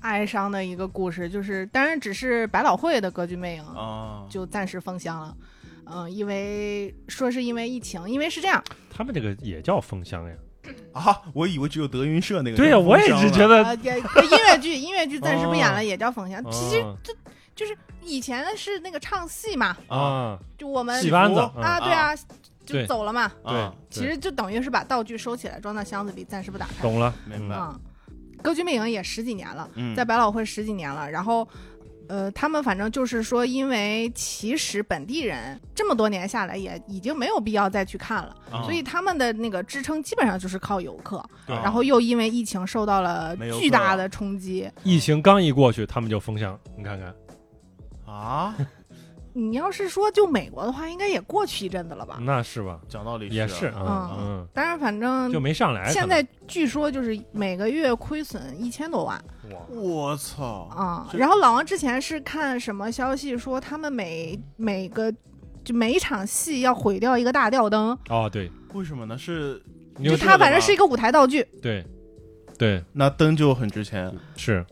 Speaker 4: 哀伤的一个故事，就是当然只是百老汇的《歌剧魅影》
Speaker 1: 啊，
Speaker 4: 就暂时封箱了。嗯，因为说是因为疫情，因为是这样，
Speaker 2: 他们这个也叫封箱呀？
Speaker 1: 啊，我以为只有德云社那个
Speaker 2: 对呀，
Speaker 1: 人
Speaker 2: 我也
Speaker 1: 封
Speaker 2: 是
Speaker 1: 箱
Speaker 2: 觉
Speaker 1: 了
Speaker 2: 得
Speaker 4: 呃，也音乐剧，音乐剧暂时不演
Speaker 2: 哦
Speaker 4: 了，也叫封箱。其实
Speaker 2: 啊
Speaker 4: 就是以前是那个唱戏嘛，
Speaker 2: 啊，
Speaker 4: 就我们
Speaker 2: 戏班子嗯
Speaker 1: 戏
Speaker 4: 啊，对啊，就
Speaker 2: 对
Speaker 4: 走了嘛。
Speaker 2: 对
Speaker 1: 啊，，
Speaker 4: 其实就等于是把道具收起来，装到箱子里，暂时不打开。
Speaker 2: 懂了，
Speaker 1: 明白
Speaker 4: 啊，歌剧魅影也十几年了，
Speaker 1: 嗯，
Speaker 4: 在百老汇十几年了。然后，呃，他们反正就是说，因为其实本地人这么多年下来，也已经没有必要再去看了，
Speaker 2: 哦
Speaker 1: 啊
Speaker 4: 所以他们的那个支撑基本上就是靠游客。
Speaker 2: 对
Speaker 4: 然后又因为疫情受到了
Speaker 1: 没游
Speaker 4: 巨
Speaker 1: 客
Speaker 4: 大
Speaker 1: 了
Speaker 4: 的冲击。
Speaker 2: 疫情刚一过去，他们就封箱，你看看，
Speaker 1: 啊，
Speaker 4: 你要是说就美国的话，应该也过去一阵子了吧？
Speaker 2: 那是吧？
Speaker 1: 讲道理
Speaker 2: 也
Speaker 1: 是
Speaker 2: 是
Speaker 1: 啊，
Speaker 2: 啊，
Speaker 4: 嗯
Speaker 2: 嗯，
Speaker 4: 当然，反正
Speaker 2: 就没上来。
Speaker 4: 现在据说就是每个月亏损一千多万
Speaker 2: 可能哇，
Speaker 1: 我操
Speaker 4: 啊、
Speaker 1: 这
Speaker 4: 然后老王之前是看什么消息说，他们每每个就每一场戏要毁掉一个大吊灯，
Speaker 2: 哦对，
Speaker 1: 为什么呢？是
Speaker 2: 你
Speaker 4: 就
Speaker 2: 有
Speaker 1: 这
Speaker 4: 它
Speaker 1: 个
Speaker 4: 反正
Speaker 1: 吧
Speaker 4: 是一个舞台道具。
Speaker 2: 对，对
Speaker 1: 那灯就很值钱。
Speaker 2: 是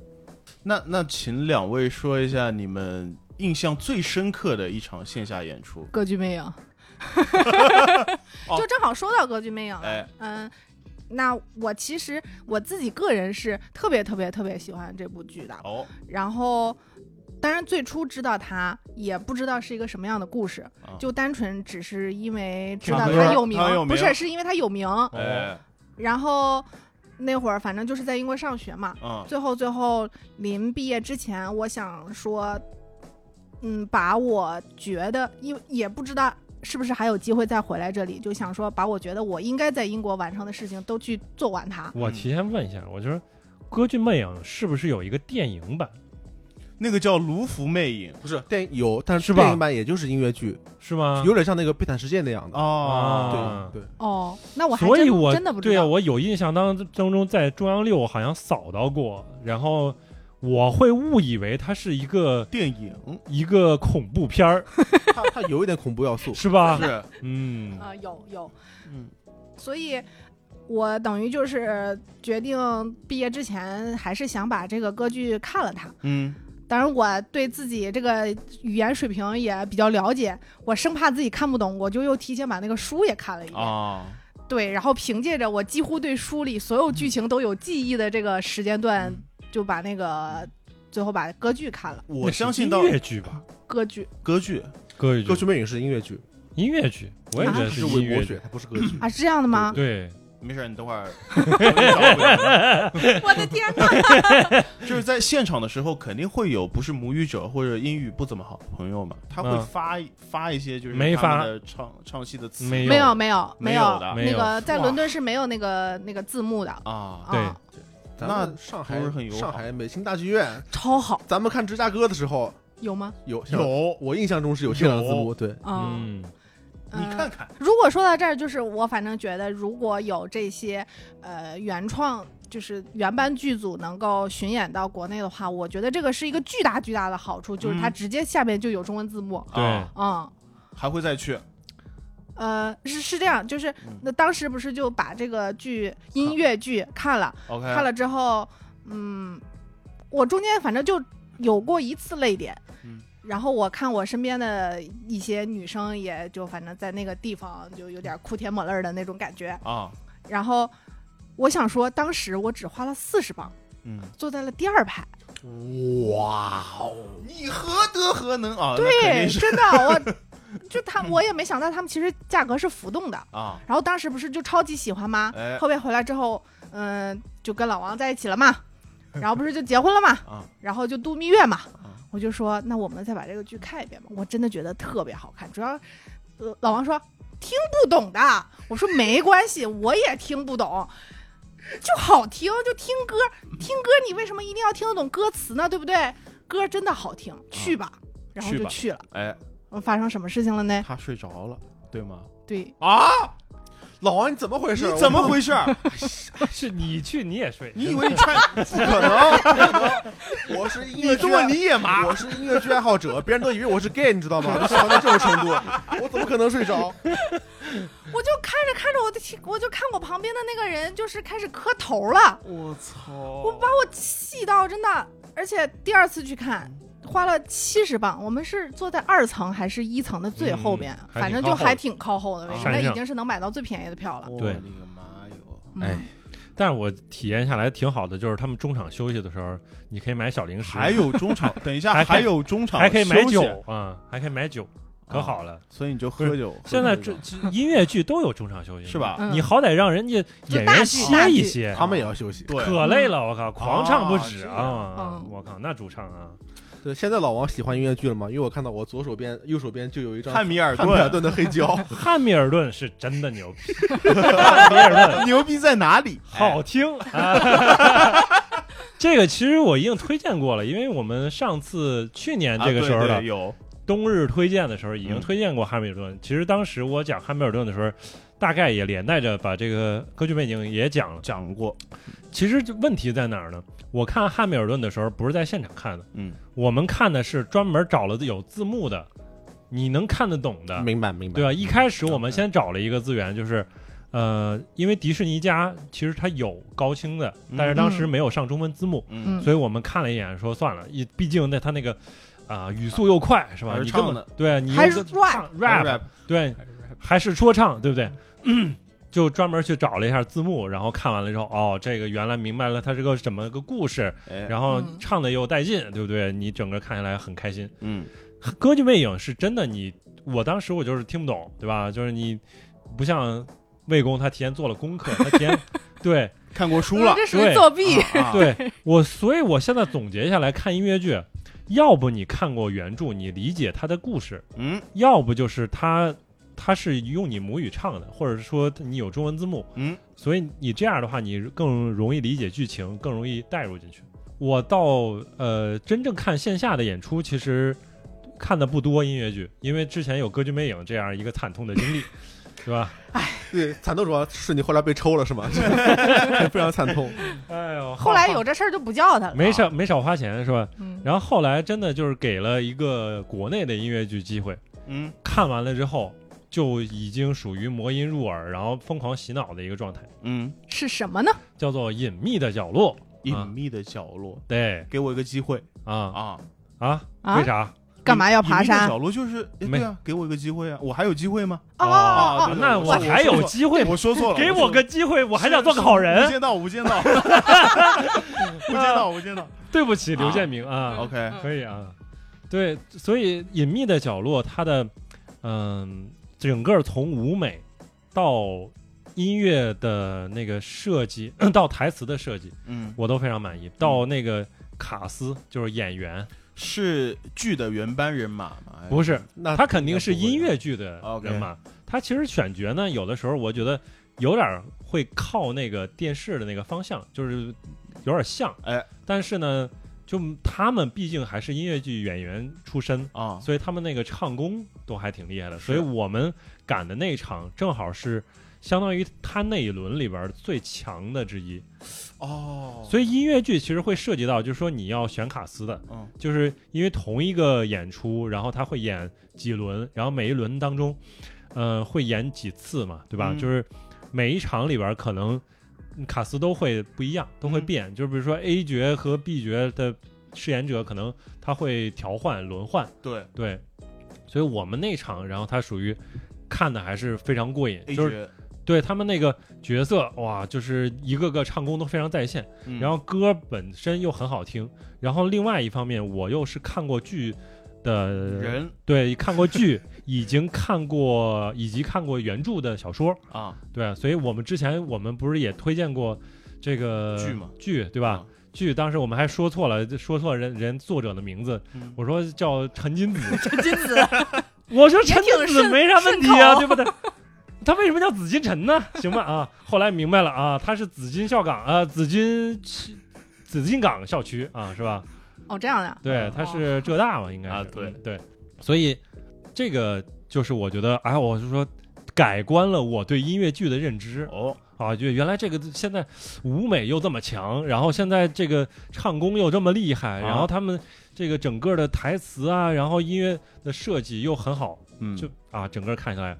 Speaker 1: 那那请两位说一下你们印象最深刻的一场线下演出。
Speaker 4: 歌剧魅影，
Speaker 1: 哦
Speaker 4: 就正好说到歌剧魅影了。
Speaker 1: 哎
Speaker 4: 嗯，那我其实我自己个人是特别特别特别喜欢这部剧的，
Speaker 1: 哦
Speaker 4: 然后。当然，最初知道它也不知道是一个什么样的故事，
Speaker 1: 啊
Speaker 4: 就单纯只是因为知道
Speaker 1: 唱歌
Speaker 4: 它有名，
Speaker 1: 它有名
Speaker 4: 不是是因为它有名。
Speaker 2: 哦
Speaker 1: 哎
Speaker 4: 然后那会儿反正就是在英国上学嘛，
Speaker 1: 嗯
Speaker 4: 最后最后临毕业之前，我想说，嗯，把我觉得，因为也不知道是不是还有机会再回来这里，就想说把我觉得我应该在英国完成的事情都去做完它。
Speaker 2: 我提前问一下，我就说《歌剧魅影》啊是不是有一个电影版？
Speaker 1: 那个叫《卢浮魅影
Speaker 3: 不是 电影有，但
Speaker 2: 是
Speaker 3: 是
Speaker 2: 吧
Speaker 3: 电影版也就是音乐剧，
Speaker 2: 是吗？
Speaker 3: 有点像那个《悲惨世界》那样》的。
Speaker 1: 哦，
Speaker 2: 啊
Speaker 3: 对对，
Speaker 4: 哦，那我还
Speaker 2: 所以
Speaker 4: 真
Speaker 2: 我
Speaker 4: 真的不知
Speaker 2: 对啊，
Speaker 4: 道。
Speaker 2: 我有印象当当中在中央六我好像扫到过，然后我会误以为它是一个
Speaker 1: 电影
Speaker 2: 一个恐怖片儿，。
Speaker 3: 它它有一点恐怖要素
Speaker 2: 是 吧？
Speaker 1: 是
Speaker 2: 嗯，
Speaker 4: 啊、有有，
Speaker 1: 嗯
Speaker 4: 所以。我等于就是决定毕业之前，还是想把这个歌剧看了它。
Speaker 1: 嗯
Speaker 4: 当然，我对自己这个语言水平也比较了解，我生怕自己看不懂，我就又提前把那个书也看了一遍。
Speaker 2: 哦
Speaker 1: 啊
Speaker 4: 对，然后凭借着我几乎对书里所有剧情都有记忆的这个时间
Speaker 2: 嗯
Speaker 4: 段，就把那个最后把歌剧看了。
Speaker 1: 我相信到
Speaker 2: 那是音乐剧吧，
Speaker 4: 歌剧
Speaker 1: 歌剧
Speaker 2: 歌剧
Speaker 3: 歌剧魅影是音乐剧，
Speaker 2: 音乐剧，我也觉
Speaker 3: 它
Speaker 2: 得
Speaker 3: 是
Speaker 2: 音
Speaker 3: 伪
Speaker 2: 乐
Speaker 3: 博
Speaker 2: 剧
Speaker 3: 学，。它不是歌剧。
Speaker 4: 啊，是这样的吗？
Speaker 2: 对，
Speaker 1: 没事，你等会儿我
Speaker 4: 我 的天
Speaker 1: 找
Speaker 4: 哪！
Speaker 1: 回来，就是在现场的时候肯定会有不是母语者或者英语不怎么好的朋友嘛，他会
Speaker 2: 嗯
Speaker 1: 发发一些就是
Speaker 2: 没
Speaker 1: 他们
Speaker 2: 发
Speaker 1: 的唱唱戏的词
Speaker 2: 没
Speaker 4: 没有没有
Speaker 1: 没有
Speaker 4: 有
Speaker 1: 的
Speaker 2: 没
Speaker 4: 那
Speaker 2: 有
Speaker 4: 个在
Speaker 1: 哇
Speaker 4: 伦敦是没有那个那个字幕的
Speaker 1: 啊
Speaker 4: 啊，
Speaker 2: 对
Speaker 3: 咱
Speaker 1: 那
Speaker 3: 们上海
Speaker 1: 不是很友好
Speaker 3: 上海美星大剧院，
Speaker 4: 超好，
Speaker 3: 咱们看芝加哥的时候
Speaker 4: 有吗？
Speaker 3: 有
Speaker 1: 有
Speaker 3: 我印象中是有现场字幕，对，
Speaker 4: 啊、
Speaker 2: 嗯，
Speaker 1: 你看看
Speaker 4: 如果说到这儿，就是我反正觉得，如果有这些呃原创，就是原班剧组能够巡演到国内的话，我觉得这个是一个巨大巨大的好处，就是它
Speaker 1: 嗯
Speaker 4: 直接下面就有中文字幕。
Speaker 2: 对
Speaker 1: 啊，
Speaker 4: 嗯，
Speaker 1: 还会再去
Speaker 4: 呃，是是这样，就是
Speaker 1: 嗯
Speaker 4: 那当时不是就把这个剧音乐剧看了，
Speaker 1: OK
Speaker 4: 看了之后，嗯，我中间反正就有过一次泪点。
Speaker 1: 嗯
Speaker 4: 然后我看我身边的一些女生，也就反正在那个地方就有点哭天抹泪儿的那种感觉。
Speaker 1: 啊，
Speaker 4: 然后我想说，当时我只花了四十磅，
Speaker 1: 嗯，
Speaker 4: 坐在了第二排。
Speaker 1: 哇哦，你何德何能啊？那肯
Speaker 4: 对，
Speaker 1: 定是
Speaker 4: 真的，我 就他我也没想到他们其实价格是浮动的。
Speaker 1: 啊，
Speaker 4: 然后当时不是就超级喜欢吗？
Speaker 1: 哎
Speaker 4: 后面回来之后，嗯、就跟老王在一起 了嘛，然后不是就结婚了嘛，
Speaker 1: 啊
Speaker 4: 然后就度蜜月嘛。
Speaker 1: 啊
Speaker 4: 我就说，那我们再把这个剧看一遍吧。我真的觉得特别好看，主要、呃、老王说听不懂的，我说没关系，我也听不懂。就好听，就听歌，听歌你为什么一定要听得懂歌词呢？对不对？歌真的好听，去吧，然后
Speaker 1: 啊去
Speaker 4: 就
Speaker 1: 吧
Speaker 4: 去了。
Speaker 1: 哎，
Speaker 4: 嗯发生什么事情了呢？
Speaker 1: 他睡着了，对吗？
Speaker 4: 对，
Speaker 3: 啊！老王，你怎么回
Speaker 1: 你
Speaker 3: 事？
Speaker 1: 怎么回事？
Speaker 2: 是你去你也睡，
Speaker 1: 你以为你穿
Speaker 3: 不可能？ 我是音
Speaker 1: 你
Speaker 3: 乐剧
Speaker 1: 多
Speaker 3: 爱，
Speaker 1: 你也麻？
Speaker 3: 我是音乐剧爱好者，别人都以为我是 gay，你知道吗？我喜欢到这种程度， 我怎么可能睡着？
Speaker 4: 我就看着看着我的天，我就看我旁边的那个人就是开始磕头了，
Speaker 3: 我操！
Speaker 4: 我把我气到真的，而且第二次去看。花了七十磅，我们是坐在二层还是一层的最后边，
Speaker 2: 嗯
Speaker 4: 反正就还挺靠后的位置，
Speaker 2: 还挺靠后
Speaker 4: 那
Speaker 2: 的
Speaker 4: 已经是能买到最便宜的票了。
Speaker 2: 对
Speaker 1: 我的哦个妈哟！
Speaker 4: 嗯
Speaker 2: 哎，但是我体验下来挺好的，就是他们中场休息的时候，你可以买小零食，
Speaker 1: 还有中场，等一下
Speaker 2: 还可以
Speaker 1: 还有中场，哦
Speaker 2: 还可以买酒，啊，还可以买酒，可好了。
Speaker 1: 所以你就喝酒。
Speaker 2: 现在
Speaker 1: 喝
Speaker 2: 这
Speaker 1: 酒
Speaker 2: 这音乐剧都有中场休息，
Speaker 1: 是？吧？
Speaker 4: 嗯
Speaker 2: 你好歹让人家演员歇一歇，
Speaker 3: 他们也要休息。
Speaker 1: 对，
Speaker 2: 可累了，我
Speaker 1: 哦
Speaker 2: 靠，狂唱不止
Speaker 1: 啊
Speaker 2: 啊！
Speaker 4: 嗯
Speaker 2: 我靠，那主唱啊，
Speaker 3: 对，现在老王喜欢音乐剧了吗？因为我看到我左手边、右手边就有一张
Speaker 1: 汉密尔
Speaker 3: 汉密尔
Speaker 1: 顿
Speaker 3: 顿的黑胶。
Speaker 2: 汉密尔顿是真的牛逼，汉密尔 顿
Speaker 1: 牛逼在哪里？
Speaker 2: 好 听。这个其实我已经推荐过了，因为我们上次去年
Speaker 1: 啊
Speaker 2: 这个时候
Speaker 1: 对
Speaker 2: 的、
Speaker 1: 对有
Speaker 2: 冬日推荐的时候已经
Speaker 1: 嗯
Speaker 2: 推荐过汉密尔顿。其实当时我讲汉密尔顿的时候，大概也连带着把这个歌剧背景也讲了。
Speaker 1: 讲过，
Speaker 2: 其实这问题在哪儿呢？我看汉密尔顿的时候不是在现场看的，
Speaker 1: 嗯，
Speaker 2: 我们看的是专门找了有字幕的，你能看得懂的，
Speaker 3: 明白，明白。
Speaker 2: 对吧？一开始我们先找了一个资源，就是。呃，因为迪士尼家其实它有高清的，但是当时没有上中文字幕，
Speaker 1: 嗯
Speaker 4: 嗯
Speaker 2: 所以我们看了一眼，说算了，一毕竟那它那个啊、语速又快是吧？
Speaker 1: 还是
Speaker 2: 你根
Speaker 1: 唱
Speaker 2: 本
Speaker 1: 的
Speaker 2: 对啊你
Speaker 4: 还
Speaker 2: 又
Speaker 4: 是
Speaker 2: 跟
Speaker 4: rap
Speaker 2: 唱 rap 嗯对，还是说唱对不对？ 就专门去找了一下字幕，然后看完了之后，哦，这个原来明白了它是个什么个故事，
Speaker 1: 哎，
Speaker 2: 然后
Speaker 4: 嗯
Speaker 2: 唱的又带劲，对不对？你整个看下来很开心。
Speaker 1: 嗯，
Speaker 2: 《歌剧魅影》是真的你，我当时我就是听不懂，对吧？就是你不像魏公，他提前做了功课，他提前对
Speaker 1: 看过书 了
Speaker 4: 这属于
Speaker 2: 对
Speaker 4: 作弊。
Speaker 1: 啊，啊
Speaker 2: 对我，所以我现在总结下来看音乐剧，要不你看过原著，你理解它的故事，
Speaker 1: 嗯
Speaker 2: 要不就是它它是用你母语唱的，或者是说你有中文字幕，
Speaker 1: 嗯，
Speaker 2: 所以你这样的话，你更容易理解剧情，更容易带入进去。我到呃真正看线下的演出，其实看的不多音乐剧，因为之前有《歌剧魅影》这样一个惨痛的经 历，是吧？
Speaker 3: 对，惨痛主要是你后来被抽了是吗？ 非常惨痛。
Speaker 2: 哎呦，
Speaker 4: 后来有这事儿就不叫他了。
Speaker 2: 没少没少花钱是吧？
Speaker 4: 嗯，
Speaker 2: 然后后来真的就是给了一个国内的音乐剧机会，
Speaker 1: 嗯，
Speaker 2: 看完了之后就已经属于魔音入耳，然后疯狂洗脑的一个状态，
Speaker 1: 嗯，
Speaker 4: 是什么呢？
Speaker 2: 叫做《隐秘的角落》。
Speaker 1: 隐秘的角落，
Speaker 2: 对
Speaker 1: 给我一个机会
Speaker 2: 啊
Speaker 1: 啊！
Speaker 2: 啊，
Speaker 4: 啊
Speaker 2: 为啥？
Speaker 4: 干嘛要
Speaker 1: 隐
Speaker 4: 爬
Speaker 1: 秘的
Speaker 4: 山？
Speaker 1: 角落就是，哎
Speaker 2: 没
Speaker 1: 对啊，给我一个机会啊！我还有机会吗？
Speaker 4: 哦哦
Speaker 1: 啊
Speaker 4: 哦，
Speaker 2: 那我
Speaker 1: 我
Speaker 2: 还有机会，
Speaker 1: 我说错了，
Speaker 2: 给
Speaker 1: 我
Speaker 2: 我
Speaker 1: 说
Speaker 2: 个机会，我还想做个好
Speaker 1: 无
Speaker 2: 人。
Speaker 1: 间道，无间 道，无间道，无间 道。
Speaker 2: 对不起，刘建明啊，
Speaker 1: OK，
Speaker 4: 嗯
Speaker 2: 可以啊，对，所以《隐秘的角落》它的嗯，整个从舞美到音乐的那个设计，到台词的设计，
Speaker 1: 嗯，
Speaker 2: 我都非常满意。到那个卡斯就是演员，
Speaker 1: 是剧的原班人马吗？
Speaker 2: 不是
Speaker 1: 啊
Speaker 3: 那
Speaker 2: 他肯定是音乐剧的
Speaker 1: ，OK
Speaker 2: 人嘛。他其实选角呢，有的时候我觉得有点儿会靠那个电视的那个方向，就是有点像。
Speaker 1: 哎，
Speaker 2: 但是呢，就他们毕竟还是音乐剧演员出身，
Speaker 1: 啊，
Speaker 2: 所以他们那个唱功都还挺厉害的。
Speaker 1: 是
Speaker 2: 所以我们赶的那一场正好是。相当于他那一轮里边儿最强的之一，
Speaker 1: 哦，
Speaker 2: 所以音乐剧其实会涉及到，就是说你要选卡斯的，
Speaker 1: 嗯
Speaker 2: 就是因为同一个演出，然后他会演几轮，然后每一轮当中，呃，会演几次嘛，对吧？
Speaker 1: 嗯
Speaker 2: 就是每一场里边可能嗯卡斯都会不一样，都会
Speaker 1: 嗯
Speaker 2: 变。就是比如说 A 角和 B 角的饰演者，可能他会调换轮换，
Speaker 1: 对
Speaker 2: 对。所以我们那场，然后他属于看的还是非常过瘾，
Speaker 1: ，A
Speaker 2: 就是
Speaker 1: 角，
Speaker 2: 对他们那个角色，哇，就是一个个唱功都非常在线。
Speaker 1: 嗯
Speaker 2: 然后歌本身又很好听，然后另外一方面，我又是看过剧的，
Speaker 1: 人
Speaker 2: 对，看过剧， 已经看过以及看过原著的小说，
Speaker 1: 啊，
Speaker 2: 对，所以我们之前我们不是也推荐过这个
Speaker 1: 剧嘛
Speaker 2: 剧对吧？
Speaker 1: 啊
Speaker 2: 剧当时我们还说错了，说错人人作者的名字，
Speaker 1: 嗯
Speaker 2: 我说叫陈金子，
Speaker 4: 陈金子，
Speaker 2: 我说陈
Speaker 4: 也
Speaker 2: 金
Speaker 4: 挺
Speaker 2: 子
Speaker 4: 顺
Speaker 2: 没啥问题啊，对
Speaker 4: 顺
Speaker 2: 不对？他为什么叫紫金陈呢？ 行吧啊，后来明白了啊，他是紫金校港啊、呃紫金区紫金港校区啊，是吧？
Speaker 4: 哦，这样的，
Speaker 2: 对，
Speaker 1: 哦
Speaker 2: 嗯他是浙大嘛，应该是
Speaker 1: 啊对
Speaker 2: 嗯对，所以这个就是我觉得，哎，我是说改观了我对音乐剧的认知
Speaker 1: 哦，
Speaker 2: 啊，就原来这个现在舞美又这么强，然后现在这个唱功又这么厉害，
Speaker 1: 啊
Speaker 2: 然后他们这个整个的台词啊，然后音乐的设计又很好，
Speaker 1: 嗯，
Speaker 2: 就啊，整个看下来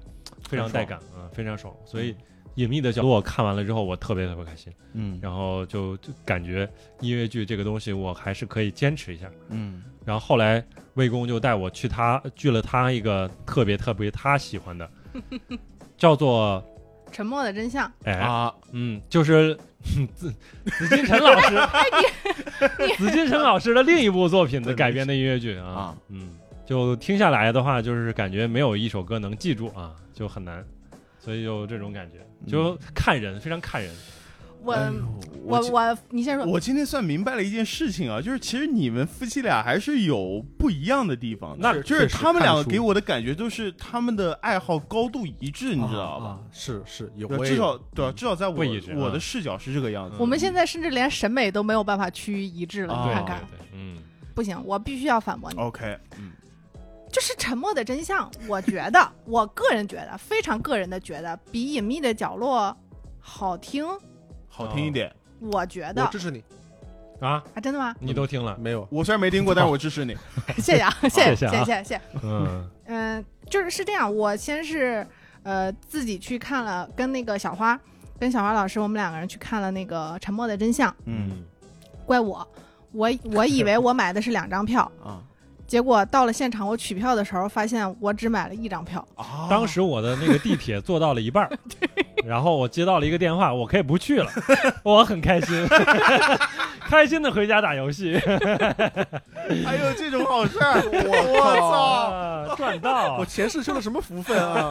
Speaker 2: 非常
Speaker 1: 很爽
Speaker 2: 带感啊，非常爽。所以《隐秘的角落》我看完了之后，我特别特别开心，
Speaker 1: 嗯
Speaker 2: 然后就就感觉音乐剧这个东西我还是可以坚持一下。
Speaker 1: 嗯
Speaker 2: 然后后来魏公就带我去他去了他一个特别特别他喜欢 的，叫做
Speaker 4: 沉默的真相》
Speaker 2: 哎、
Speaker 1: 啊，
Speaker 2: 嗯，就是哼紫紫金陈老 师
Speaker 4: 哎
Speaker 2: 紫金陈老师的另一部作品的
Speaker 1: 对
Speaker 2: 改编的音乐剧啊
Speaker 1: 啊，
Speaker 2: 嗯，就听下来的话，就是感觉没有一首歌能记住啊，就很难。所以就这种感觉，
Speaker 1: 嗯
Speaker 2: 就看人，非常看人。
Speaker 4: 我、
Speaker 1: 哎呦
Speaker 4: 我
Speaker 1: 我今
Speaker 4: 我你先说，
Speaker 1: 我今天算明白了一件事情啊，就是其实你们夫妻俩还是有不一样的地方的，
Speaker 2: 那
Speaker 1: 就是
Speaker 3: 确实
Speaker 1: 他们两
Speaker 3: 看
Speaker 1: 个
Speaker 3: 书
Speaker 1: 给我的感觉就是他们的爱好高度一致，你知道吧？
Speaker 3: 啊？是是，有
Speaker 1: 对
Speaker 3: 我也
Speaker 1: 至
Speaker 3: 有
Speaker 1: 少对啊，至少在我
Speaker 2: 不一致啊
Speaker 1: 我的视角是这个样子。
Speaker 4: 我们现在甚至连审美都没有办法趋于一致
Speaker 1: 嗯
Speaker 4: 了，
Speaker 1: 啊
Speaker 4: 你
Speaker 2: 对
Speaker 4: 看
Speaker 2: 对
Speaker 4: 看，
Speaker 2: 对，嗯，
Speaker 4: 不行，我必须要反驳你。
Speaker 1: OK，嗯
Speaker 4: 就是《沉默的真相》，我觉得，我个人觉得，非常个人的觉得，比《隐秘的角落》好听。
Speaker 1: 好听一点。
Speaker 4: 我觉得
Speaker 3: 我支持你，
Speaker 2: 啊，
Speaker 4: 啊，真的吗？
Speaker 2: 你都听了，
Speaker 3: 没 有
Speaker 1: 我虽然没 听过，但是我支持你。
Speaker 4: 谢谢啊，
Speaker 2: 谢谢
Speaker 4: 谢谢，谢
Speaker 2: 啊
Speaker 4: 谢，谢谢。
Speaker 2: 嗯，
Speaker 4: 嗯，就是是这样，我先是呃自己去看了，跟那个小花，跟小花老师，我们两个人去看了那个《沉默的真相》，
Speaker 1: 嗯
Speaker 4: 怪我，我我以为我买的是两张票，
Speaker 1: 啊
Speaker 4: 结果到了现场我取票的时候，发现我只买了一张票。
Speaker 1: 啊
Speaker 2: 当时我的那个地铁坐到了一半 儿，然后我接到了一个电话，我可以不去了，我很开心， 开心的回家打游戏，
Speaker 1: 还有哎这种好事儿， 我我操！
Speaker 2: 啊，赚到
Speaker 3: 我，前世修了什么福分啊？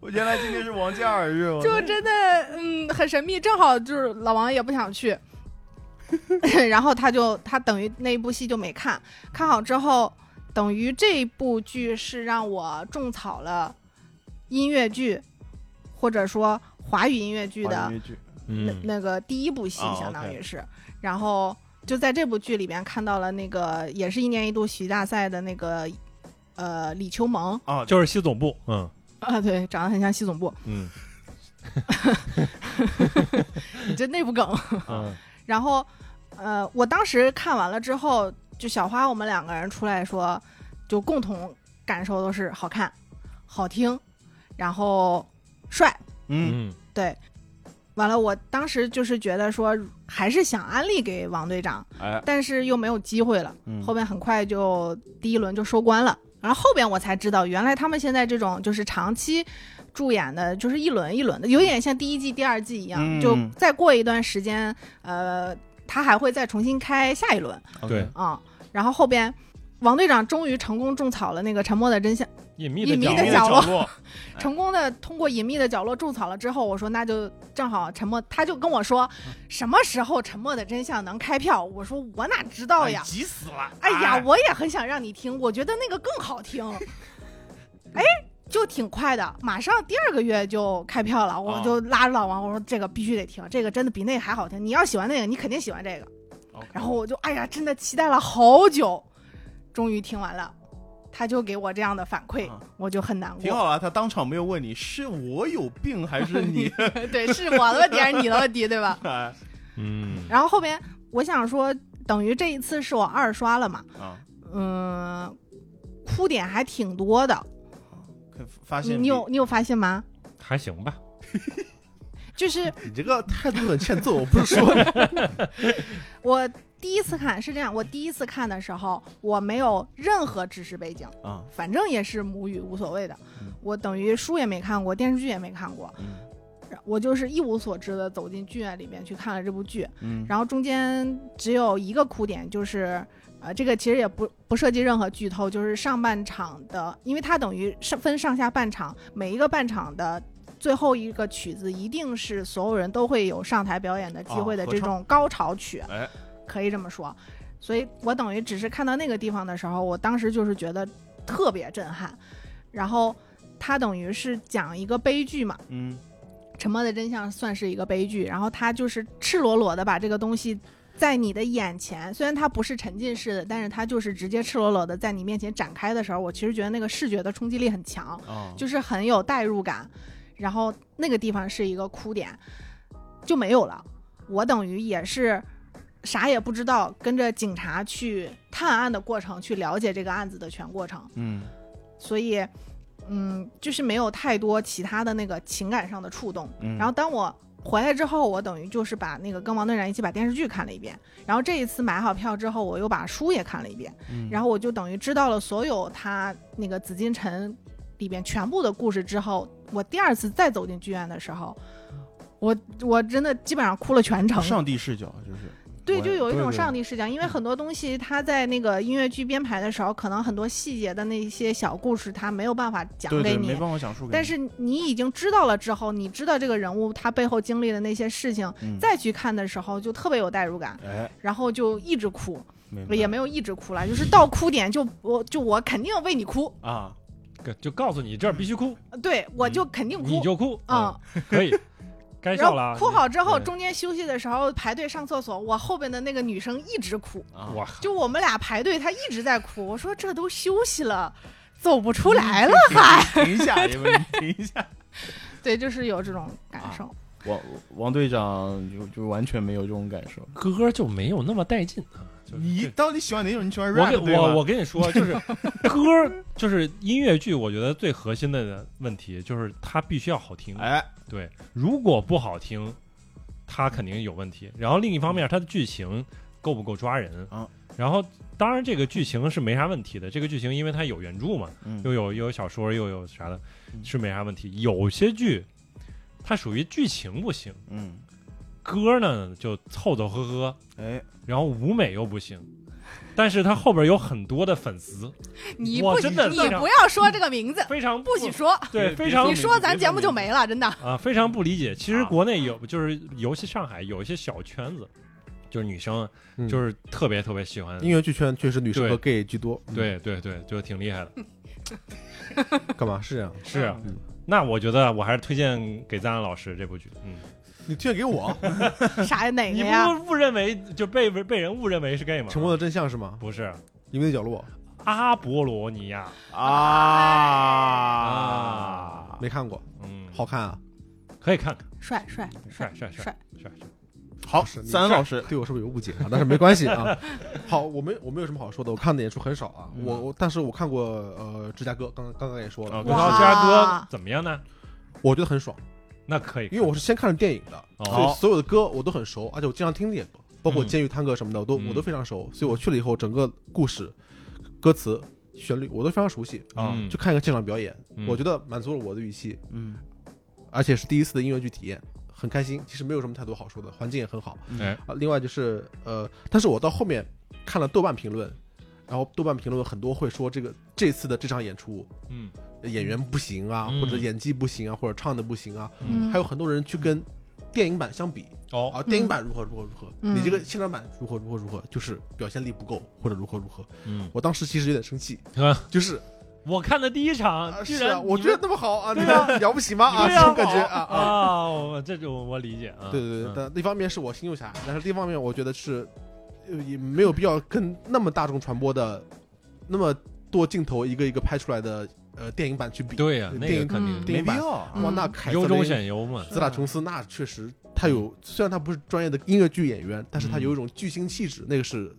Speaker 1: 我原来今天是王嘉尔日，我
Speaker 4: 就真的嗯很神秘，正好就是老王也不想去， 然后他就他等于那一部戏就没看，看好之后，等于这部剧是让我种草了音乐剧，或者说华语音乐剧的
Speaker 1: 华语音乐剧
Speaker 4: 那
Speaker 2: 嗯，
Speaker 4: 那个第一部戏，
Speaker 1: 哦
Speaker 4: 相当
Speaker 1: OK
Speaker 4: 于是，然后就在这部剧里边看到了那个也是一年一度喜剧大赛的那个呃李秋萌
Speaker 1: 啊，
Speaker 2: 就是西总部，嗯
Speaker 4: 啊，对，长得很像西总部，
Speaker 2: 嗯
Speaker 4: 你这内部梗。
Speaker 2: 嗯
Speaker 4: 然后，呃，我当时看完了之后，就小花我们两个人出来说，就共同感受都是好看、好听，然后帅。
Speaker 1: 嗯
Speaker 2: 嗯
Speaker 4: 对，完了，我当时就是觉得说，还是想安利给王队长，
Speaker 1: 哎，
Speaker 4: 但是又没有机会了。
Speaker 1: 嗯
Speaker 4: 后面很快就第一轮就收官了。然后后边我才知道，原来他们现在这种就是长期驻演的，就是一轮一轮的，有点像第一季、第二季一样，
Speaker 1: 嗯
Speaker 4: 就再过一段时间，呃，他还会再重新开下一轮
Speaker 2: 对，
Speaker 4: 啊、然后后边，王队长终于成功种草了那个《沉默的真相》，
Speaker 2: 隐秘的
Speaker 4: 隐秘
Speaker 2: 角
Speaker 4: 的
Speaker 1: 隐秘
Speaker 2: 落，
Speaker 4: 角落
Speaker 1: 落，哎
Speaker 4: 成功的通过《隐秘的角落》种草了之后，我说那就正好沉默，他就跟我说，
Speaker 1: 嗯
Speaker 4: 什么时候《沉默的真相》能开票？我说我哪知道呀
Speaker 1: 哎，急死了！
Speaker 4: 哎呀，我也很想让你听，我觉得那个更 好听。哎，就挺快的，马上第二个月就开票了，我
Speaker 1: 啊
Speaker 4: 就拉着老王，我说这个必须得听，这个真的比那个还好听。你要喜欢那个，你肯定喜欢这个。
Speaker 1: OK
Speaker 4: 然后我就哎呀，真的期待了好久，终于听完了，他就给我这样的反馈，
Speaker 1: 啊
Speaker 4: 我就很难
Speaker 1: 挺
Speaker 4: 过。
Speaker 1: 好啊，他当场没有问你是我有病还是 你，
Speaker 4: 对，是我的问题还是你的问题，对 吧？
Speaker 1: 哎
Speaker 2: 嗯
Speaker 4: 然后后边我想说，等于这一次是我二刷了嘛，
Speaker 1: 啊，
Speaker 4: 嗯，哭点还挺多的。
Speaker 1: 可发
Speaker 4: 你
Speaker 1: 现
Speaker 4: 你有你有发现吗？
Speaker 2: 还行吧，
Speaker 4: 就是
Speaker 3: 你这个态度很欠揍，我不是说 你，
Speaker 4: 我第一次看是这样，我第一次看的时候我没有任何知识背景，
Speaker 1: 啊，
Speaker 4: 反正也是母语，无所谓的
Speaker 1: 嗯。
Speaker 4: 我等于书也没看过，电视剧也没看过，
Speaker 1: 嗯
Speaker 4: 我就是一无所知的走进剧院里面去看了这部剧。
Speaker 1: 嗯
Speaker 4: 然后中间只有一个哭点，就是呃，这个其实也不不涉及任何剧透，就是上半场的，因为它等于是分上下半场，每一个半场的。最后一个曲子一定是所有人都会有上台表演的机
Speaker 1: 哦
Speaker 4: 会的
Speaker 1: 合
Speaker 4: 这
Speaker 1: 唱
Speaker 4: 种高潮曲，
Speaker 1: 哎
Speaker 4: 可以这么说。所以我等于只是看到那个地方的时候，我当时就是觉得特别震撼。然后它等于是讲一个悲剧嘛，
Speaker 1: 嗯
Speaker 4: 《沉默的真相》算是一个悲剧，然后他就是赤裸裸的把这个东西在你的眼前，虽然它不是沉浸式的，但是它就是直接赤裸裸的在你面前展开的时候，我其实觉得那个视觉的冲击力很强，
Speaker 1: 啊，
Speaker 4: 就是很有代入感。然后那个地方是一个哭点，就没有了。我等于也是啥也不知道，跟着警察去探案的过程，去了解这个案子的全过程。
Speaker 1: 嗯
Speaker 4: 所以，嗯，就是没有太多其他的那个情感上的触动。
Speaker 1: 嗯，
Speaker 4: 然后当我回来之后，我等于就是把那个跟王队长一起把电视剧看了一遍，然后这一次买好票之后，我又把书也看了一遍，
Speaker 1: 嗯
Speaker 4: 然后我就等于知道了所有他那个紫禁城里边全部的故事之后，我第二次再走进剧院的时候。我我真的基本上哭了全程，
Speaker 1: 上帝视角就是
Speaker 4: 对，
Speaker 1: 我
Speaker 4: 就有一
Speaker 3: 对
Speaker 4: 种
Speaker 3: 对
Speaker 4: 上帝视角，因为很多东西它在那个音乐剧编排的时候，可能很多细节的那一些小故事，它没有办法讲
Speaker 1: 对
Speaker 4: 给
Speaker 1: 对，
Speaker 4: 你
Speaker 1: 没。办法讲述给你，
Speaker 4: 但是你已经知道了之后，你知道这个人物他背后经历的那些事情，
Speaker 1: 嗯
Speaker 4: 再去看的时候就特别有代入感，
Speaker 1: 哎，
Speaker 4: 然后就一直哭，
Speaker 1: 明白
Speaker 4: 也没有一直哭了，就是到哭点就我就我肯定为你哭，呃
Speaker 1: 啊，
Speaker 2: 就告诉你这儿必须哭，
Speaker 4: 对我
Speaker 1: 嗯
Speaker 4: 就肯定
Speaker 2: 你
Speaker 4: 哭，
Speaker 2: 就哭，
Speaker 4: 嗯，
Speaker 2: 可 以，该
Speaker 4: 然
Speaker 2: 笑了啊
Speaker 4: 后，哭好之后，
Speaker 2: 对
Speaker 4: 中间休息的时候排队上厕所，我后边的那个女生一直 哭，
Speaker 1: 啊
Speaker 2: 哇，
Speaker 4: 就我们俩排队，她一直在哭。我说这都休息了，走不
Speaker 2: 嗯
Speaker 4: 出来了 还。
Speaker 1: 停一下，你们停一下。
Speaker 4: 对，就是有这种感
Speaker 1: 啊
Speaker 4: 受。
Speaker 5: 王王队长就就完全没有这种感受，
Speaker 2: 歌就没有那么带劲啊，就是
Speaker 1: 你到底喜欢哪种？你喜欢
Speaker 2: 我
Speaker 1: rap
Speaker 2: 跟
Speaker 1: 对吧？
Speaker 2: 我我跟你说， 就是歌儿，就是音乐剧，我觉得最核心的问题就是它必须要好 听。
Speaker 1: 哎，
Speaker 2: 对，如果不好听，它肯定有问
Speaker 1: 嗯
Speaker 2: 题。然后另一方面，它的剧情够不够抓人
Speaker 1: 啊？
Speaker 2: 然后当然这个剧情是没啥问题的，这个剧情因为它有原著嘛，
Speaker 1: 嗯
Speaker 2: 又有又有小说，又有啥的，
Speaker 1: 嗯
Speaker 2: 是没啥问题。有些剧它属于剧情不行，
Speaker 1: 嗯，
Speaker 2: 歌儿呢就凑凑合合，
Speaker 1: 哎，
Speaker 2: 然后舞美又不行，但是他后边有很多的粉丝，
Speaker 4: 你
Speaker 2: 我
Speaker 4: 不许
Speaker 2: 真的
Speaker 4: 你
Speaker 2: 非常嗯
Speaker 4: 不要说这个名字，
Speaker 2: 非常
Speaker 4: 不许说，
Speaker 2: 对
Speaker 1: 别
Speaker 2: 非常
Speaker 4: 你说咱节目就
Speaker 1: 别
Speaker 4: 没了，真的。
Speaker 2: 啊非常不理解。其实
Speaker 1: 啊
Speaker 2: 国内有就是尤其上海有一些小圈子，就是女生
Speaker 3: 嗯
Speaker 2: 就是特别特别喜欢，
Speaker 3: 音乐剧圈确实女生
Speaker 2: 对
Speaker 3: 和 gay 居多，嗯，
Speaker 2: 对对对，就挺厉害的。
Speaker 3: 嗯干嘛是这样？
Speaker 2: 是啊
Speaker 3: 嗯，
Speaker 2: 那我觉得我还是推荐给赞恩老师这部剧。嗯，
Speaker 3: 你推荐给我
Speaker 4: 啥呀？哪
Speaker 2: 你
Speaker 4: 个呀？
Speaker 2: 不误认为就被被人误认为是 gay 吗？
Speaker 3: 《沉默的真相》是吗？
Speaker 2: 不是
Speaker 3: 隐秘的角落
Speaker 2: 阿波罗尼亚
Speaker 1: 啊
Speaker 2: 啊，
Speaker 3: 没看过，
Speaker 2: 嗯，
Speaker 3: 好，看啊！
Speaker 2: 可以看看，
Speaker 4: 帅帅
Speaker 2: 帅帅帅
Speaker 4: 帅！
Speaker 2: 帅帅。
Speaker 1: 好，
Speaker 3: 是啊你
Speaker 1: 三恩
Speaker 3: 是
Speaker 1: 老师，
Speaker 3: 对我是不是有误解啊？但是没关 系啊。好，我没我没有什么好说的，我看的演出很少啊。
Speaker 1: 嗯
Speaker 3: 我我但是我看过呃芝加哥，刚刚刚也说
Speaker 1: 啊
Speaker 3: 了，
Speaker 2: 然
Speaker 4: 哇
Speaker 2: 后家哥怎么样呢？
Speaker 3: 我觉得很爽，
Speaker 2: 那可以，
Speaker 3: 因为我是先看了电影的，
Speaker 2: 哦
Speaker 3: 所以所有的歌我都很熟，而且我经常听这些歌，包括
Speaker 2: 嗯
Speaker 3: 《监狱探戈》什么的，我都
Speaker 2: 嗯
Speaker 3: 我都非常熟。所以我去了以后，整个故事、歌词、旋律我都非常熟悉。
Speaker 1: 啊
Speaker 2: 嗯
Speaker 3: 就看一个现场表演，
Speaker 2: 嗯
Speaker 3: 我觉得满足了我的预期，
Speaker 1: 嗯，
Speaker 3: 而且是第一次的音乐剧体验，很开心。其实没有什么太多好说的，环境也很好。
Speaker 1: 嗯
Speaker 2: 哎
Speaker 3: 啊，另外就是呃，但是我到后面看了豆瓣评论，然后豆瓣评论很多会说这个这次的这场演出
Speaker 2: 嗯
Speaker 3: 呃演员不行啊，
Speaker 2: 嗯
Speaker 3: 或者演技不行啊，或者唱的不行啊，
Speaker 4: 嗯
Speaker 3: 还有很多人去跟电影版相比
Speaker 2: 哦
Speaker 3: 啊，电影版如何如何如何，
Speaker 4: 嗯
Speaker 3: 你这个现场版如何如何如何，就是表现力不够或者如何如何。
Speaker 2: 嗯，
Speaker 3: 我当时其实有点生气，
Speaker 2: 啊
Speaker 3: 就是
Speaker 2: 我看的第一
Speaker 3: 啊
Speaker 2: 场居
Speaker 3: 是
Speaker 2: 然
Speaker 3: 啊，我
Speaker 2: 你
Speaker 3: 觉
Speaker 2: 们
Speaker 3: 得那么好啊，
Speaker 2: 对
Speaker 3: 你
Speaker 2: 啊
Speaker 3: 们了不起吗啊，
Speaker 2: 对
Speaker 3: 这
Speaker 2: 啊
Speaker 3: 种感觉
Speaker 2: 我
Speaker 3: 啊啊。
Speaker 2: 啊，我这种我理解啊，
Speaker 3: 对对对，
Speaker 2: 嗯
Speaker 3: 但一方面是我心有狭隘，但是另一方面我觉得是，呃也没有必要跟那么大众传播的那么多镜头一个一个拍出来的呃电影版去比。
Speaker 2: 对呀，
Speaker 3: 电
Speaker 2: 那个
Speaker 3: 影
Speaker 2: 肯定
Speaker 3: 电
Speaker 1: 没
Speaker 3: 影
Speaker 1: 必
Speaker 3: 版
Speaker 1: 要啊，
Speaker 4: 嗯
Speaker 3: 哇，那凯
Speaker 2: 优
Speaker 3: 瑟
Speaker 2: 中
Speaker 3: 琳
Speaker 2: 选优嘛，
Speaker 3: 斯塔琼斯那确实他有，
Speaker 1: 嗯
Speaker 3: 虽然他不是专业的音乐剧演员，但是他有一种巨星气质，那个是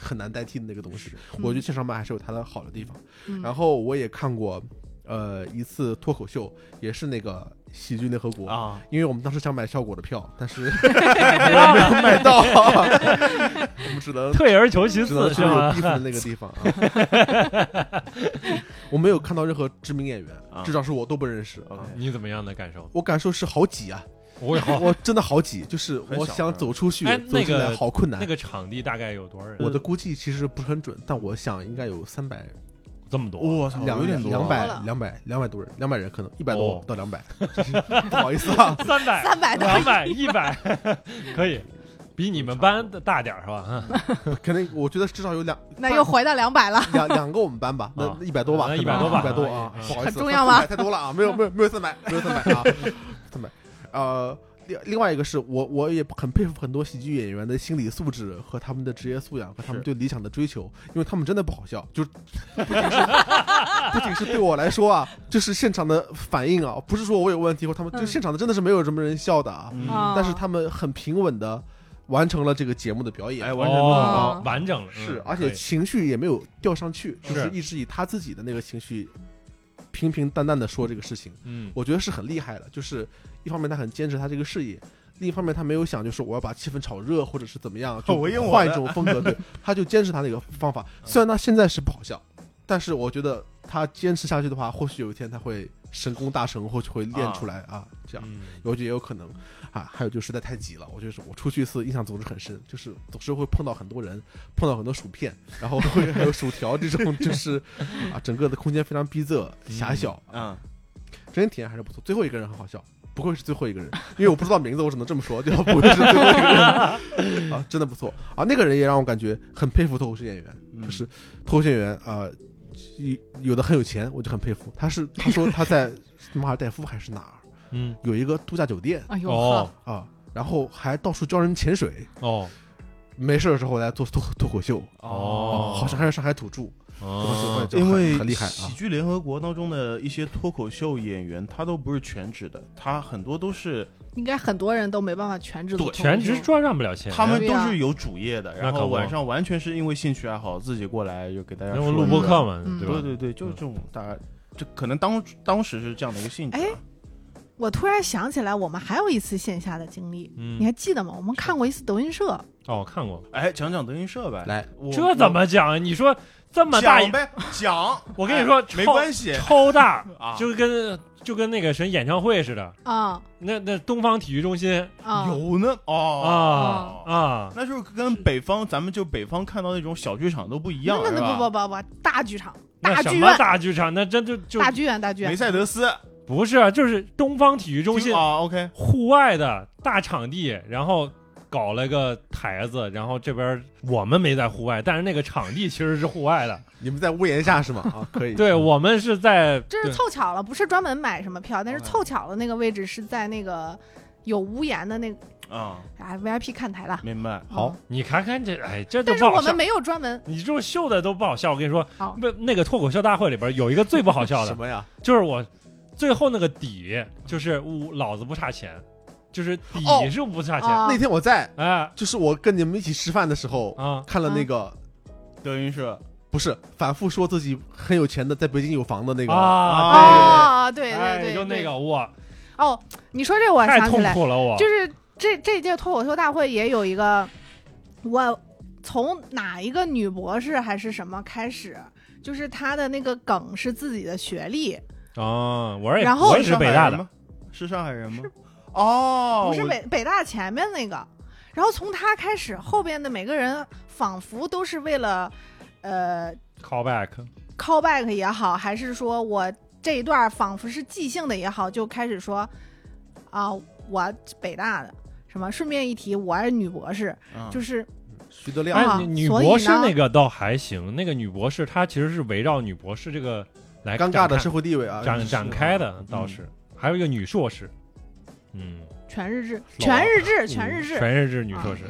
Speaker 3: 很难代替的那个东西。我
Speaker 1: 嗯
Speaker 3: 觉得现场版还是有它的好的地方。然
Speaker 4: 后
Speaker 3: 后我也看过，呃，一次脱口秀，也是那个喜剧联合国
Speaker 1: 啊，
Speaker 3: 因为我们当时想买效果的票，但是没有买到，我们只能
Speaker 2: 退而求其
Speaker 3: 只能
Speaker 2: 次
Speaker 3: 去
Speaker 2: 是
Speaker 3: 有
Speaker 2: 吗
Speaker 3: 地？方的那个地方啊。 我没有看到任何知名演员
Speaker 1: 啊，
Speaker 3: 至少是我都不认识。啊
Speaker 1: OK
Speaker 2: 你怎么样的感受？
Speaker 3: 我感受是好挤啊，
Speaker 2: 我好
Speaker 3: 我真的好挤，就是
Speaker 1: 很
Speaker 3: 我
Speaker 1: 小
Speaker 3: 想
Speaker 1: 是吧
Speaker 3: 走出去
Speaker 2: 哎，
Speaker 3: 走
Speaker 2: 那
Speaker 3: 出
Speaker 2: 个
Speaker 3: 来好困
Speaker 2: 那
Speaker 3: 难。
Speaker 2: 个场地大概有多少人？
Speaker 3: 我的估计其实不是很准，但我想应该有三百
Speaker 2: 这么多，啊
Speaker 1: 我操，
Speaker 3: 两
Speaker 1: 哦有点多，
Speaker 3: 两
Speaker 5: 啊
Speaker 4: 多了
Speaker 3: 百两百两百多人，两百人可能一百
Speaker 2: 哦
Speaker 3: 多到两百，不好意思 啊，
Speaker 2: 三百、
Speaker 4: 三百的
Speaker 2: 两百、一百， 可以，比你们班的大点儿是吧？
Speaker 3: 可能我觉得至少有两
Speaker 4: 那又回到两百了，
Speaker 3: 两两个我们班吧，
Speaker 2: 啊
Speaker 3: 那一百多吧，
Speaker 2: 那
Speaker 3: 可能
Speaker 2: 100多吧
Speaker 3: 一百多啊
Speaker 2: 嗯，
Speaker 3: 不好意思，
Speaker 4: 很重要吗
Speaker 3: 太多了啊，没有没有没有三百，没有三百啊，三百，呃，另另外一个是我我也很佩服很多喜剧演员的心理素质和他们的职业素养和他们对理想的追求，因为他们真的不好笑，就不仅是不仅是对我来说啊，就是现场的反应啊，不是说我有问题或他们就
Speaker 4: 嗯
Speaker 3: 现场的真的是没有什么人笑的啊，
Speaker 5: 嗯
Speaker 4: 啊
Speaker 3: 但是他们很平稳的完成了这个节目的表演，
Speaker 1: 哎，完全
Speaker 4: 哦
Speaker 2: 哦
Speaker 4: 啊，
Speaker 2: 完整了，嗯
Speaker 3: 是，而
Speaker 2: 可
Speaker 3: 且
Speaker 2: 以
Speaker 3: 情绪也没有掉上去，就是是一直以他自己的那个情绪平平淡淡的说这个事情，
Speaker 2: 嗯，
Speaker 3: 我觉得是很厉害的。就是一方面他很坚持他这个事业，另一方面他没有想就是我要把气氛炒热或者是怎么样，就
Speaker 1: 我用我
Speaker 3: 换一
Speaker 1: 的
Speaker 3: 种风格，对，他就坚持他那个方法。虽然他现在是不好笑，但是我觉得他坚持下去的话，或许有一天他会神功大成，或许会练出来啊，这样。
Speaker 2: 嗯
Speaker 3: 我觉得也有可能啊。还有就实在太急了，我就是我出去一次印象总是很深，就是总是会碰到很多人，碰到很多薯片，然后 会还有薯条这种，就是啊，整个的空间非常逼仄狭小，
Speaker 5: 嗯，
Speaker 3: 整体体验还是不错。最后一个人很好笑。不愧是最后一个人，因为我不知道名字，我只能这么说，就 不愧是最后一个人啊，真的不错啊！那个人也让我感觉很佩服脱口秀演员，
Speaker 5: 嗯
Speaker 3: 就是脱口秀演员啊，有有的很有钱，我就很佩服。他是他说他在 马尔代夫还是哪儿
Speaker 2: 嗯
Speaker 3: 有一个度假酒店，
Speaker 4: 哎呦
Speaker 2: 哦
Speaker 4: 呵，
Speaker 3: 啊，然后还到处教人潜水，
Speaker 2: 哦
Speaker 3: 没事的时候来做脱脱口秀，
Speaker 2: 哦
Speaker 3: 好像还是上海土著，
Speaker 2: 哦
Speaker 3: 就很
Speaker 1: 因为
Speaker 3: 很厉害啊
Speaker 1: 喜，剧联合国当中的一些脱口秀演员，他都不是全职的，他很多都是
Speaker 4: 应该很多人都没办法全职做脱口秀
Speaker 2: 全职赚赚不了钱，
Speaker 1: 他们
Speaker 4: 对
Speaker 1: 都
Speaker 4: 呀
Speaker 1: 是有主业的，
Speaker 2: 那
Speaker 1: 然
Speaker 2: 可
Speaker 1: 后
Speaker 2: 不
Speaker 1: 晚上完全是因为兴趣爱好自己过来就给大家
Speaker 2: 然后
Speaker 1: 说
Speaker 2: 录
Speaker 1: 一
Speaker 2: 播
Speaker 1: 下
Speaker 2: 课嘛，
Speaker 4: 嗯
Speaker 2: 对吧？
Speaker 1: 对对对，就是这种大概，这可能当当时是这样的一个性质啊。
Speaker 4: 哎
Speaker 2: 嗯
Speaker 4: 我突然想起来，我们还有一次线下的经历，你
Speaker 2: 嗯，
Speaker 4: 还记得吗？我们看过一次德云社，
Speaker 2: 哦，我看过，
Speaker 1: 哎，讲讲德云社呗，
Speaker 3: 来
Speaker 1: 我，
Speaker 2: 这怎么讲？啊你说这
Speaker 1: 我
Speaker 2: 么大一
Speaker 1: 讲呗？讲，
Speaker 2: 我跟你说
Speaker 1: 哎没
Speaker 2: 超
Speaker 1: 关系
Speaker 2: 超大，
Speaker 1: 啊，
Speaker 2: 就跟就跟那个什么演唱会似的，
Speaker 4: 啊
Speaker 2: 那那东方体育中心
Speaker 4: 啊，
Speaker 1: 有呢哦。
Speaker 2: 啊
Speaker 4: 嗯
Speaker 2: 啊，
Speaker 1: 那就是跟北方，咱们就北方看到那种小剧场都不一样，
Speaker 4: 那
Speaker 1: 是
Speaker 4: 那
Speaker 1: 吧？
Speaker 4: 不不不不，大剧场，
Speaker 2: 那
Speaker 4: 大
Speaker 2: 什
Speaker 4: 剧
Speaker 2: 么
Speaker 4: 院，
Speaker 2: 大剧场？那真就就
Speaker 4: 大剧院，大剧
Speaker 1: 梅
Speaker 4: 院，
Speaker 1: 赛德斯
Speaker 2: 不是，啊就是东方体育中心
Speaker 1: 啊，OK，
Speaker 2: 户外的大场地，然后搞了个台子，然后这边我们没在户外，但是那个场地其实是户外的。
Speaker 1: 嗯
Speaker 3: 你们在屋檐下是吗？啊，可以，
Speaker 2: 对，我们是在
Speaker 4: 这是凑巧了，不是专门买什么票，但是凑巧了那个位置是在那个有屋檐的那个
Speaker 1: 啊，
Speaker 4: 啊 VIP 看台了。
Speaker 1: 明白。
Speaker 2: 好
Speaker 4: 嗯，，
Speaker 2: 你看看这，哎，这都
Speaker 4: 但
Speaker 2: 不
Speaker 4: 是
Speaker 2: 好
Speaker 4: 我
Speaker 2: 笑
Speaker 4: 们。没有专门
Speaker 2: 你这种秀的都不好笑，我跟你说
Speaker 4: 好，
Speaker 2: 不，那个脱口秀大会里边有一个最不好笑
Speaker 3: 什
Speaker 2: 的，
Speaker 3: 么呀？
Speaker 2: 就是我最后那个底，就是我老子不差钱，就是底
Speaker 3: 哦
Speaker 2: 是不差钱，
Speaker 4: 啊
Speaker 3: 那天我在，
Speaker 2: 哎
Speaker 3: 就是我跟你们一起吃饭的时候，
Speaker 2: 啊，
Speaker 3: 看了那个
Speaker 1: 德云社
Speaker 3: 不是反复说自己很有钱的，在北京有房的那个，
Speaker 2: 啊，
Speaker 4: 啊，对对
Speaker 2: 哎，
Speaker 4: 对，
Speaker 2: 就那
Speaker 4: 对
Speaker 2: 个我
Speaker 4: 哦，你说这我
Speaker 2: 太
Speaker 4: 想起
Speaker 2: 痛
Speaker 4: 来，
Speaker 2: 苦了，我
Speaker 4: 就是这这届脱口秀大会也有一个，我从哪一个女博士还是什么开始，就是她的那个梗是自己的学历，
Speaker 2: 啊，我也
Speaker 4: 然后
Speaker 2: 我也是北大的，
Speaker 1: 是上海人吗？哦，
Speaker 4: 不是
Speaker 1: 我
Speaker 4: 北北大前面那个，然后从她开始，后边的每个人仿佛都是为了，呃
Speaker 2: callback，
Speaker 4: ，callback 也好，还是说我这一段仿佛是即兴的也好，就开始说，啊，我北大的。什么？顺便一提，我是女博士，
Speaker 2: 啊
Speaker 1: 嗯
Speaker 4: 就是
Speaker 3: 徐德亮，
Speaker 2: 哎，
Speaker 4: 啊
Speaker 2: 女女
Speaker 4: 所以
Speaker 2: 博士
Speaker 4: 呢
Speaker 2: 那个倒还行，那个女博士她其实是围绕女博士这个来
Speaker 3: 尴尬
Speaker 2: 展
Speaker 3: 的
Speaker 2: 开
Speaker 3: 社会地位啊，
Speaker 2: 展展开的倒
Speaker 1: 嗯
Speaker 2: 是，还有一个女硕士，嗯，
Speaker 4: 全日制，
Speaker 2: 老
Speaker 4: 全日制，
Speaker 2: 嗯
Speaker 4: 全日制，啊
Speaker 2: 全日制女硕士，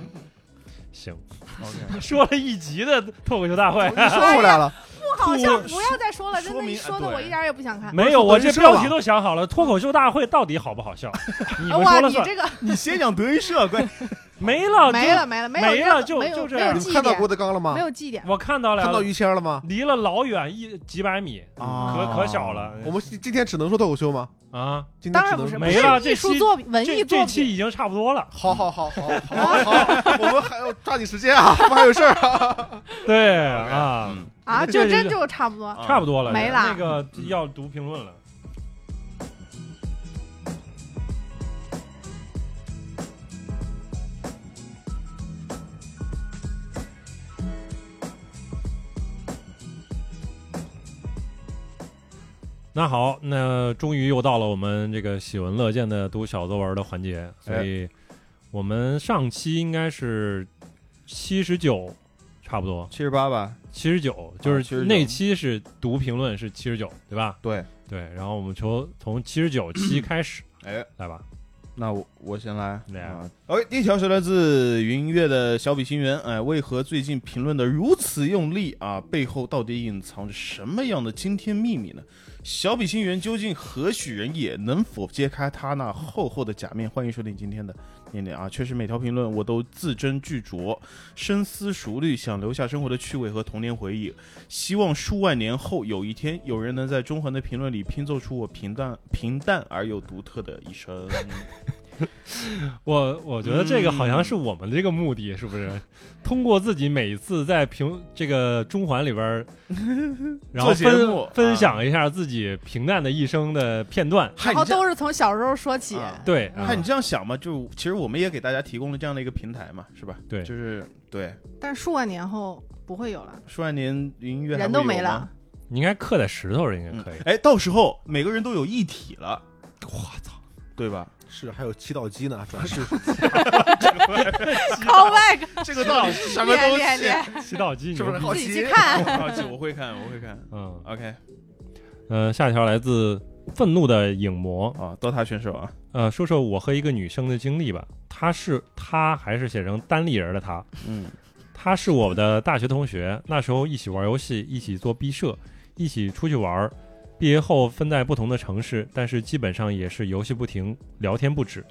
Speaker 2: 行， 说了一集的脱口秀大会
Speaker 3: 我，就说回来了，
Speaker 4: 不好笑，不要再说了，
Speaker 1: 说
Speaker 4: 真的，你
Speaker 1: 明
Speaker 4: 说的
Speaker 1: 对
Speaker 4: 我一点儿也不想看。
Speaker 2: 啊没有，
Speaker 3: 我
Speaker 2: 我
Speaker 3: 就
Speaker 2: 这
Speaker 3: 说了
Speaker 2: 标题都想好了，脱口秀大会到底好不 好笑？你们
Speaker 4: 哇，
Speaker 2: 说了
Speaker 4: 你
Speaker 2: 算，
Speaker 4: 这个
Speaker 1: 你先讲德云社，关
Speaker 2: 没了就
Speaker 4: 没了，没了没有
Speaker 2: 没
Speaker 4: 任
Speaker 2: 了
Speaker 4: 何
Speaker 2: 就
Speaker 4: 没
Speaker 2: 就
Speaker 4: 有
Speaker 2: 这
Speaker 4: 没
Speaker 2: 样
Speaker 4: 有
Speaker 3: 你
Speaker 4: 记忆
Speaker 3: 们看到
Speaker 4: 点
Speaker 3: 郭，德纲了吗
Speaker 4: 没？有记忆点。
Speaker 2: 我看到了，
Speaker 3: 看到于谦儿了吗？
Speaker 2: 离了老远一几百米，
Speaker 1: 啊
Speaker 2: 可可小了
Speaker 3: 我们今天只能说脱口秀吗？
Speaker 2: 啊！
Speaker 3: 今天
Speaker 4: 当然
Speaker 3: 只
Speaker 4: 不
Speaker 3: 能
Speaker 4: 是，
Speaker 2: 没
Speaker 4: 不是
Speaker 2: 了这
Speaker 4: 艺术
Speaker 2: 期
Speaker 4: 作品、文艺
Speaker 2: 这
Speaker 4: 作
Speaker 2: 这
Speaker 4: 品。
Speaker 2: 期已经差不多了，
Speaker 3: 好好好好好好，我们还要抓紧时间啊，我们还有事儿啊。
Speaker 2: 对啊，
Speaker 4: 啊，
Speaker 2: 这
Speaker 4: 就
Speaker 2: 这
Speaker 4: 真
Speaker 2: 这
Speaker 4: 就差不多。
Speaker 2: 差不多了，
Speaker 4: 啊没了
Speaker 2: 那个要读评论了。那好，那终于又到了我们这个喜闻乐见的读小作文的环节，所以我们上期应该是七十九，差不多
Speaker 5: 七十八吧，
Speaker 2: 七十九，
Speaker 5: 啊
Speaker 2: 就是
Speaker 5: 79
Speaker 2: 那期是读评论是七十九，对吧？
Speaker 5: 对
Speaker 2: 对，然后我们从从七十九期开始，
Speaker 5: 哎，
Speaker 2: 来吧，
Speaker 1: 那我我先来
Speaker 2: 来啊
Speaker 1: 啊。OK，第一条是来自云月的小比心猿，哎，为何最近评论的如此用力啊？背后到底隐藏着什么样的惊天秘密呢？小比心猿究竟何许人也？能否揭开他那厚厚的假面？欢迎收听今天的念念啊！确实每条评论我都字斟句酌，深思熟虑，想留下生活的趣味和童年回忆。希望数万年后有一天，有人能在中恒的评论里拼凑出我平淡、平淡而又独特的一生。
Speaker 2: 我我觉得这个好像是我们这个目的，是不 是？通过自己每一次在评这个中环里边 儿，然后
Speaker 1: 做节
Speaker 2: 分
Speaker 1: 目
Speaker 2: 分
Speaker 1: 啊
Speaker 2: 享一下自己平淡的一生的片段，
Speaker 1: 嗨
Speaker 4: 然后
Speaker 1: 你这
Speaker 4: 都是从小时候说起，
Speaker 1: 啊
Speaker 2: 对，
Speaker 4: 嗯
Speaker 1: 嗨，
Speaker 2: 啊
Speaker 1: 你这样想嘛，就其实我们也给大家提供了这样的一个平台嘛，是吧？
Speaker 2: 对
Speaker 1: 就是对，
Speaker 4: 但数万年后不会有了，
Speaker 1: 数万年云乐还
Speaker 4: 人
Speaker 1: 会
Speaker 4: 都
Speaker 1: 有
Speaker 4: 没
Speaker 1: 吗
Speaker 4: 了。。
Speaker 2: 你应该刻在石头上应该
Speaker 1: 嗯
Speaker 2: 可以。，
Speaker 1: 哎，到时候每个人都有一体了，
Speaker 2: 我操，
Speaker 1: 对吧？
Speaker 3: 是还有祈祷机呢，转世
Speaker 4: Call back，
Speaker 1: 这个到底是什么
Speaker 4: 练
Speaker 1: 东
Speaker 4: 练
Speaker 1: 西？
Speaker 4: 练，
Speaker 2: 洗澡机
Speaker 1: 嗯是不是
Speaker 2: 牛逼
Speaker 1: 好
Speaker 4: 自己
Speaker 1: 奇？
Speaker 4: 去看。
Speaker 1: 好奇，我会看，我会看。
Speaker 2: 嗯
Speaker 1: OK，
Speaker 2: 呃，下一条来自愤怒的影魔，
Speaker 1: 啊，d o t a 选手啊，
Speaker 2: 呃，说说我和一个女生的经历吧。她是她还是写成单立人的她？
Speaker 1: 嗯，
Speaker 2: 她是我的大学同学，那时候一起玩游戏，一起做毕设，一起出去玩儿。毕业后分在不同的城市，但是基本上也是游戏不停，聊天不止，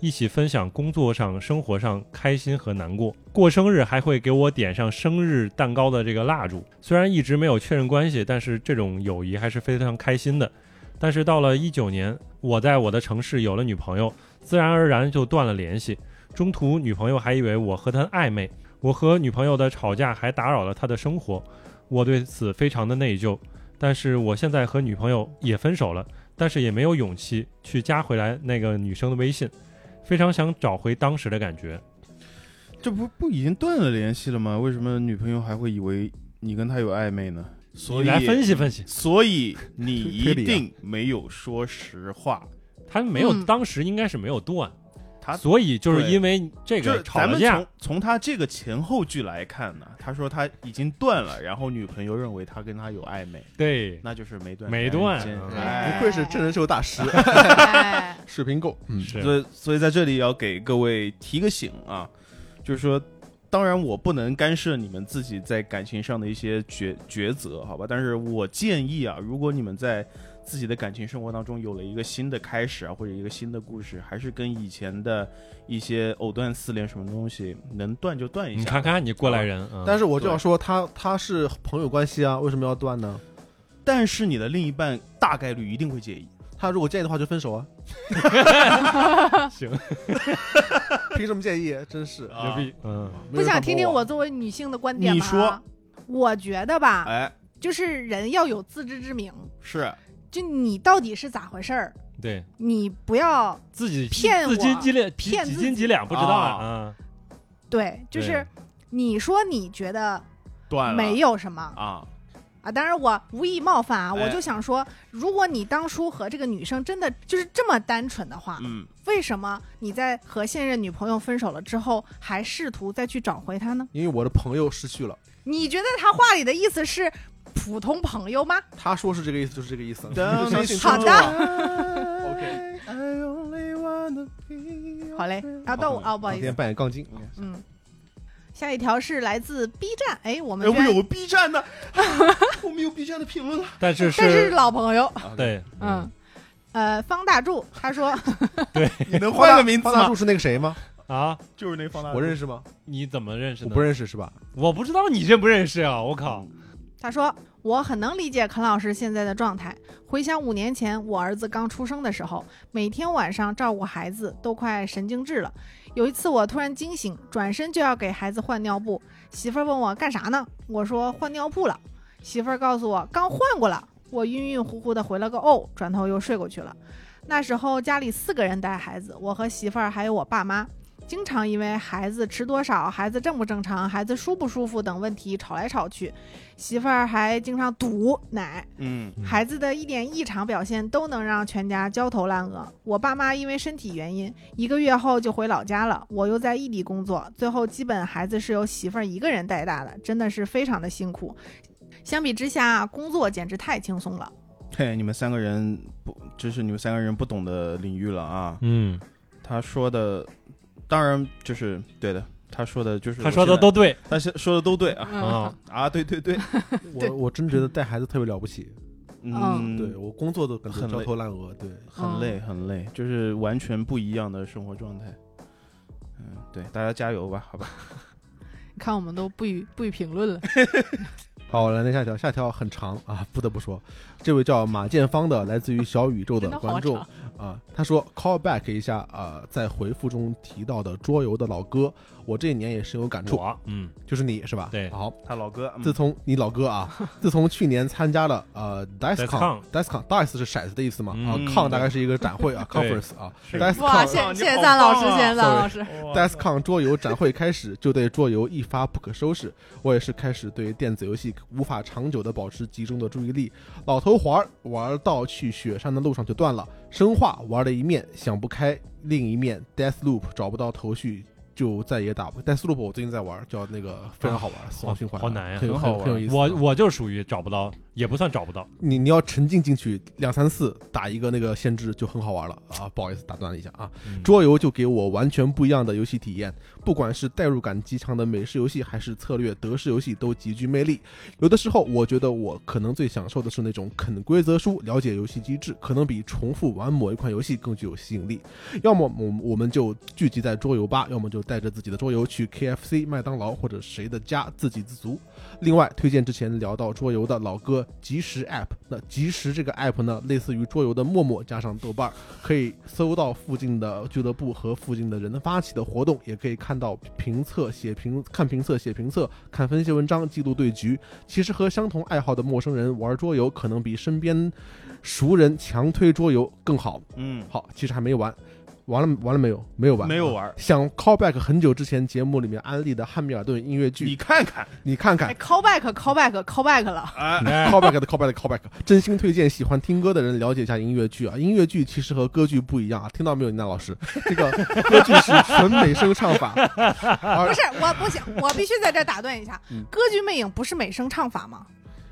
Speaker 2: 一起分享工作上、生活上开心和难过。过生日还会给我点上生日蛋糕的这个蜡烛。虽然一直没有确认关系，但是这种友谊还是非常开心的。但是到了一九年，我在我的城市有了女朋友，自然而然就断了联系。中途女朋友还以为我和她暧昧，我和女朋友的吵架还打扰了她的生活，我对此非常的内疚。但是我现在和女朋友也分手了，但是也没有勇气去加回来那个女生的微信，非常想找回当时的感觉。
Speaker 1: 这不不已经断了联系了吗？为什么女朋友还会以为你跟她有暧昧呢？所
Speaker 2: 你来分
Speaker 1: 以，
Speaker 2: 析分析，
Speaker 1: 所以你
Speaker 3: 推
Speaker 1: 一
Speaker 3: 理啊
Speaker 1: 定没有说实话。
Speaker 2: 他没有、
Speaker 4: 嗯
Speaker 2: 当时应该是没有断，
Speaker 1: 他
Speaker 2: 所以就是
Speaker 1: 嗯对
Speaker 2: 因为这
Speaker 1: 就
Speaker 2: 个
Speaker 1: 是
Speaker 2: 吵
Speaker 1: 咱
Speaker 2: 了
Speaker 1: 们
Speaker 2: 架
Speaker 1: 从，从他这个前后句来看呢，他说他已经断了，然后女朋友认为他跟他有暧昧，
Speaker 2: 对，
Speaker 1: 那就是没断，
Speaker 2: 没断
Speaker 1: 没断
Speaker 2: 嗯
Speaker 1: 哎
Speaker 3: 不愧是真人秀大师，
Speaker 4: 哎
Speaker 3: 水平够。嗯，
Speaker 2: 是
Speaker 1: 所以所以在这里要给各位提个醒啊，就是说，当然我不能干涉你们自己在感情上的一些抉抉择，好吧？但是我建议啊，如果你们在自己的感情生活当中有了一个新的开始啊，或者一个新的故事，还是跟以前的一些藕断丝连什么东西，能断就断一下。
Speaker 2: 你看看你过来人，嗯、
Speaker 3: 但是我就要说他他是朋友关系啊，为什么要断呢？
Speaker 1: 但是你的另一半大概率一定会介意。
Speaker 3: 他如果介意的话就分手啊。
Speaker 2: 行，
Speaker 3: 凭什么介意？真是
Speaker 1: 啊
Speaker 2: 牛逼，嗯，
Speaker 4: 不想听听我作为女性的观点
Speaker 1: 你
Speaker 4: 吗？
Speaker 1: 说，
Speaker 4: 我觉得吧，
Speaker 1: 哎，
Speaker 4: 就是人要有自知之明，
Speaker 1: 是
Speaker 4: 就你到底是咋回事儿，
Speaker 2: 对
Speaker 4: 你不要
Speaker 2: 自己
Speaker 4: 骗我
Speaker 2: 自斤几两，几
Speaker 4: 骗
Speaker 2: 几
Speaker 4: 自
Speaker 2: 斤
Speaker 4: 己
Speaker 2: 几两不知道啊，嗯
Speaker 4: 对，就是你说你觉得
Speaker 1: 断了，
Speaker 4: 没有什么
Speaker 1: 啊，
Speaker 4: 啊，当然我无意冒犯啊，
Speaker 1: 哎
Speaker 4: 我就想说，如果你当初和这个女生真的就是这么单纯的话，
Speaker 1: 嗯，
Speaker 4: 为什么你在和现任女朋友分手了之后，还试图再去找回她呢？
Speaker 3: 因为我的朋友失去了，
Speaker 4: 你觉得他话里的意思是普通朋友吗？
Speaker 3: 他说是这个意思，就是这个意思。
Speaker 1: 当
Speaker 3: 相
Speaker 1: 你
Speaker 3: 信
Speaker 1: 说
Speaker 4: 好
Speaker 3: 听众 啊
Speaker 4: 的，
Speaker 1: OK。
Speaker 4: 好嘞，然后到
Speaker 1: 嗯
Speaker 4: 我啊，不好
Speaker 3: 今
Speaker 4: 意思
Speaker 3: 天，扮演杠精，
Speaker 4: 嗯，下一条是来自 B 站，哎，我
Speaker 1: 哎，
Speaker 4: 们
Speaker 1: 我
Speaker 4: 居然
Speaker 1: 们有 B 站 的，我们有 B 站的评论了。
Speaker 2: 但是
Speaker 4: 但是老朋友，
Speaker 2: 对，
Speaker 4: 嗯，呃，方大柱他说
Speaker 1: 你能
Speaker 3: 方
Speaker 1: 换
Speaker 3: 大
Speaker 1: 个名字
Speaker 3: 方大
Speaker 1: 吗？
Speaker 3: 柱是那个谁吗？
Speaker 2: 啊，
Speaker 1: 就是那方大
Speaker 3: 我认
Speaker 1: 识，
Speaker 3: 识吗？
Speaker 2: 你怎么认识
Speaker 3: 我
Speaker 2: 的？
Speaker 3: 不认识是吧？
Speaker 2: 我不知道你认不认识啊！我靠，
Speaker 4: 他说我很能理解肯老师现在的状态。回想五年前我儿子刚出生的时候，每天晚上照顾孩子都快神经质了。有一次我突然惊醒，转身就要给孩子换尿布，媳妇儿问我干啥呢？我说换尿布了。媳妇儿告诉我刚换过了。我晕晕乎乎的回了个哦，转头又睡过去了。那时候家里四个人带孩子，我和媳妇儿还有我爸妈，经常因为孩子吃多少、孩子正不正常、孩子舒不舒服等问题吵来吵去。媳妇儿还经常堵奶，
Speaker 1: 嗯，
Speaker 2: 嗯
Speaker 4: 孩子的一点异常表现都能让全家焦头烂额。我爸妈因为身体原因，一个月后就回老家了，我又在异地工作，最后基本孩子是由媳妇儿一个人带大的，真的是非常的辛苦。相比之下，啊工作简直太轻松了。
Speaker 1: 嘿，你们三个人不，这是你们三个人不懂的领域了啊。
Speaker 2: 嗯，
Speaker 5: 他说的，当然就是对的。他说的就是
Speaker 2: 他说的都
Speaker 5: 我
Speaker 2: 对
Speaker 5: 现在，他现说的都对
Speaker 4: 嗯
Speaker 5: 啊
Speaker 2: 啊，
Speaker 5: 啊，对对对，
Speaker 4: 对
Speaker 3: 我我真觉得带孩子特别了不起，
Speaker 4: 嗯
Speaker 5: 嗯，
Speaker 4: 嗯
Speaker 3: 对我工作都感觉
Speaker 5: 很
Speaker 3: 焦
Speaker 5: 累
Speaker 3: 头烂额，对，
Speaker 5: 很累很累，就是完全不一样的生活状态。嗯，对，大家加油吧，好吧。
Speaker 4: 你 看我们都不予不予 评论了。
Speaker 3: 好，来那下一条，下一条很长啊， 不得不说，这位叫马建芳的，来自于小宇宙的
Speaker 4: 真的好
Speaker 3: 观众
Speaker 4: 长
Speaker 3: 啊，他说 call back 一下啊、在回复中提到的桌游的老哥，我这一年也深有感触，
Speaker 2: 我嗯，
Speaker 3: 就是你是吧？
Speaker 2: 对
Speaker 3: 好，
Speaker 5: 他老哥，嗯
Speaker 3: 自从你老哥 啊，自从去年参加了呃 DiceCon
Speaker 2: DiceCon
Speaker 3: DiceCon DiceCon，DICE 是骰子的意思嘛？啊
Speaker 2: 嗯
Speaker 3: ，Con 大概是一个展会 啊
Speaker 2: 对
Speaker 3: ，conference 啊
Speaker 2: 是
Speaker 4: 哇，
Speaker 3: ，DiceCon
Speaker 4: 谢
Speaker 5: 你
Speaker 4: 谢
Speaker 5: 好
Speaker 4: 谢赞老师，
Speaker 5: 棒啊
Speaker 4: 谢谢赞老师。
Speaker 3: DiceCon 桌游展会开始，就对桌游一发不可收拾。我也是开始对电子游戏无法长久的保持集中的注意力。老头环儿玩到去雪山的路上就断了，生化玩了一面想不开，另一面 Deathloop 找不到头绪。就再也打不 Deathloop，我最近在玩，叫那个非啊常好玩，死亡循环，
Speaker 2: 好难呀啊
Speaker 3: 很有
Speaker 5: 很好玩
Speaker 3: 很有意思。啊
Speaker 2: 我我就属于找不到，也不算找不到，
Speaker 3: 你你要沉浸进去两三次打一个那个限制就很好玩了啊！不好意思打断了一下啊，
Speaker 2: 嗯
Speaker 3: 桌游就给我完全不一样的游戏体验，不管是代入感极强的美式游戏，还是策略德式游戏，都极具魅力。有的时候，我觉得我可能最享受的是那种啃规则书、了解游戏机制，可能比重复玩某一款游戏更具有吸引力。要么我们我们就聚集在桌游吧，要么就带着自己的桌游去 KFC、麦当劳或者谁的家自给自足。另外，推荐之前聊到桌游的老哥即时 App，那即时这个 App 呢，类似于桌游的陌陌加上豆瓣儿，可以搜到附近的俱乐部和附近的人发起的活动，也可以看到评测、写评、看评测、写评测、看分析文章、记录对局。其实和相同爱好的陌生人玩桌游，可能比身边熟人强推桌游更好。
Speaker 5: 嗯，
Speaker 3: 好，其实还没完，完了完了没有？没有完，
Speaker 5: 没有。玩儿，
Speaker 3: 想 callback 很久之前节目里面安利的汉密尔顿音乐
Speaker 5: 你
Speaker 3: 剧，
Speaker 5: 看看，
Speaker 3: 你看看
Speaker 4: 哎，call back，call back，call back 了。
Speaker 5: 哎，
Speaker 3: callback 的 callback 的 callback，真心推荐喜欢听歌的人了解一下音乐剧啊。音乐剧其实和歌剧不一样啊，听到没有，倪娜老师？这个歌剧是纯美声唱法，而
Speaker 4: 不是，我不行，我必须在这儿打断一下
Speaker 5: 嗯。
Speaker 4: 歌剧魅影不是美声唱法吗？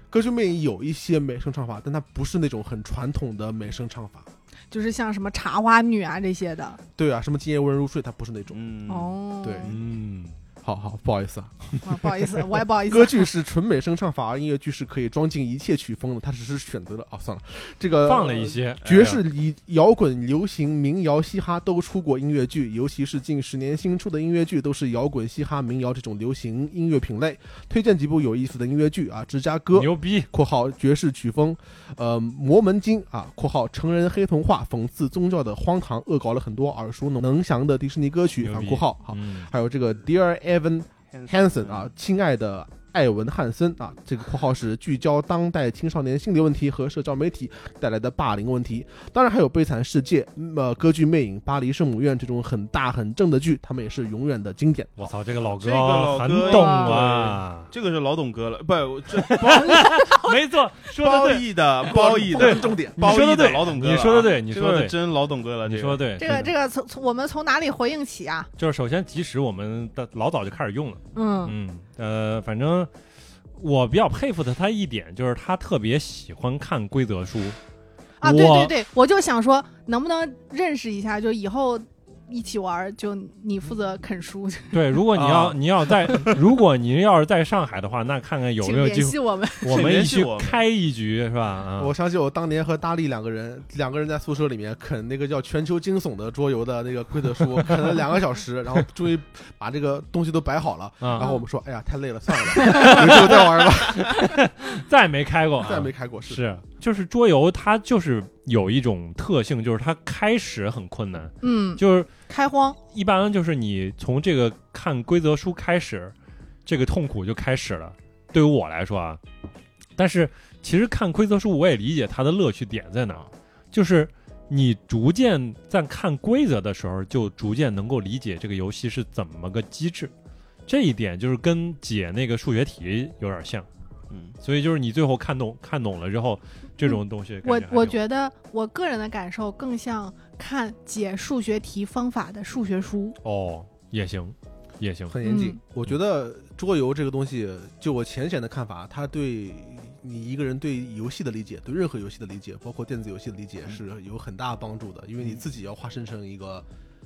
Speaker 3: 歌剧魅影有一些美声唱法，但它不是那种很传统的美声唱法。
Speaker 4: 就是像什么茶花女啊这些的。
Speaker 3: 对啊，什么今夜无人入睡，它不是那种。
Speaker 5: 嗯，
Speaker 4: 哦，
Speaker 3: 对
Speaker 2: 嗯，
Speaker 3: 好好，不好意思啊，
Speaker 4: 啊不好意思，我也不 好意思。
Speaker 3: 歌剧是纯美声唱法，而音乐剧是可以装进一切曲风的，它只是选择了啊、算了，这个
Speaker 2: 放了一些
Speaker 3: 呃爵士、以摇滚、流行、民谣、嘻哈都出过音乐剧，尤其是近十年新出的音乐剧都是摇滚、嘻哈、民谣这种流行音乐品类。推荐几部有意思的音乐剧啊，《芝加哥》
Speaker 2: 哎牛逼，
Speaker 3: （括号爵士曲风），呃，《摩门经》啊（括号成人黑童话，讽刺宗教的荒唐，恶搞了很多耳熟能详的迪士尼歌曲）
Speaker 2: 牛
Speaker 3: 啊
Speaker 2: 逼
Speaker 3: （括号）好，
Speaker 2: 嗯
Speaker 3: 还有这个 Dear Evan Hansen 啊，亲爱的艾文汉森啊，这个括号是聚焦当代青少年心理问题和社交媒体带来的霸凌问题。当然还有《悲惨世界》嗯、呃，歌剧《魅影》《巴黎圣母院》这种很大很正的剧，他们也是永远的经典。
Speaker 2: 我操，这个老
Speaker 5: 这个老哥
Speaker 2: 哥很懂啊，
Speaker 5: 这个是老董哥了，不，我这
Speaker 2: 没错， 说
Speaker 5: 褒
Speaker 2: 的对，
Speaker 5: 义的，褒义的，
Speaker 3: 重点。
Speaker 5: 褒
Speaker 2: 你
Speaker 5: 义
Speaker 2: 说得
Speaker 5: 的
Speaker 2: 对
Speaker 5: 老董哥了啊，
Speaker 2: 你说得对你
Speaker 5: 这
Speaker 2: 说得
Speaker 5: 个
Speaker 2: 对
Speaker 5: 真老董哥了，
Speaker 2: 你
Speaker 5: 这
Speaker 2: 说
Speaker 5: 个
Speaker 2: 的对，
Speaker 4: 这个这个从从我们从哪里回应起啊？
Speaker 2: 就是首先，即使我们的老早就开始用了，
Speaker 4: 嗯
Speaker 2: 嗯，呃，反正我比较佩服的他一点就是他特别喜欢看规则书，
Speaker 4: 啊，对
Speaker 2: 我
Speaker 4: 对对，我就想说，能不能认识一下？就以后一起玩儿，就你负责啃书，
Speaker 2: 对，如果你要、
Speaker 5: 啊
Speaker 2: 你要在， 如果您要是在上海的话，那看看有
Speaker 4: 请
Speaker 2: 没有机
Speaker 4: 联
Speaker 2: 会，
Speaker 4: 系 我们。
Speaker 2: 我们一
Speaker 5: 请联系
Speaker 2: 起
Speaker 5: 我们
Speaker 2: 开一局是吧？啊，
Speaker 3: 我想起我当年和大力两个人，两个人在宿舍里面啃那个叫《全球惊悚》的桌游的那个规则 书，啃了两个小时，然后终于把这个东西都摆好了。
Speaker 2: 啊
Speaker 3: 然后我们说：“哎呀，太累了，算了吧， 有机会再玩吧。
Speaker 2: 再没开 过、啊，”
Speaker 3: 再没开过，是
Speaker 2: 是，就是桌游，它就是有一种特性，就是它开始很困难，
Speaker 4: 嗯，
Speaker 2: 就是
Speaker 4: 开荒，
Speaker 2: 一般就是你从这个看规则书开始，这个痛苦就开始了。对于我来说啊，但是其实看规则书我也理解它的乐趣点在哪儿，就是你逐渐在看规则的时候，就逐渐能够理解这个游戏是怎么个机制。这一点就是跟解那个数学题有点像，
Speaker 5: 嗯，
Speaker 2: 所以就是你最后看懂看懂了之后，这种东西
Speaker 4: 我
Speaker 2: 感
Speaker 4: 我
Speaker 2: 得
Speaker 4: 觉得我个人的感受更像看解数学题方法的数学书。
Speaker 2: 哦也行，也行，
Speaker 3: 很严谨。
Speaker 4: 嗯
Speaker 3: 我觉得桌游这个东西，就我浅显的看法，它对你一个人对游戏的理解，对任何游戏的理解，包括电子游戏的理解，是有很大帮助的，因为你自己要化身成一个。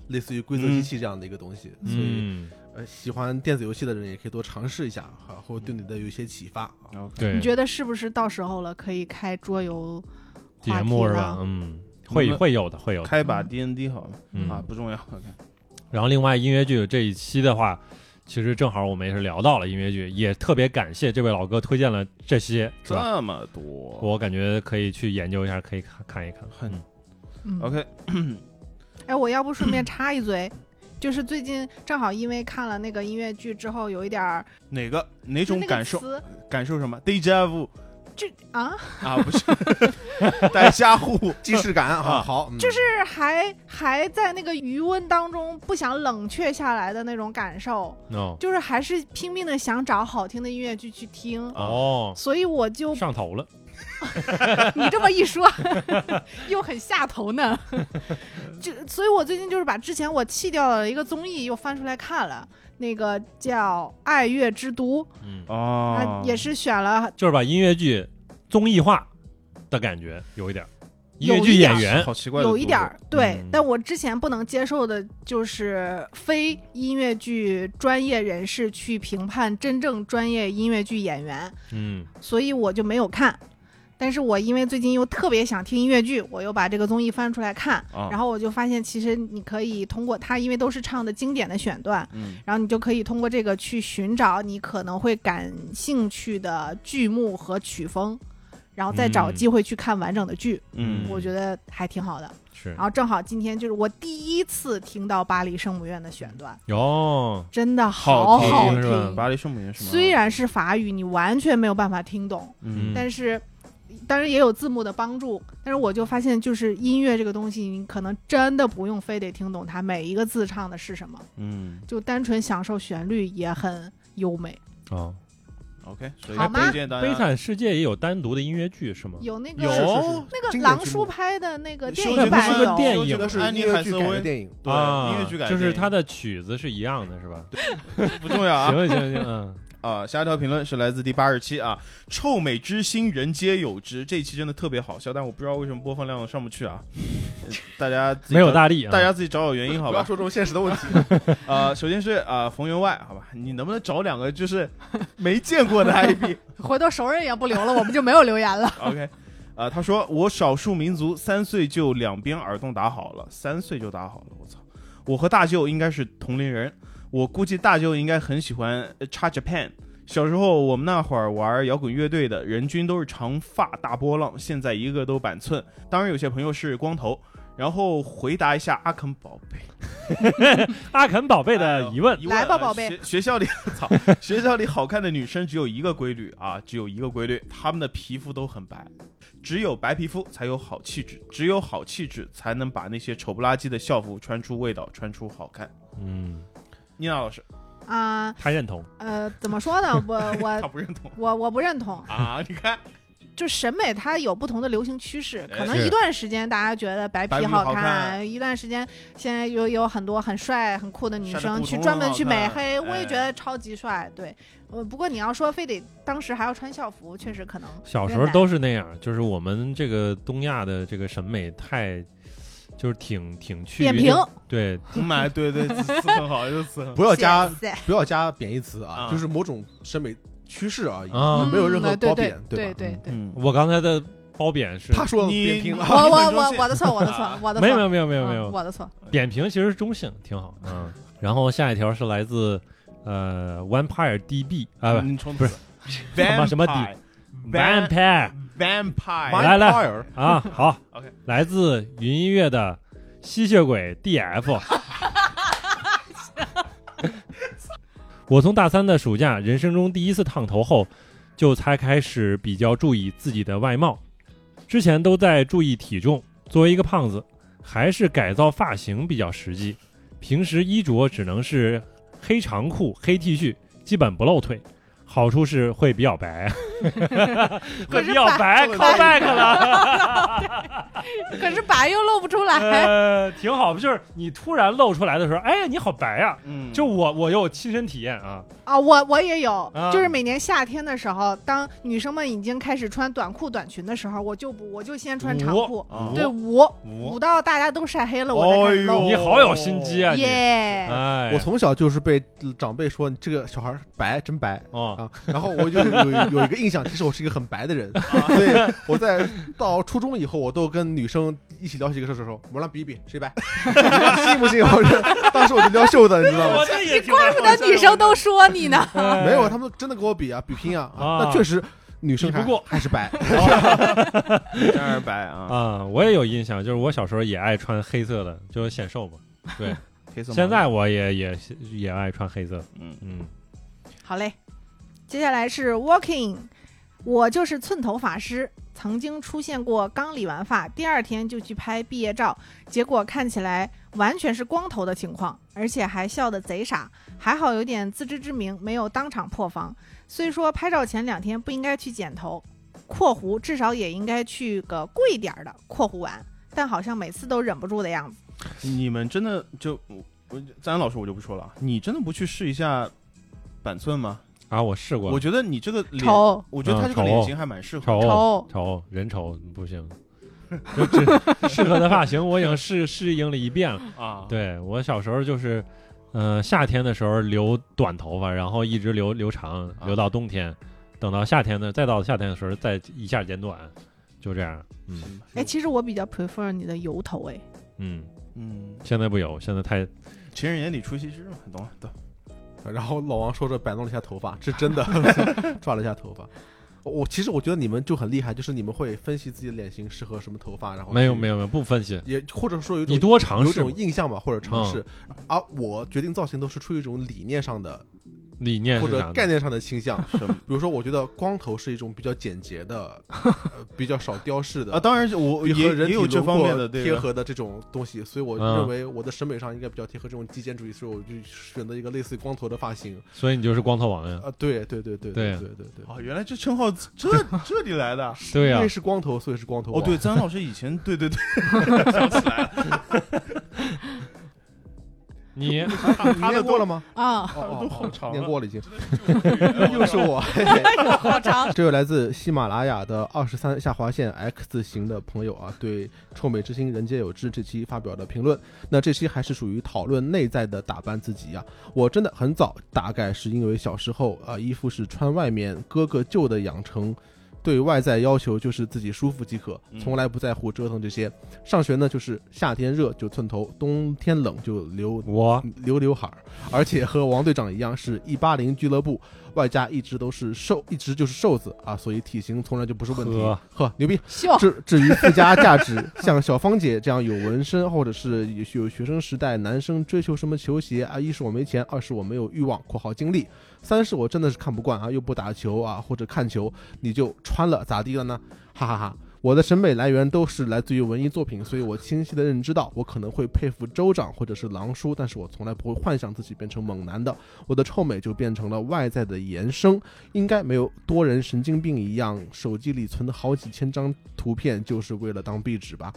Speaker 3: 类似于规则机器这样的一个东西，所以
Speaker 2: 嗯，
Speaker 3: 呃，喜欢电子游戏的人也可以多尝试一下，啊，或者对你的有一些启发啊。
Speaker 2: 对，
Speaker 4: 你觉得是不是到时候了可以开桌游话
Speaker 2: 节
Speaker 4: 题
Speaker 2: 目是吧？
Speaker 4: 了？
Speaker 2: 嗯，会会有的，会有的。
Speaker 1: 开把 D N D 好了、
Speaker 2: 嗯
Speaker 1: 啊，不重要。OK，
Speaker 2: 然后另外音乐剧这一期的话，其实正好我们也是聊到了音乐剧，也特别感谢这位老哥推荐了这些，是吧？
Speaker 1: 这么多
Speaker 2: 我感觉可以去研究一下，可以看看一看。
Speaker 1: 很
Speaker 2: 嗯
Speaker 4: 嗯
Speaker 1: ，OK，
Speaker 4: 哎，我要不顺 便插一嘴，就是最近正好因为看了那个音乐剧之后，有一点儿
Speaker 1: 哪个哪
Speaker 4: 就
Speaker 1: 种
Speaker 4: 那个
Speaker 1: 感受？
Speaker 4: 词
Speaker 1: 感受什么？Deja vu
Speaker 4: 就啊，
Speaker 1: 啊，不 是，带瞎呼。
Speaker 3: 既视感啊，
Speaker 1: 啊
Speaker 3: 好，嗯
Speaker 4: 就是还还在那个余温当中不想冷却下来的那种感受，
Speaker 2: 哦
Speaker 4: 就是还是拼命的想找好听的音乐剧去听。
Speaker 2: 哦，
Speaker 4: 所以我就
Speaker 2: 上头了。
Speaker 4: 你这么 一说， 又很下头呢。就所以，我最近就是把之前我弃掉的一个综艺又翻出来看了，那个叫《爱乐之都》，
Speaker 2: 嗯，
Speaker 1: 哦
Speaker 4: 它，啊也是选了
Speaker 2: 就是把音乐剧综艺化的感觉有一点儿，音乐
Speaker 4: 有
Speaker 2: 剧
Speaker 4: 一点
Speaker 2: 演
Speaker 4: 儿
Speaker 2: 员
Speaker 1: 好奇怪的
Speaker 4: 有一点
Speaker 1: 读
Speaker 4: 儿对、
Speaker 2: 嗯
Speaker 4: 但我之前不能接受的就是非音乐剧专业人士去评判真正专业音乐剧演员，
Speaker 2: 嗯，
Speaker 4: 所以我就没有看。但是我因为最近又特别想听音乐剧，我又把这个综艺翻出来看，
Speaker 1: 啊
Speaker 4: 然后我就发现其实你可以通过它，因为都是唱的经典的选段，
Speaker 1: 嗯
Speaker 4: 然后你就可以通过这个去寻找你可能会感兴趣的剧目和曲风，然后再找
Speaker 2: 嗯
Speaker 4: 机会去看完整的剧，
Speaker 1: 嗯
Speaker 4: 我觉得还挺好的。
Speaker 2: 是
Speaker 4: 然后正好今天就是我第一次听到巴黎圣母院的选段，
Speaker 2: 有
Speaker 4: 真的
Speaker 1: 好
Speaker 4: 好
Speaker 1: 听
Speaker 4: 好
Speaker 2: 是吧
Speaker 1: 巴黎圣母院是吗？
Speaker 4: 虽然是法语，你完全没有办法听懂，
Speaker 1: 嗯
Speaker 2: 嗯
Speaker 4: 但是当然也有字幕的帮助。但是我就发现，就是音乐这个东西，你可能真的不用非得听懂它每一个字唱的是什么，
Speaker 1: 嗯
Speaker 4: 就单纯享受旋律也很优美。
Speaker 3: 嗯
Speaker 2: 哦，
Speaker 1: ，OK，所以
Speaker 4: 好吗
Speaker 1: 推荐大
Speaker 2: 《悲
Speaker 1: 家
Speaker 2: 惨世界》也有单独的音乐剧是吗？
Speaker 4: 呃有那个
Speaker 1: 有
Speaker 4: 那个
Speaker 3: 经典
Speaker 4: 狼
Speaker 3: 剧
Speaker 4: 叔
Speaker 3: 目
Speaker 4: 拍的那个电
Speaker 1: 修
Speaker 2: 那
Speaker 4: 影
Speaker 2: 不
Speaker 1: 杰
Speaker 4: 版
Speaker 2: 是个
Speaker 4: 有
Speaker 2: 电
Speaker 1: 修
Speaker 2: 影
Speaker 1: 杰
Speaker 3: 这
Speaker 1: 克
Speaker 3: 个
Speaker 1: 是
Speaker 3: 是
Speaker 1: 安妮
Speaker 3: 音
Speaker 1: 海
Speaker 3: 乐剧
Speaker 1: 瑟
Speaker 3: 改的
Speaker 1: 薇，
Speaker 3: 电影，
Speaker 1: 对
Speaker 2: 啊
Speaker 1: 音乐剧改
Speaker 2: 就是
Speaker 1: 电影
Speaker 2: 它的曲子是一样的，是吧？
Speaker 1: 不重要 啊
Speaker 2: 行行行， 嗯，
Speaker 1: 啊！下一条评论是来自第八十七啊，臭美之心人皆有之，这一期真的特别好笑，但我不知道为什么播放量上不去啊， 呃大家自己
Speaker 2: 没有
Speaker 1: 找
Speaker 2: 大力啊，
Speaker 1: 大家自己找找原因好
Speaker 3: 不
Speaker 1: 吧
Speaker 3: 要？说这种现实的问题。
Speaker 1: 呃，首先是啊、呃冯员外，好吧，你能不能找两个就是没见过的 IP？OK，、
Speaker 4: 回头熟人也不留了，我们就没有留言了。
Speaker 1: OK，呃，他说我少数民族三岁就两边耳洞打好了，三岁就打好了，我操！我和大舅应该是同龄人，我估计大舅应该很喜欢呃 Cha Japan。小时候我们那会儿玩摇滚乐队的人均都是长发大波浪，现在一个都板寸，当然有些朋友是光头。然后回答一下阿肯宝贝。
Speaker 2: 阿肯宝贝
Speaker 1: 哎
Speaker 2: 的
Speaker 1: 呦
Speaker 2: 疑问，
Speaker 4: 来吧
Speaker 1: 啊
Speaker 4: 宝贝
Speaker 1: 学学校里， 操，学校里好看的女生只有一个规律啊，只有一个规律，她们的皮肤都很白，只有白皮肤才有好气质，只有好气质才能把那些丑不拉几的校服穿出味道，穿出好看。
Speaker 2: 嗯，
Speaker 1: 妮娜老师，
Speaker 4: 啊，
Speaker 2: 他认同，
Speaker 4: 呃，怎么说呢？我
Speaker 1: 她
Speaker 4: 我
Speaker 1: 不认同
Speaker 4: 我我不认同，
Speaker 1: 啊，你看，
Speaker 4: 就审美它有不同的流行趋势，
Speaker 1: 哎
Speaker 4: 可能
Speaker 2: 是
Speaker 4: 一段时间大家觉得白
Speaker 1: 白
Speaker 4: 皮
Speaker 1: 皮
Speaker 4: 好
Speaker 1: 好看
Speaker 4: 一段时间现在有有很多很帅很酷的女
Speaker 1: 晒得
Speaker 4: 生
Speaker 1: 不
Speaker 4: 去
Speaker 1: 同
Speaker 4: 专门
Speaker 1: 好
Speaker 4: 去
Speaker 1: 看
Speaker 4: 美黑，我也
Speaker 1: 哎
Speaker 4: 觉得超级帅。对，呃，不过你要说非得当时还要穿校服，确实可能
Speaker 2: 小时
Speaker 4: 有
Speaker 2: 候
Speaker 4: 点
Speaker 2: 都是那样，就是我们这个东亚的这个审美太，就是挺挺趋于
Speaker 4: 扁平
Speaker 2: 那，对，
Speaker 1: 妈，嗯哎对对，词很好，就词很好。
Speaker 3: 不要加
Speaker 4: 谢谢
Speaker 3: 不要加贬义词啊，
Speaker 1: 啊
Speaker 3: 就是某种审美趋势而已，
Speaker 2: 啊
Speaker 3: 没有任
Speaker 4: 嗯
Speaker 3: 何
Speaker 4: 对
Speaker 3: 褒
Speaker 4: 对
Speaker 3: 贬，
Speaker 4: 对
Speaker 3: 吧？
Speaker 4: 对对。
Speaker 1: 嗯，
Speaker 2: 我刚才的褒贬是，
Speaker 3: 他说了
Speaker 1: 你
Speaker 3: 别听了，
Speaker 4: 我我
Speaker 1: 你很
Speaker 4: 我
Speaker 1: 中性
Speaker 4: 我的错，我的错，我的错，
Speaker 2: 嗯没有没有没有没有
Speaker 4: 嗯
Speaker 2: 没有，
Speaker 4: 我的错。
Speaker 2: 扁平其实是中性，挺好，嗯。然后下一条是来自呃 Vampire DB 啊、不
Speaker 4: 嗯
Speaker 1: 嗯你重
Speaker 2: 不是什么什么底
Speaker 1: vampire
Speaker 2: ，Vampire
Speaker 3: 哎
Speaker 1: vampire
Speaker 2: 来来
Speaker 3: Vampire
Speaker 2: 啊，好
Speaker 1: OK
Speaker 2: 来自云音乐的吸血鬼 DF。我从大三的暑假，人生中第一次烫头后，就才开始比较注意自己的外貌，之前都在注意体重。作为一个胖子，还是改造发型比较实际。平时衣着只能 是黑长裤、黑 T 恤，基本不露腿。好处是会比较白。
Speaker 4: 可是
Speaker 2: 要白
Speaker 4: 白
Speaker 2: call back 了，
Speaker 4: 可是白又露不出来。
Speaker 2: 呃，挺好，就是你突然露出来的时候，哎，你好白呀、
Speaker 5: 嗯
Speaker 2: 就我我有亲身体验啊，
Speaker 4: 啊，我我也有
Speaker 2: 啊，
Speaker 4: 就是每年夏天的时候，当女生们已经开始穿短裤、短裙的时候，我就不，我就先穿长
Speaker 2: 捂
Speaker 4: 裤，
Speaker 5: 啊
Speaker 1: 哦
Speaker 4: 对，捂
Speaker 2: 五
Speaker 4: 捂到大家都晒黑了，我再开始
Speaker 5: 哎呦
Speaker 4: 露
Speaker 2: 你好有心机啊你，
Speaker 4: 耶。
Speaker 5: 嗯
Speaker 2: 哎，
Speaker 3: 我从小就是被长辈说你这个小孩儿白，真白。
Speaker 2: 哦，
Speaker 3: 啊，然后我就有有一个印象，其实我是一个很白的人，
Speaker 2: 啊
Speaker 3: 所以我在到初中以后，我都跟女生一起聊起这个事儿的时候，我们俩比一比谁白， 信不信？我这当时我就撩袖子，你知道 吗
Speaker 2: 我？这也挺
Speaker 4: 怪不得女生都说你呢，
Speaker 3: 没
Speaker 2: 没
Speaker 3: 有，他们真的跟我比啊，比拼啊，
Speaker 2: 哎啊
Speaker 3: 啊那确实女生
Speaker 2: 比
Speaker 3: 还
Speaker 2: 不过
Speaker 3: 还是白，
Speaker 5: 真是白啊，
Speaker 2: 啊，我也有印象，就是我小时候也爱穿黑色的，就是显瘦嘛。
Speaker 5: 黑色毛
Speaker 2: 现在我也也也爱穿黑色，
Speaker 5: 嗯
Speaker 2: 嗯，
Speaker 4: 好嘞，接下来是 Walking，我就是寸头发师，曾经出现过刚理完发，第二天就去拍毕业照，结果看起来完全是光头的情况，而且还笑得贼傻，还好有点自知之明，没有当场破防。虽说拍照前两天不应该去剪头（括弧至少也应该去个贵点儿的）（括弧完），但好像每次都忍不住的样子。
Speaker 5: 你们真的就我我咱老师我就不说了啊，你真的不去试一下板寸吗？
Speaker 2: 啊，我试过，
Speaker 5: 我觉得你这个脸，
Speaker 4: 丑
Speaker 5: 我觉得他这个
Speaker 2: 嗯
Speaker 5: 脸
Speaker 2: 丑
Speaker 5: 型还蛮适合。
Speaker 2: 丑
Speaker 4: 丑，
Speaker 2: 丑人丑不行，就只 适合的发型我已经适适应了一遍了。
Speaker 5: 啊，
Speaker 2: 对我小时候就是，呃，夏天的时候留短头发，然后一直留留长，留到冬天，等到夏天的再到夏天的时候再一下剪短，就这样。嗯
Speaker 5: 行吧
Speaker 4: 哎，，其实我比较 prefer 你的油头，哎。
Speaker 2: 嗯，
Speaker 5: 嗯，
Speaker 2: 现在不有，现在太
Speaker 5: 情人眼里出西施嘛，懂了，懂了。
Speaker 3: 然后老王说着摆弄了一下头发，是真的抓了一下头发。我其实我觉得你们就很厉害，就是你们会分析自己的脸型适合什么头发，然后
Speaker 2: 没有
Speaker 3: 去
Speaker 2: 没有没有不分析，
Speaker 3: 也或者哦说有一种
Speaker 2: 你多尝
Speaker 3: 有一
Speaker 2: 试
Speaker 3: 种印象吧，或者尝试。而、我决定造型都是出于一种理念上的
Speaker 2: 理念
Speaker 3: 或
Speaker 2: 是
Speaker 3: 者
Speaker 2: 啥
Speaker 3: 概
Speaker 2: 的？
Speaker 3: 念上的倾向。
Speaker 5: 什么
Speaker 3: 比如说，我觉得光头是一种比较简洁的、呃比较少雕饰的
Speaker 5: 啊，当然是我
Speaker 3: 比和
Speaker 5: 也
Speaker 3: 人
Speaker 5: 也
Speaker 3: 体
Speaker 5: 有这
Speaker 3: 轮
Speaker 5: 方面
Speaker 3: 廓
Speaker 5: 的对
Speaker 3: 贴
Speaker 5: 吧
Speaker 3: 合的这种东西，所以我
Speaker 2: 嗯
Speaker 3: 认为我的审美上应该比较贴合这种极简主义，所以我就选择一个类似于光头的发型。
Speaker 2: 所以你就是光头王呀？
Speaker 3: 啊，对对对对
Speaker 2: 对
Speaker 3: 对对对，
Speaker 5: 哦，原来这称号这这里来的。
Speaker 2: 对呀
Speaker 3: 因为，是光头，所以是光头啊
Speaker 5: 哦
Speaker 3: 王。，
Speaker 5: 对，咱老师以前对对对，
Speaker 2: 你
Speaker 3: 啊，你念 过了吗？
Speaker 4: 啊、
Speaker 3: 哦哦，
Speaker 5: 好
Speaker 3: 哦
Speaker 5: 长
Speaker 3: 念
Speaker 5: 了
Speaker 3: 过了已经。 又是我，嘿嘿
Speaker 4: 好 长。
Speaker 3: 这位来自喜马拉雅的二十三下划线 X 字形的朋友啊，对《臭美之心，人皆有之》这期发表的评论。那这期还是属于讨论内在的打扮自己啊。我真的很早，大概是因为小时候啊、呃衣服是穿外面哥哥旧的养成。对外在要求就是自己舒服即可，从来不在乎折腾这些。上学呢，就是夏天热就寸头，冬天冷就留
Speaker 2: 我
Speaker 3: 留刘海儿，而且和王队长一样是一八零俱乐部，外加一直都是瘦，一直就是瘦子啊，所以体型从来就不是问题
Speaker 2: 呵。
Speaker 3: 呵，牛逼！
Speaker 4: 秀
Speaker 3: 至至于附加价值，像小芳姐这样有纹身，或者是有有学生时代男生追求什么球鞋啊，一是我没钱，二是我没有欲望（括号精力），三是我真的是看不惯啊，又不打球啊或者看球，你就穿了咋地了呢？哈哈哈我的审美来源都是来自于文艺作品，所以我清晰的认知到，我可能会佩服州长或者是狼叔，但是我从来不会幻想自己变成猛男的。我的臭美就变成了外在的延伸，应该没有多人神经病一样，手机里存的好几千张图片就是为了当壁纸吧。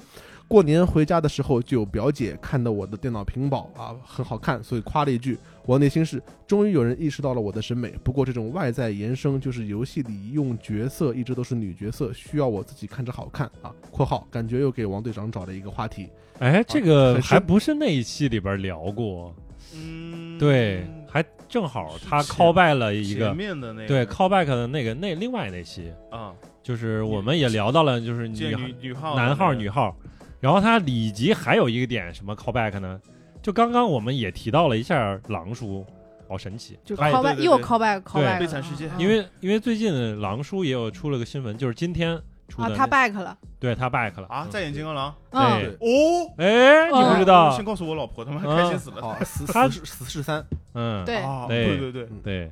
Speaker 3: 过年回家的时候，就有表姐看到我的电脑屏保啊很好看，所以夸了一句。我内心是终于有人意识到了我的审美。不过这种外在延伸就是游戏里用角色一直都是女角色，需要我自己看着好看啊。（括号感觉又给王队长找了一个话题。
Speaker 2: 哎，这个
Speaker 3: 很
Speaker 2: 还
Speaker 3: 深
Speaker 2: 不是那一期里边聊过，
Speaker 5: 嗯，
Speaker 2: 对，还正好
Speaker 5: 是
Speaker 2: 他
Speaker 5: 前
Speaker 2: call back 了一
Speaker 5: 前
Speaker 2: 个，
Speaker 5: 面的那个
Speaker 2: 对 call back 的那个那另外那期，
Speaker 5: 啊，
Speaker 2: 就是我们也聊到了，就是
Speaker 5: 见女
Speaker 2: 女
Speaker 5: 女号
Speaker 2: 男号
Speaker 5: 那个
Speaker 2: 女号，然后他里集还有一个点什么 call back 呢？就刚刚我们也提到了一下狼叔，好神奇，
Speaker 4: 就
Speaker 5: 哎
Speaker 4: call
Speaker 5: 对
Speaker 4: back，
Speaker 5: 对
Speaker 4: 又
Speaker 5: 对
Speaker 4: call back call
Speaker 2: 对
Speaker 4: back，
Speaker 5: 悲惨世界
Speaker 4: 嗯嗯
Speaker 2: 因为因为最近狼叔也有出了个新闻，就是今天出
Speaker 4: 啊
Speaker 2: 的那，
Speaker 4: 他 back 了，
Speaker 2: 对他 back 了
Speaker 5: 啊，
Speaker 2: 嗯
Speaker 5: 在演金刚狼
Speaker 4: 嗯，
Speaker 2: 对，
Speaker 5: 哦，
Speaker 2: 哎，你不知道
Speaker 1: 哦
Speaker 5: 先，告诉我老婆，他妈开心死了。
Speaker 3: 好，死
Speaker 2: 他
Speaker 3: 死是死是三，
Speaker 2: 嗯，
Speaker 4: 对，
Speaker 5: 啊，
Speaker 2: 对
Speaker 5: 对对对
Speaker 2: 对，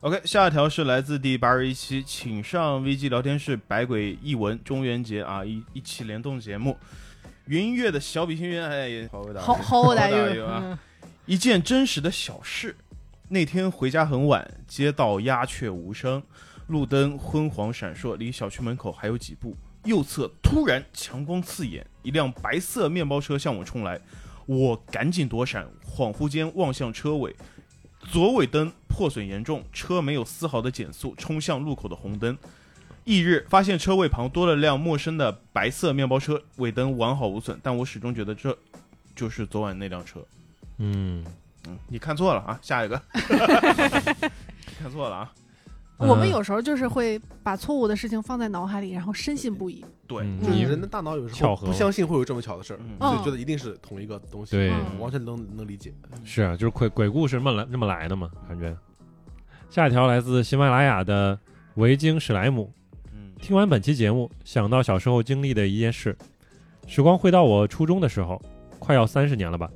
Speaker 5: ，OK，下一条是来自第八十一期，请上 VG 聊天室百鬼一文中元节啊一一期联动节目，云音乐的小比心猿哎也好 伟大，
Speaker 4: 好好歹
Speaker 5: 好歹有啊
Speaker 4: 嗯
Speaker 5: 一件真实的小事。那天回家很晚，街道鸦雀无声，
Speaker 1: 路灯昏黄闪烁，离小区门口还有几步。右侧突然强光刺眼，一辆白色面包车向我冲来，我赶紧躲闪，恍惚间望向车尾，左尾灯破损严重，车没有丝毫的减速，冲向路口的红灯。翌日发现车位旁多了辆陌生的白色面包车，尾灯完好无损，但我始终觉得这就是昨晚那辆车。
Speaker 2: 嗯，
Speaker 1: 嗯，你看错了啊，下一个， 你看错了啊，
Speaker 4: 我们
Speaker 2: 嗯
Speaker 4: 有时候就是会把错误的事情放在脑海里，然后深信不疑。
Speaker 1: 对，
Speaker 2: 嗯
Speaker 3: 就是
Speaker 2: 你
Speaker 3: 人的大脑有时
Speaker 2: 巧
Speaker 3: 候
Speaker 2: 合
Speaker 3: 不相信会有这么巧的事儿，
Speaker 1: 嗯
Speaker 4: 嗯
Speaker 3: 就觉得一定是同一个东西，
Speaker 2: 对
Speaker 3: 嗯完全能能理解。
Speaker 2: 是啊，就是鬼鬼故事这么来这么来的嘛，感觉。下一条来自喜马拉雅的维京史莱姆，
Speaker 1: 嗯
Speaker 2: 听完本期节目，想到小时候经历的一件事，时光回到我初中的时候，快要三十年了吧。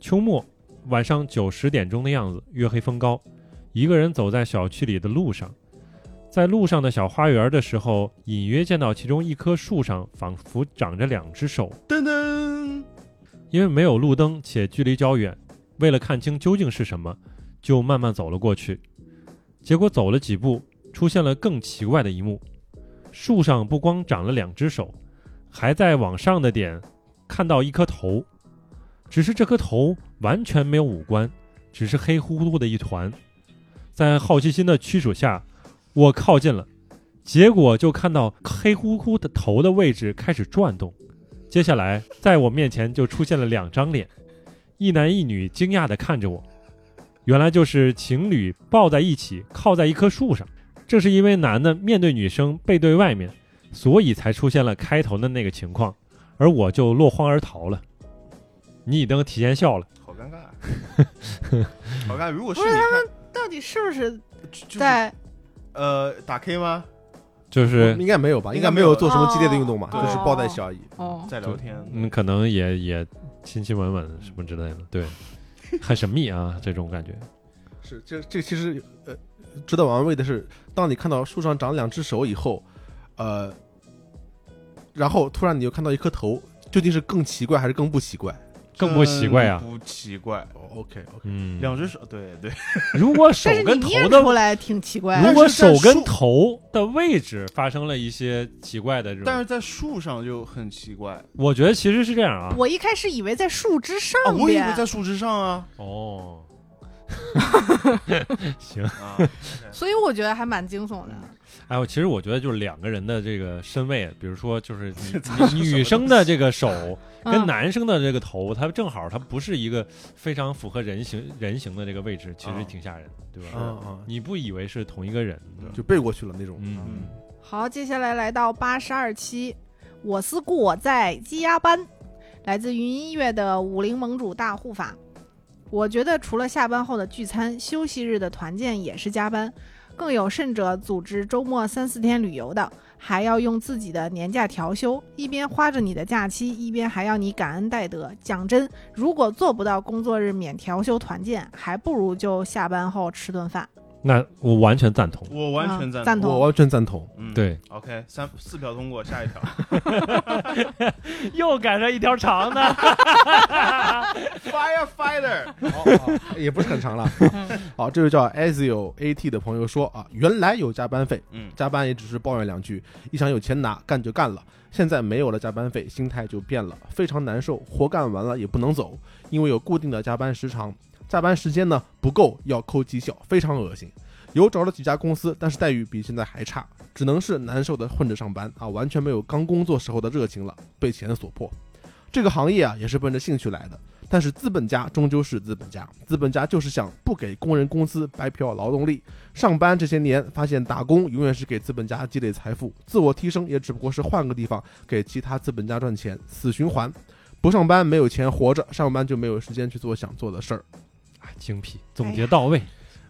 Speaker 2: 秋末晚上九十点钟的样子，月黑风高，一个人走在小区里的路上，在路上的小花园的时候，隐约见到其中一棵树上仿佛长着两只手，
Speaker 1: 噔噔，
Speaker 2: 因为没有路灯且距离较远，为了看清究竟是什么，就慢慢走了过去。结果走了几步，出现了更奇怪的一幕：树上不光长了两只手，还在往上的点看到一颗头，只是这颗头完全没有五官，只是黑乎乎的一团。在好奇心的驱使下，我靠近了，结果就看到黑乎乎的头的位置开始转动。接下来，在我面前就出现了两张脸，一男一女惊讶地看着我，原来就是情侣抱在一起，靠在一棵树上。正是因为男的面对女生，背对外面，所以才出现了开头的那个情况，而我就落荒而逃了。你已经提前笑了，
Speaker 1: 好尴尬 啊，好尴尬。如果是啊
Speaker 4: 不是
Speaker 1: 你
Speaker 4: 他
Speaker 1: 看，
Speaker 4: 到底是不是
Speaker 1: 就就是
Speaker 4: 在
Speaker 1: 呃打 K 吗？
Speaker 2: 就是
Speaker 3: 应该没有吧？
Speaker 1: 应
Speaker 3: 应
Speaker 1: 该
Speaker 3: 该
Speaker 1: 没
Speaker 3: 没
Speaker 1: 有
Speaker 3: 有做什么激烈的运动吧？
Speaker 4: 哦
Speaker 3: 就是抱在一起而已。
Speaker 4: 哦？
Speaker 1: 在聊天，
Speaker 2: 嗯，可能也也亲亲吻吻什么之类的， 对，很神秘啊，这种感觉。
Speaker 3: 是，这这其实呃，值得玩味的是，当你看到树上长两只手以后，呃，然后突然你又看到一颗头，究竟是更奇怪还是更不奇怪
Speaker 2: 更
Speaker 4: 呃
Speaker 2: 不奇怪啊
Speaker 1: 真不奇怪，
Speaker 3: 哦？OK OK，
Speaker 2: 嗯，
Speaker 1: 两只手，对对，
Speaker 2: 如果手
Speaker 4: 但是
Speaker 2: 跟
Speaker 4: 你
Speaker 2: 头
Speaker 4: 念
Speaker 2: 的
Speaker 4: 出来挺奇怪
Speaker 2: 如
Speaker 4: 的。
Speaker 2: 果手跟头的位置发生了一些奇怪的这
Speaker 1: 但
Speaker 2: 种，
Speaker 1: 是在树上就很奇怪啊，
Speaker 2: 我觉得其实是这样啊。
Speaker 4: 我一开始以为在树枝上
Speaker 1: 我以
Speaker 4: 边
Speaker 1: 为，在树枝上啊
Speaker 2: 哦，行，
Speaker 1: 啊，
Speaker 4: 所以我觉得还蛮惊悚的。
Speaker 2: 哎，我其实我觉得就是两个人的这个身位，比如说就是
Speaker 1: 这
Speaker 2: 女
Speaker 1: 咋是
Speaker 2: 女生的这个手跟
Speaker 4: 嗯
Speaker 2: 男生的这个头，它正好它不是一个非常符合人形人形的这个位置，其实
Speaker 1: 啊
Speaker 2: 挺吓人，对
Speaker 3: 啊
Speaker 2: 吧？
Speaker 3: 啊，
Speaker 2: 你不以为是同一个人，
Speaker 3: 就背过去了那种。
Speaker 2: 嗯，
Speaker 4: 好，接下来来到八十二期，我思故我在鸡鸭班，来自云音乐的武林盟主大护法。我觉得除了下班后的聚餐，休息日的团建也是加班，更有甚者组织周末三四天旅游的，还要用自己的年假调休，一边花着你的假期，一边还要你感恩戴德。讲真，如果做不到工作日免调休团建，还不如就下班后吃顿饭。
Speaker 2: 那我完全赞同。
Speaker 1: 我完全
Speaker 4: 啊
Speaker 1: 嗯赞
Speaker 4: 赞
Speaker 1: 同，
Speaker 4: 同
Speaker 3: 我完全赞同，
Speaker 1: 嗯，
Speaker 2: 对，
Speaker 1: ，OK，三四票通过，下一条，
Speaker 2: 又赶上一条长的，
Speaker 1: firefighter，
Speaker 3: 好 好哦也不是很长了。好，这位叫 Azio AT 的朋友说啊，原来有加班费，
Speaker 1: 嗯
Speaker 3: 加班也只是抱怨两句，一想有钱拿，干就干了。现在没有了加班费，心态就变了，非常难受。活干完了也不能走，因为有固定的加班时长，加班时间呢不够要扣绩效，非常恶心。有找了几家公司，但是待遇比现在还差，只能是难受的混着上班啊，完全没有刚工作时候的热情了，被钱所迫。这个行业啊也是奔着兴趣来的，但是资本家终究是资本家，资本家就是想不给工人工资白嫖劳动力。上班这些年，发现打工永远是给资本家积累财富，自我提升也只不过是换个地方给其他资本家赚钱，死循环。不上班没有钱活着，上班就没有时间去做想做的事儿，
Speaker 2: 精辟，总结到位，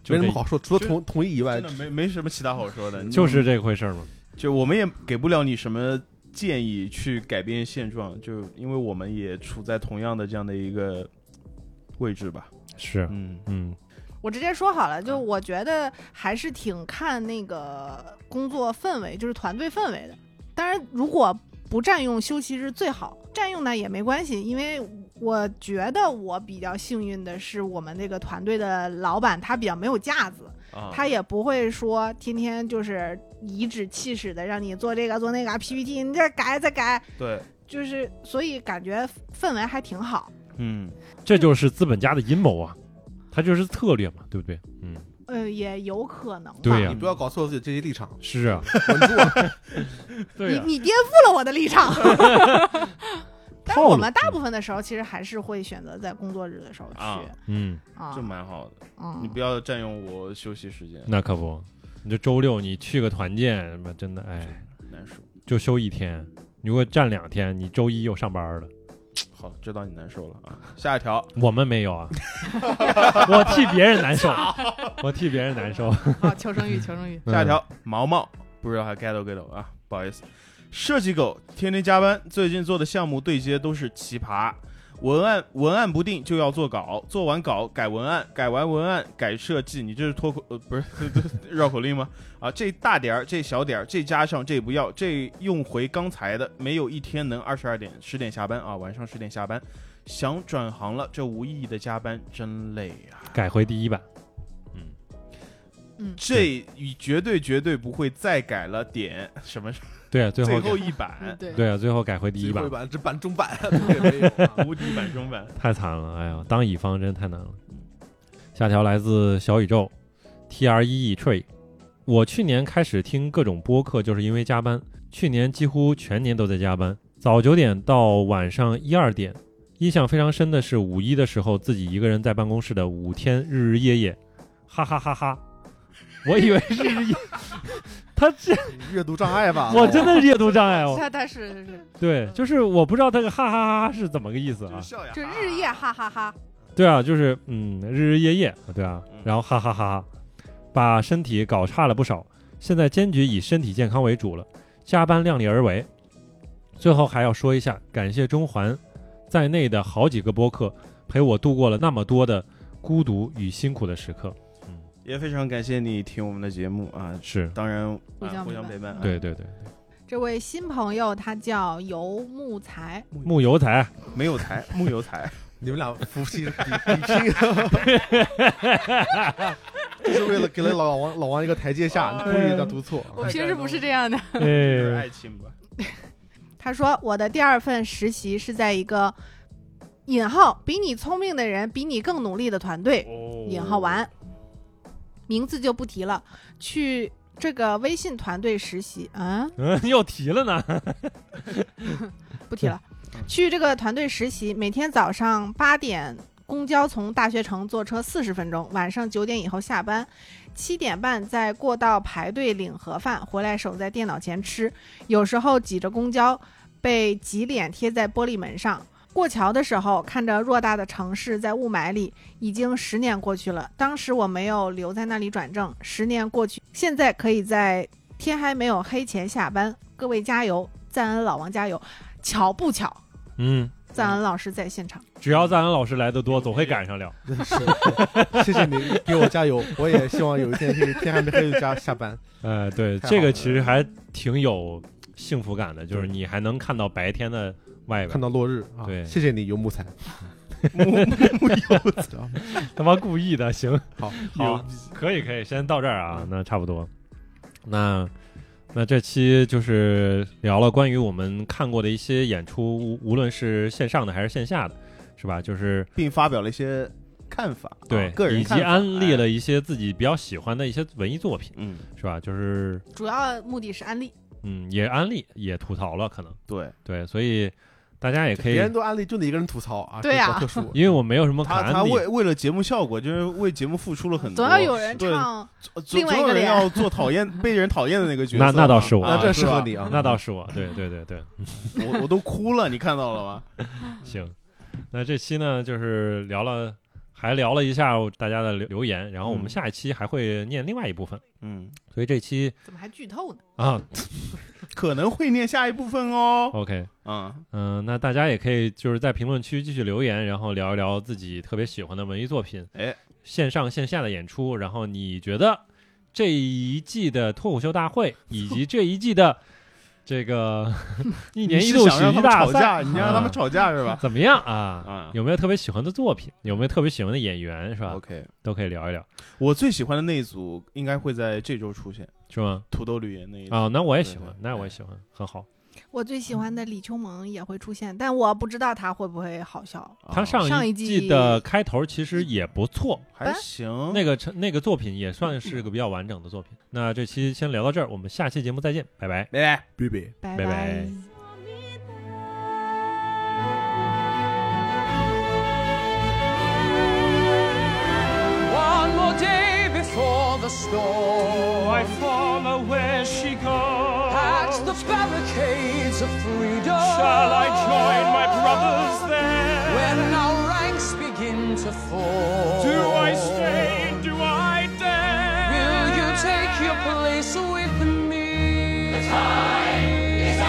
Speaker 2: 就
Speaker 3: 没
Speaker 2: 这
Speaker 3: 什么好说。除了
Speaker 1: 就
Speaker 3: 同同意以外
Speaker 1: 真的，没没什么其他好说的，
Speaker 2: 就是这回事儿嘛。
Speaker 1: 就我们也给不了你什么建议去改变现状，就因为我们也处在同样的这样的一个位置吧。
Speaker 2: 是，
Speaker 1: 嗯，
Speaker 2: 嗯，
Speaker 4: 我直接说好了，就我觉得还是挺看那个工作氛围，就是团队氛围的。当然，如果不占用休息日最好，占用呢也没关系，因为我觉得我比较幸运的是，我们这个团队的老板他比较没有架子，
Speaker 1: 啊
Speaker 4: 他也不会说天天就是颐指气使的让你做这个做那个 PPT，你这儿改再改，
Speaker 1: 对，
Speaker 4: 就是所以感觉氛围还挺好。
Speaker 1: 嗯，
Speaker 2: 这就是资本家的阴谋啊，他就是策略嘛，对不对？嗯，
Speaker 4: 呃，也有可能吧。
Speaker 2: 对呀、
Speaker 3: 你不要搞错自己这些立场，
Speaker 2: 是啊，
Speaker 3: 稳住啊！
Speaker 2: 对呀、
Speaker 4: 你你颠覆了我的立场。但
Speaker 2: 套
Speaker 4: 是我
Speaker 2: 路
Speaker 4: 们大部分的时候，其实还是会选择在工作日的时候去
Speaker 1: 啊
Speaker 2: 嗯，
Speaker 4: 啊
Speaker 1: 这，蛮好的，
Speaker 4: 嗯，
Speaker 1: 你不要占用我休息时间，
Speaker 2: 那可不，你这周六你去个团建，什么真的哎，
Speaker 1: 难受。
Speaker 2: 就休一天，你如果站两天，你周一又上班了。
Speaker 1: 好，知道你难受了啊。下一条，
Speaker 2: 我们没有 啊，我替别人难 受，我替别人难受。
Speaker 4: 好，哦求生欲，求生
Speaker 2: 嗯
Speaker 4: 欲。
Speaker 1: 下一条，毛毛不知道还 get 不 get 啊？不好意思，设计狗天天加班，最近做的项目对接都是奇葩，文案文案不定就要做稿，做完稿改文案，改完文案改设计，你这是脱口呃不是 绕口令吗？啊，这大点儿，这小点儿，这加上这不要，这用回刚才的，没有一天能二十二点十点下班啊，晚上十点下班。想转行了，这无意义的加班真累啊！
Speaker 2: 嗯改回第一版，
Speaker 1: 这绝对绝对不会再改了点什么
Speaker 2: 对啊，最后
Speaker 1: 最
Speaker 2: 改
Speaker 1: 后一
Speaker 4: 嗯
Speaker 1: 版，
Speaker 4: 对，
Speaker 2: 对啊，最后改回第一
Speaker 3: 最
Speaker 2: 版
Speaker 3: 后一，版只版中版，对没有啊
Speaker 1: 无敌版 中版。
Speaker 2: 太惨了，哎呀，当乙方真太难了。下条来自小宇宙，T R E E Tree。我去年开始听各种播客，就是因为加班。去年几乎全年都在加班，早九点到晚上一二点。印象非常深的是五一的时候，自己一个人在办公室的五天日日夜夜，哈哈哈哈！我以为是日夜， 他这
Speaker 3: 阅读障碍吧？
Speaker 2: 我真的是阅读障碍 哦。
Speaker 4: 他他是是是，
Speaker 2: 对，就是我不知道他个哈哈哈哈是怎么个意思啊。
Speaker 1: 笑呀
Speaker 4: 就日夜哈哈哈。
Speaker 2: 对啊，就是嗯，日日夜夜，对啊
Speaker 1: 嗯，
Speaker 2: 然后哈哈哈哈，把身体搞差了不少。现在坚决以身体健康为主了，加班量力而为。最后还要说一下，感谢中环在内的好几个播客，陪我度过了那么多的孤独与辛苦的时刻。
Speaker 1: 也非常感谢你听我们的节目啊，
Speaker 2: 是，
Speaker 1: 当然
Speaker 4: 互
Speaker 1: 啊
Speaker 4: 相
Speaker 1: 互
Speaker 4: 陪
Speaker 1: 相
Speaker 4: 伴
Speaker 1: 陪伴啊。
Speaker 2: 对对对，
Speaker 4: 这位新朋友他叫游木材，
Speaker 2: 木有 才，
Speaker 1: 没有才，木 有才，
Speaker 3: 你们俩夫妻比比拼， 就是为了给了老王老王一个台 阶下，你故意的读错。
Speaker 1: 我平时不是
Speaker 4: 这样的。
Speaker 1: 这是
Speaker 2: 哎，
Speaker 1: 爱情吧？
Speaker 4: 他说我的第二份实习是在一个引号比你聪明的人比你更努力的团队。
Speaker 1: 哦
Speaker 4: 引号完，名字就不提了。去这个微信团队实习啊，
Speaker 2: 嗯，又提了呢，
Speaker 4: 不提了。去这个团队实习，每天早上八点公交从大学城坐车四十分钟，晚上九点以后下班，七点半在过道排队领盒饭，回来守在电脑前吃。有时候挤着公交，被挤脸贴在玻璃门上。过桥的时候，看着偌大的城市在雾霾里，已经十年过去了。当时我没有留在那里转正，十年过去，现在可以在天还没有黑前下班。各位加油，赞恩老王加油！巧不巧，
Speaker 2: 嗯，
Speaker 4: 赞恩老师在现场。
Speaker 2: 只要赞恩老师来的多，总会赶上了。
Speaker 3: 是， 谢谢你给我加油，我也希望有一天是天还没黑就加下班。
Speaker 2: 呃，对，
Speaker 3: 太
Speaker 2: 这
Speaker 3: 好
Speaker 2: 个
Speaker 3: 了
Speaker 2: 其实还挺有幸福感的，就是你还能看到白天的外边
Speaker 3: 看。到落日 啊！
Speaker 2: 对
Speaker 3: 谢谢你游木材，木木有
Speaker 2: 他妈故意的，行，
Speaker 3: 好，
Speaker 2: 好，可以可以，先到这儿
Speaker 1: 嗯
Speaker 2: 啊，那差不多。那那这期就是聊了关于我们看过的一些演出，无无论是线上的还是线下的，是吧？就是
Speaker 1: 并发表了一些看法，
Speaker 2: 对，
Speaker 1: 啊个人
Speaker 2: 以及
Speaker 1: 看法
Speaker 2: 安利，
Speaker 1: 哎
Speaker 2: 了一些自己比较喜欢的一些文艺作品，
Speaker 1: 嗯，
Speaker 2: 是吧？就是
Speaker 4: 主要目的是安利，
Speaker 2: 嗯，也安利也吐槽了，可能
Speaker 1: 对，
Speaker 2: 对，所以大家也可以
Speaker 3: 别，人都安利，就你一个人吐槽啊，
Speaker 4: 对啊
Speaker 3: 这比较特殊。
Speaker 2: 因为我没有什么可
Speaker 1: 他
Speaker 2: 安
Speaker 1: 他
Speaker 2: 利，
Speaker 1: 为为了节目效果，就是为节目付出了很多，
Speaker 4: 总要有人
Speaker 1: 对
Speaker 4: 唱。
Speaker 1: 总总
Speaker 4: 另外一
Speaker 1: 总有
Speaker 4: 个
Speaker 1: 人
Speaker 4: 脸
Speaker 1: 要做讨厌被人讨厌的那个角色
Speaker 2: 那
Speaker 1: 嘛，
Speaker 2: 那倒是我
Speaker 1: 啊
Speaker 3: 那这适合
Speaker 1: 是吧
Speaker 3: 你啊，
Speaker 2: 那倒是我，对对对对，
Speaker 1: 我我都哭了，你看到了吗？
Speaker 2: 行，那这期呢就是聊了，还聊了一下大家的留留言，然后我们
Speaker 1: 嗯
Speaker 2: 下一期还会念另外一部分，
Speaker 1: 嗯，
Speaker 2: 所以这期
Speaker 4: 怎么还剧透呢？
Speaker 2: 啊
Speaker 1: 可能会念下一部分哦。
Speaker 2: ，OK，
Speaker 1: 嗯，
Speaker 2: 嗯、那大家也可以就是在评论区继续留言，然后聊一聊自己特别喜欢的文艺作品，
Speaker 1: 哎，
Speaker 2: 线上线下的演出，然后你觉得这一季的脱口秀大会以及这一季的这个 一
Speaker 1: 一
Speaker 2: 年一度
Speaker 1: 想让
Speaker 2: 十
Speaker 1: 他
Speaker 2: 一
Speaker 1: 们
Speaker 2: 大
Speaker 1: 吵
Speaker 2: 赛，啊
Speaker 1: 架，你让他们吵架是吧？
Speaker 2: 怎么样啊？
Speaker 1: 啊
Speaker 2: 有没有特别喜欢的作品？有没有特别喜欢的演员？是吧？
Speaker 1: ，OK，
Speaker 2: 都可以聊一聊，
Speaker 1: 我最喜欢的那一组应该会在这周出现，
Speaker 2: 是吗？
Speaker 1: 土豆吕岩那一组。
Speaker 2: 啊，那我也
Speaker 1: 嗯对
Speaker 2: 喜
Speaker 1: 对哦
Speaker 2: 欢，那我也喜欢，很好。
Speaker 4: 我最喜欢的李秋萌也会出现，但我不知道他会不会好笑。
Speaker 1: 啊
Speaker 2: 他上
Speaker 4: 上
Speaker 2: 一
Speaker 4: 一
Speaker 2: 季
Speaker 4: 季
Speaker 2: 的开头其实也不错，
Speaker 1: 还行，
Speaker 2: 那个成那个作品也算是个比较完整的作品。那这期先聊到这儿，我们下期节目再见，拜拜。
Speaker 1: 拜拜。
Speaker 3: b b
Speaker 4: 拜
Speaker 2: 拜拜
Speaker 6: One more day before the storm.
Speaker 7: I follow where she goes.
Speaker 6: At the barricades of freedom.
Speaker 7: Shall I join my brothers there?
Speaker 6: When our ranks begin to fall.
Speaker 7: do I stay? Do I dare?
Speaker 6: Will you take your place with me? The time is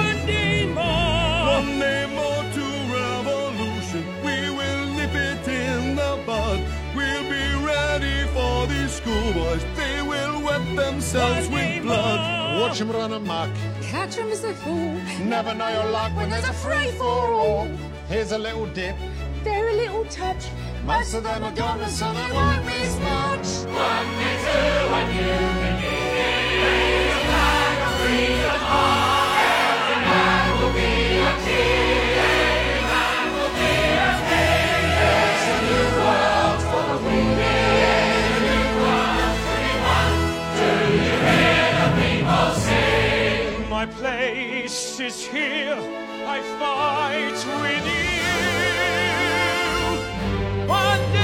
Speaker 7: One day more.
Speaker 8: One day more to revolution. We will nip it in the bud. We'll be ready for these schoolboys. They will wet themselves with blood. Watch them run amok.
Speaker 9: Catch 'em as they fall.
Speaker 8: Never know your luck when there's a free for all. Here's a little dip.
Speaker 9: They're a little touch.
Speaker 8: Most of them are gone, and so they won't miss much.
Speaker 7: My place is here. I fight with you. One day